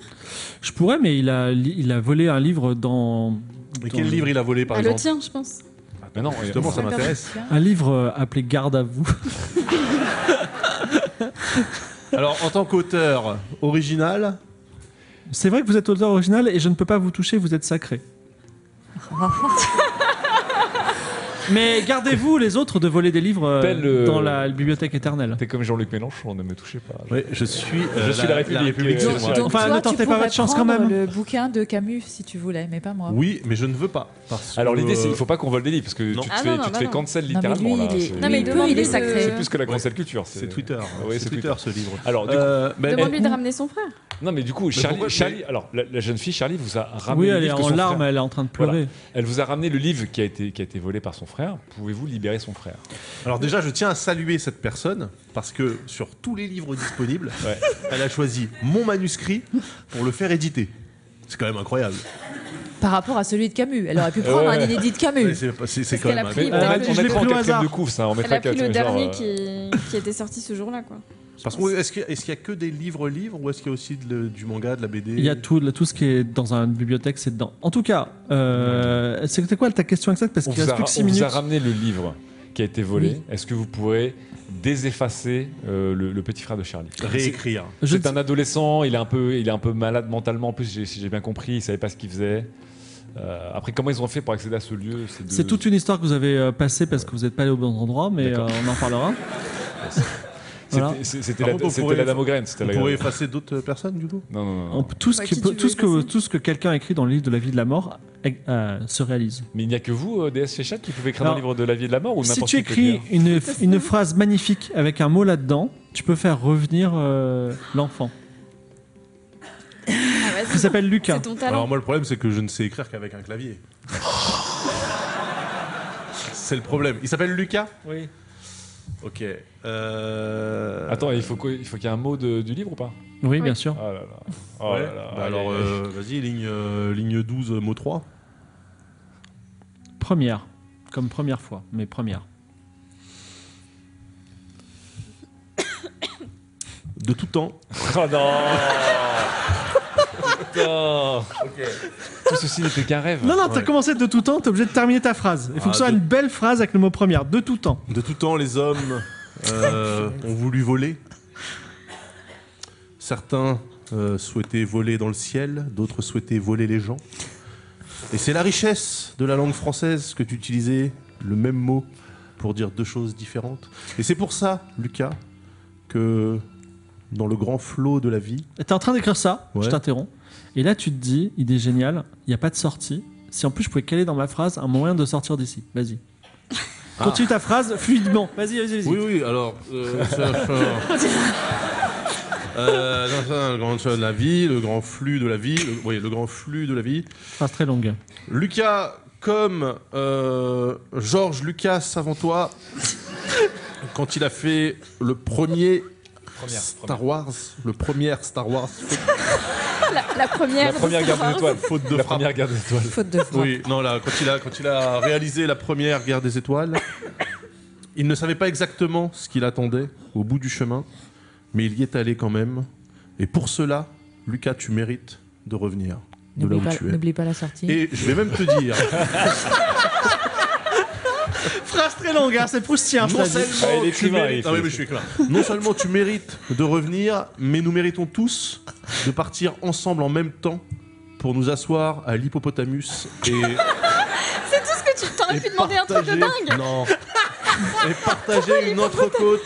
Je pourrais, mais il a, li- il a volé un livre dans.
Mais
dans-
quel livre il a volé par
Ah, Le
exemple
tien, je pense.
Mais non,
Justement, ça
euh,
m'intéresse.
Un livre euh, appelé Garde à vous.
Alors en tant qu'auteur original,
C'est vrai que vous êtes auteur original et je ne peux pas vous toucher, vous êtes sacré. mais gardez-vous les autres de voler des livres euh,
Appelle, euh,
dans la bibliothèque éternelle.
T'es comme Jean-Luc Mélenchon, ne me touchez pas.
ouais, je suis,
Je suis la République, euh,
c'est
je suis
moi.
la République.
Enfin,
toi,
ne tentez
tu
pas votre
pourrais
chance quand
prendre
même.
Le bouquin de Camus, si tu voulais, mais pas moi.
Oui, mais je ne veux pas. parce
Alors l'idée,
que-
c'est il faut pas qu'on vole des livres parce que
Non.
tu te
Ah
fais,
non, non,
tu te
bah
fais
non.
cancel
Non, mais lui,
littéralement. là,
il est-
c'est-
Non, mais il peut, il est sacré.
C'est plus que la cancel culture.
C'est Twitter. hein.
Oui,
c'est
c'est
Twitter, ce livre.
Alors, du coup,
Euh, mais-
Demande-lui de ramener son frère.
non, mais du coup, Charlie,
pourquoi-
Charlie- alors la, la jeune fille Charlie vous a ramené.
Oui,
le
elle est
livre que
en
son
larmes,
frère-
elle est en train de pleurer.
Elle vous a ramené le livre qui a été qui a été volé par son frère. Pouvez-vous libérer son frère
Alors déjà, je tiens à saluer cette personne parce que sur tous les livres disponibles,
Ouais.
elle a choisi mon manuscrit pour le faire éditer. C'est quand même incroyable.
Par rapport à celui de Camus. Elle aurait pu prendre
ouais.
un inédit de Camus.
Mais C'est c'est- c'est
Parce
quand
qu'elle
même
a
incroyable.
pris-
On
Euh,
a-
je
on
l'ai
mettra en
pris au
quatrième
hasard.
de couvre, ça. On
Elle
mettra
a pris le
quatrième, genre,
dernier
euh,
qui, qui était sorti ce jour-là, quoi.
Parce que est-ce qu'il y, a- est-ce qu'il y a que des livres livres ou est-ce qu'il y a aussi de le- du manga, de la BD
Il y a tout, tout ce qui est dans une bibliothèque, c'est dedans. En tout cas, euh, c'était quoi ta question exacte Parce
On
qu'il
vous,
reste
a,
plus que 6
on vous
minutes.
a ramené le livre qui a été volé. Est-ce que vous pourrez déseffacer euh, le, le petit frère de Charlie
Réécrire.
Je
C'est un adolescent, il est un peu, il est un peu malade mentalement. En plus, j'ai- si j'ai bien compris, il savait pas ce qu'il faisait. Euh, après, comment ils ont fait pour accéder à ce lieu de-
C'est toute une histoire que vous avez euh, passée parce que vous n'êtes pas allé au bon endroit, mais
D'accord.
euh, on en parlera.
C'était-
Voilà.
c'est- C'était
Par
la,
contre, on
c'était
pourrait-
la dame au grain, c'était
On
la
pourrait effacer d'autres euh, personnes du coup
Non, non, non.
On
non.
peut- tout, ce
Ouais,
qui
qui
peut-
tu
tout,
veux
ce que,
effacer.
tout ce que quelqu'un écrit dans le livre de la vie de la mort euh, se réalise.
Mais il n'y a que vous, euh, DS chez Chat, qui pouvez écrire dans le
Alors,
livre de la vie et de la mort ou
si
n'importe
tu
qui peut le
écris
faire
une, une phrase magnifique avec un mot là-dedans, tu peux faire revenir euh, l'enfant.
Ah, vas-y,
Qui s'appelle Lucas.
C'est ton talent.
Alors moi le problème c'est que je ne sais écrire qu'avec un clavier. c'est le problème. Il s'appelle Lucas
Oui.
Ok. Euh...
Attends, il faut quoi- il faut qu'il y ait un mot de- du livre ou pas
Oui, bien sûr.
Oh là là. Oh
Ouais.
là là.
Bah
Aïe,
alors
aïe, aïe.
euh, vas-y ligne, euh, ligne 12 mot 3.
Première. Comme première fois, mais première.
De tout temps.
Oh non Putain Tout ceci n'était qu'un rêve.
Non, non, t'as
Ouais.
commencé de tout temps, t'es obligé de terminer ta phrase. Il faut
Ah,
que ce soit
de-
une belle phrase avec le mot première, de tout temps.
De tout temps les hommes euh, ont voulu voler. Certains euh, souhaitaient voler dans le ciel, d'autres souhaitaient voler les gens. Et c'est la richesse de la langue française que d'utiliser le même mot pour dire deux choses différentes. Et c'est pour ça, Lucas, que dans le grand flot de la vie,
T'es en train d'écrire ça, je
Ouais.
t'interromps. Et là, tu te dis, idée géniale, il n'y a pas de sortie. Si en plus je pouvais caler dans ma phrase un moyen de sortir d'ici, vas-y. Continue ta phrase fluidement, vas-y, vas-y, vas-y.
Oui, oui, alors. Euh, ça, ça- Euh, non, ça, le grand ça, de la vie, le grand flux de la vie, le, oui, le grand flux de la vie.
Phrase très longue.
Lucas, comme euh, Georges Lucas avant toi, quand il a fait le premier
Première,
Star Wars, le premier Star Wars,
Ah, La, la
La
première.
première guerre des étoiles.
faute de
La
frappe.
première guerre des étoiles.
Faute de frappe.
Oui, non, là, quand il, a, quand il a réalisé la première guerre des étoiles, il ne savait pas exactement ce qu'il attendait au bout du chemin, mais il y est allé quand même. Et pour cela, Lucas, tu mérites de revenir de là
N'oublie
où
pas,
tu es.
n'oublie pas la sortie.
Et je vais même te dire,
Phrase très longue, hein, c'est proustien.
non
phrase.
Ah, il
seulement,
est
tu
écrivain,
mérites...
il
Ah oui,
fait-
mais je suis écrivain. non seulement tu mérites de revenir, mais nous méritons tous de partir ensemble en même temps pour nous asseoir à l'hippopotamus et
C'est tout ce que Ah, tu t'aurais
et
pu demander un truc de
partager-
dingue.
Non. Et partager une entrecôte.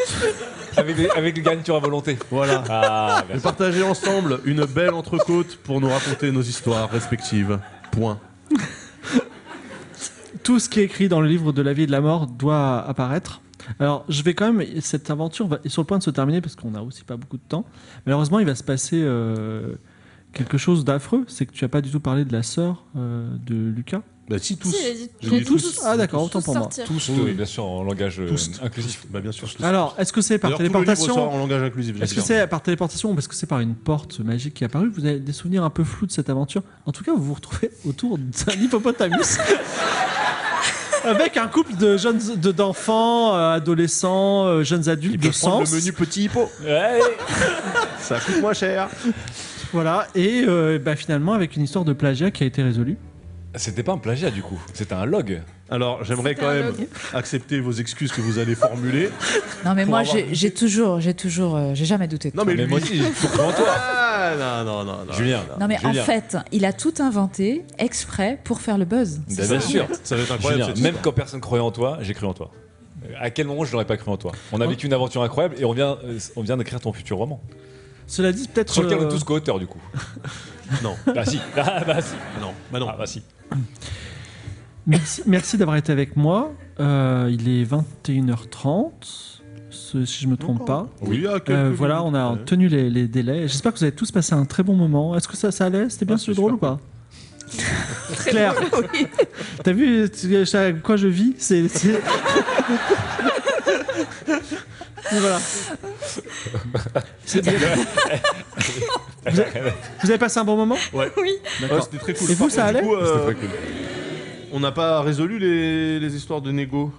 Avec des, avec des garnitures à volonté.
Voilà.
Ah,
Et
merci.
partager ensemble une belle entrecôte pour nous raconter nos histoires respectives. Point.
Tout ce qui est écrit dans le livre de la vie et de la mort doit apparaître. Alors, je vais quand même. Cette aventure va- est sur le point de se terminer parce qu'on n'a aussi pas beaucoup de temps. Malheureusement, il va se passer euh, quelque chose d'affreux. C'est que tu n'as pas du tout parlé de la sœur euh, de Lucas.
Bah si tous.
Si, j'ai dit
J'ai dit
tous.
tous.
Ah, d'accord, autant
tous
pour moi.
sortir.
Tous,
Oui,
euh,
oui.
bien sûr, en langage euh,
Tous.
inclusif.
Bah bien sûr. tous.
Alors, est-ce que c'est par
D'ailleurs, tout le livre sort
téléportation
en langage inclusif.
Est-ce que
j'espère.
c'est par téléportation ou parce que c'est par une porte magique qui est apparue Vous avez des souvenirs un peu flous de cette aventure. En tout cas, vous vous retrouvez autour d'un hippopotamus. Avec un couple de jeunes de- d'enfants, euh, adolescents, euh, jeunes adultes
Ils
de
peuvent prendre
sens,
le menu petit hippo.
Ouais.
Ça coûte moins cher.
voilà, et euh, bah, finalement avec une histoire de plagiat qui a été résolue.
Ah, C'était pas un plagiat du coup, c'était un log.
Alors j'aimerais
C'était
quand
un
même
log.
accepter vos excuses que vous allez formuler.
non mais
pour
moi
avoir-
j'ai j'ai toujours, j'ai toujours, euh, j'ai jamais douté. de
Non
toi.
mais,
Mais
lui-
moi aussi, j'ai tout compris en toi.
Ah, non non non non.
Julien.
Non mais en
Julien.
fait, il a tout inventé exprès pour faire le buzz.
Bah,
C'est
bien
ça, en
sûr.
fait.
Ça va être incroyable.
Julien,
cette
même quand personne croyait en toi, j'ai cru en toi. Euh, À quel moment je n'aurais pas cru en toi On a vécu une aventure incroyable et on vient, euh, on vient d'écrire ton futur roman.
Cela dit, peut-être.
Sur lequel on
euh,
est tous co-auteurs du coup.
Non.
Bah si. Ah, bah si.
histoire. Non bah non.
Ah, bah si.
Merci, merci d'avoir été avec moi. Euh, il est 21h30, ce- si je me trompe pas.
Oui, ah, quelques
Euh, voilà, on
minutes.
a
Ouais.
tenu les, les délais. J'espère que vous avez tous passé un très bon moment. Est-ce que ça, ça allait C'était bien
Ah,
ce
c'est
drôle ou
super
pas Claire, t'as vu tu- euh, ça- avec quoi je vis C'est. c'est- Et voilà. C'est bien. Vous avez, vous avez passé un bon moment
Oui.
Ouais, Ah, c'était très cool.
Et vous,
Par
ça
contre, du
allait
coup, euh,
C'était très cool.
On n'a pas résolu les, les histoires de négo.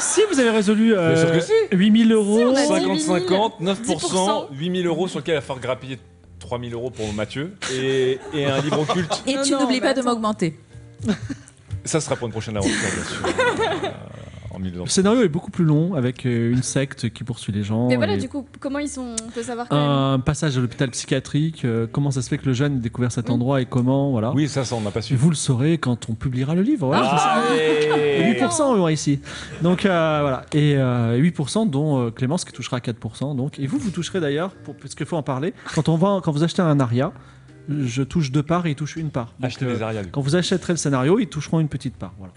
Si vous avez résolu euh,
Bien sûr que si.
8000 euros,
Ah. on a dit-
50-50, 9%,
10%.
8000 euros sur lequel il va falloir grappiller 3000 euros pour Mathieu et, et un livre culte.
Et
Non,
tu
non,
n'oublies
mais
pas de
attends.
m'augmenter.
Ça sera pour une prochaine aventure, bien sûr. Euh, en milieu
Le
d'enfer.
scénario est beaucoup plus long avec euh, une secte qui poursuit les gens.
Mais voilà,
et
du coup, comment ils sont. On peut savoir quand
Un passage à l'hôpital psychiatrique, euh, comment ça se fait que le jeune ait découvert cet
Oui.
endroit et comment, voilà.
Oui, ça, ça, on n'a pas su.
Vous le saurez quand on publiera le livre. Voilà,
Ah.
c'est ça. Et 8% moi, ici. Donc euh, voilà. Et euh, 8% dont euh, Clémence qui touchera 4%. Donc. Et vous, vous toucherez d'ailleurs, pour- parce qu'il faut en parler, quand, on va, quand vous achetez un aria, je touche deux parts et il touche une part. Donc,
Acheter
euh,
des Arias. du coup.
quand vous achèterez le scénario, ils toucheront une petite part. Voilà.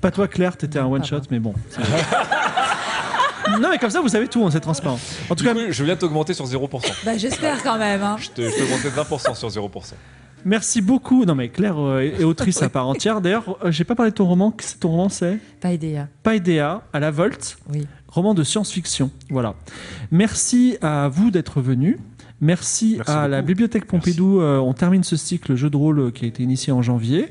Pas toi, Claire, t'étais un
Non,
one
pas
shot,
moi.
mais bon. c'est vrai. non, mais comme ça, vous savez tout, hein, c'est transparent. En tout
Du
cas,
coup, je viens de t'augmenter sur 0%.
Bah, J'espère quand même. hein.
Je te- je t'augmente de 20% sur 0%.
merci beaucoup. Non, mais Claire euh, est est autrice à part entière. D'ailleurs, euh, j'ai pas parlé de ton roman. Qu'est-ce que Ton roman, c'est
Pas idée.
Paideia à la Volte.
hein. Oui.
roman de science-fiction. Voilà. Merci à vous d'être venus. Merci,
Merci
à
beaucoup.
la Bibliothèque Pompidou. Euh, on termine ce cycle jeu de rôle euh, qui a été initié en janvier.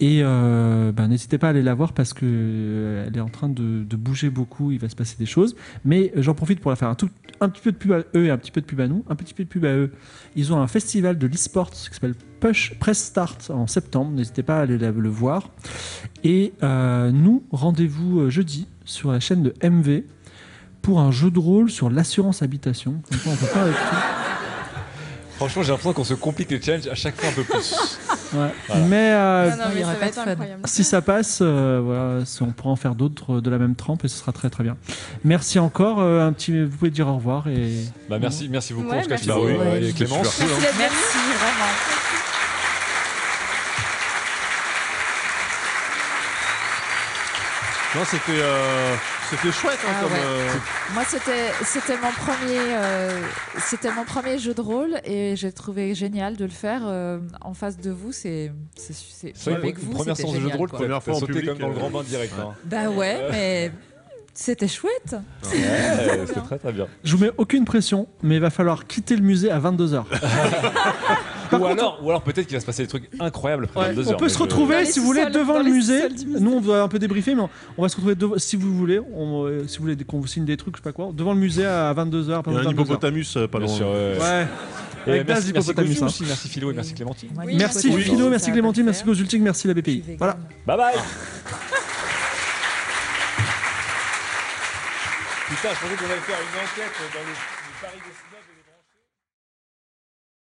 Et euh, ben, n'hésitez pas à aller la voir parce que euh, elle est en train de, de bouger beaucoup. Il va se passer des choses. Mais euh, j'en profite pour la faire un, tout, un petit peu de pub à eux et un petit peu de pub à nous. Un petit peu de pub à eux. Ils ont un festival de l'e-sport qui s'appelle Push Press Start en septembre. N'hésitez pas à aller la- le voir. Et euh, nous, rendez-vous euh, jeudi sur la chaîne de MV pour un jeu de rôle sur l'assurance habitation. Comme ça, on peut pas avec tout.
Franchement, j'ai l'impression qu'on se complique les challenges à chaque fois un peu plus.
Ouais. Mais euh,
même. Non, non,
Ah, il y
mais ça
aurait
va
pas
être
de fun.
incroyable.
si ça passe, euh, voilà, si on pourra en faire d'autres euh, de la même trempe et ce sera très très bien. Merci encore. euh, un petit, vous pouvez dire au revoir et
Bah, merci, merci beaucoup.
Ouais,
en tout cas,
merci.
Thibaut,
Ouais.
euh, et Clémence.
Merci d'être venu.
Merci, vraiment.
Non, c'était euh, c'était chouette hein,
Ah
comme.
ouais.
euh,
Moi, c'était c'était mon premier euh, c'était mon premier jeu de rôle et j'ai trouvé génial de le faire euh, en face de vous. C'est c'est- c'est
C'est vrai que
avec vous.
première
c'était
séance de jeu de
génial,
rôle,
quoi.
t'as-
Première
t'as
fois en
sauté
public,
comme dans le
euh,
grand bain direct. hein.
Bah ouais, mais c'était chouette.
Ouais, C'était très très bien.
je vous mets aucune pression, mais il va falloir quitter le musée à 22 h
Ou alors, ou alors peut-être qu'il va se passer des trucs incroyables après 22
on
heures,
peut
mais
se
je-
Dans
retrouver,
les
si vous voulez,
sous-sols,
devant
dans
le
les
musée.
sous-sols du musée.
Nous, on doit un peu débriefer, mais on, on va se retrouver, devant- si vous voulez, on, euh, si vous voulez qu'on vous signe des trucs, je sais pas quoi, devant le musée à 22 h
Il y a un hippopotamus euh, pas
Bien
loin.
sûr, ouais.
Ouais.
Et
Avec Daz,
merci, merci,
hippopotamus,
Gozu
hein.
aussi, merci Philo et merci Clémentine.
Moi, de
Oui,
mon
Merci
côté,
Philo,
ça
merci
a
Clémentine,
pu le
merci
faire.
Gozultic, merci la
Je suis
BPI.
végane.
Voilà.
Bye bye Putain, je pensais qu'on allait faire une enquête dans le, le Paris des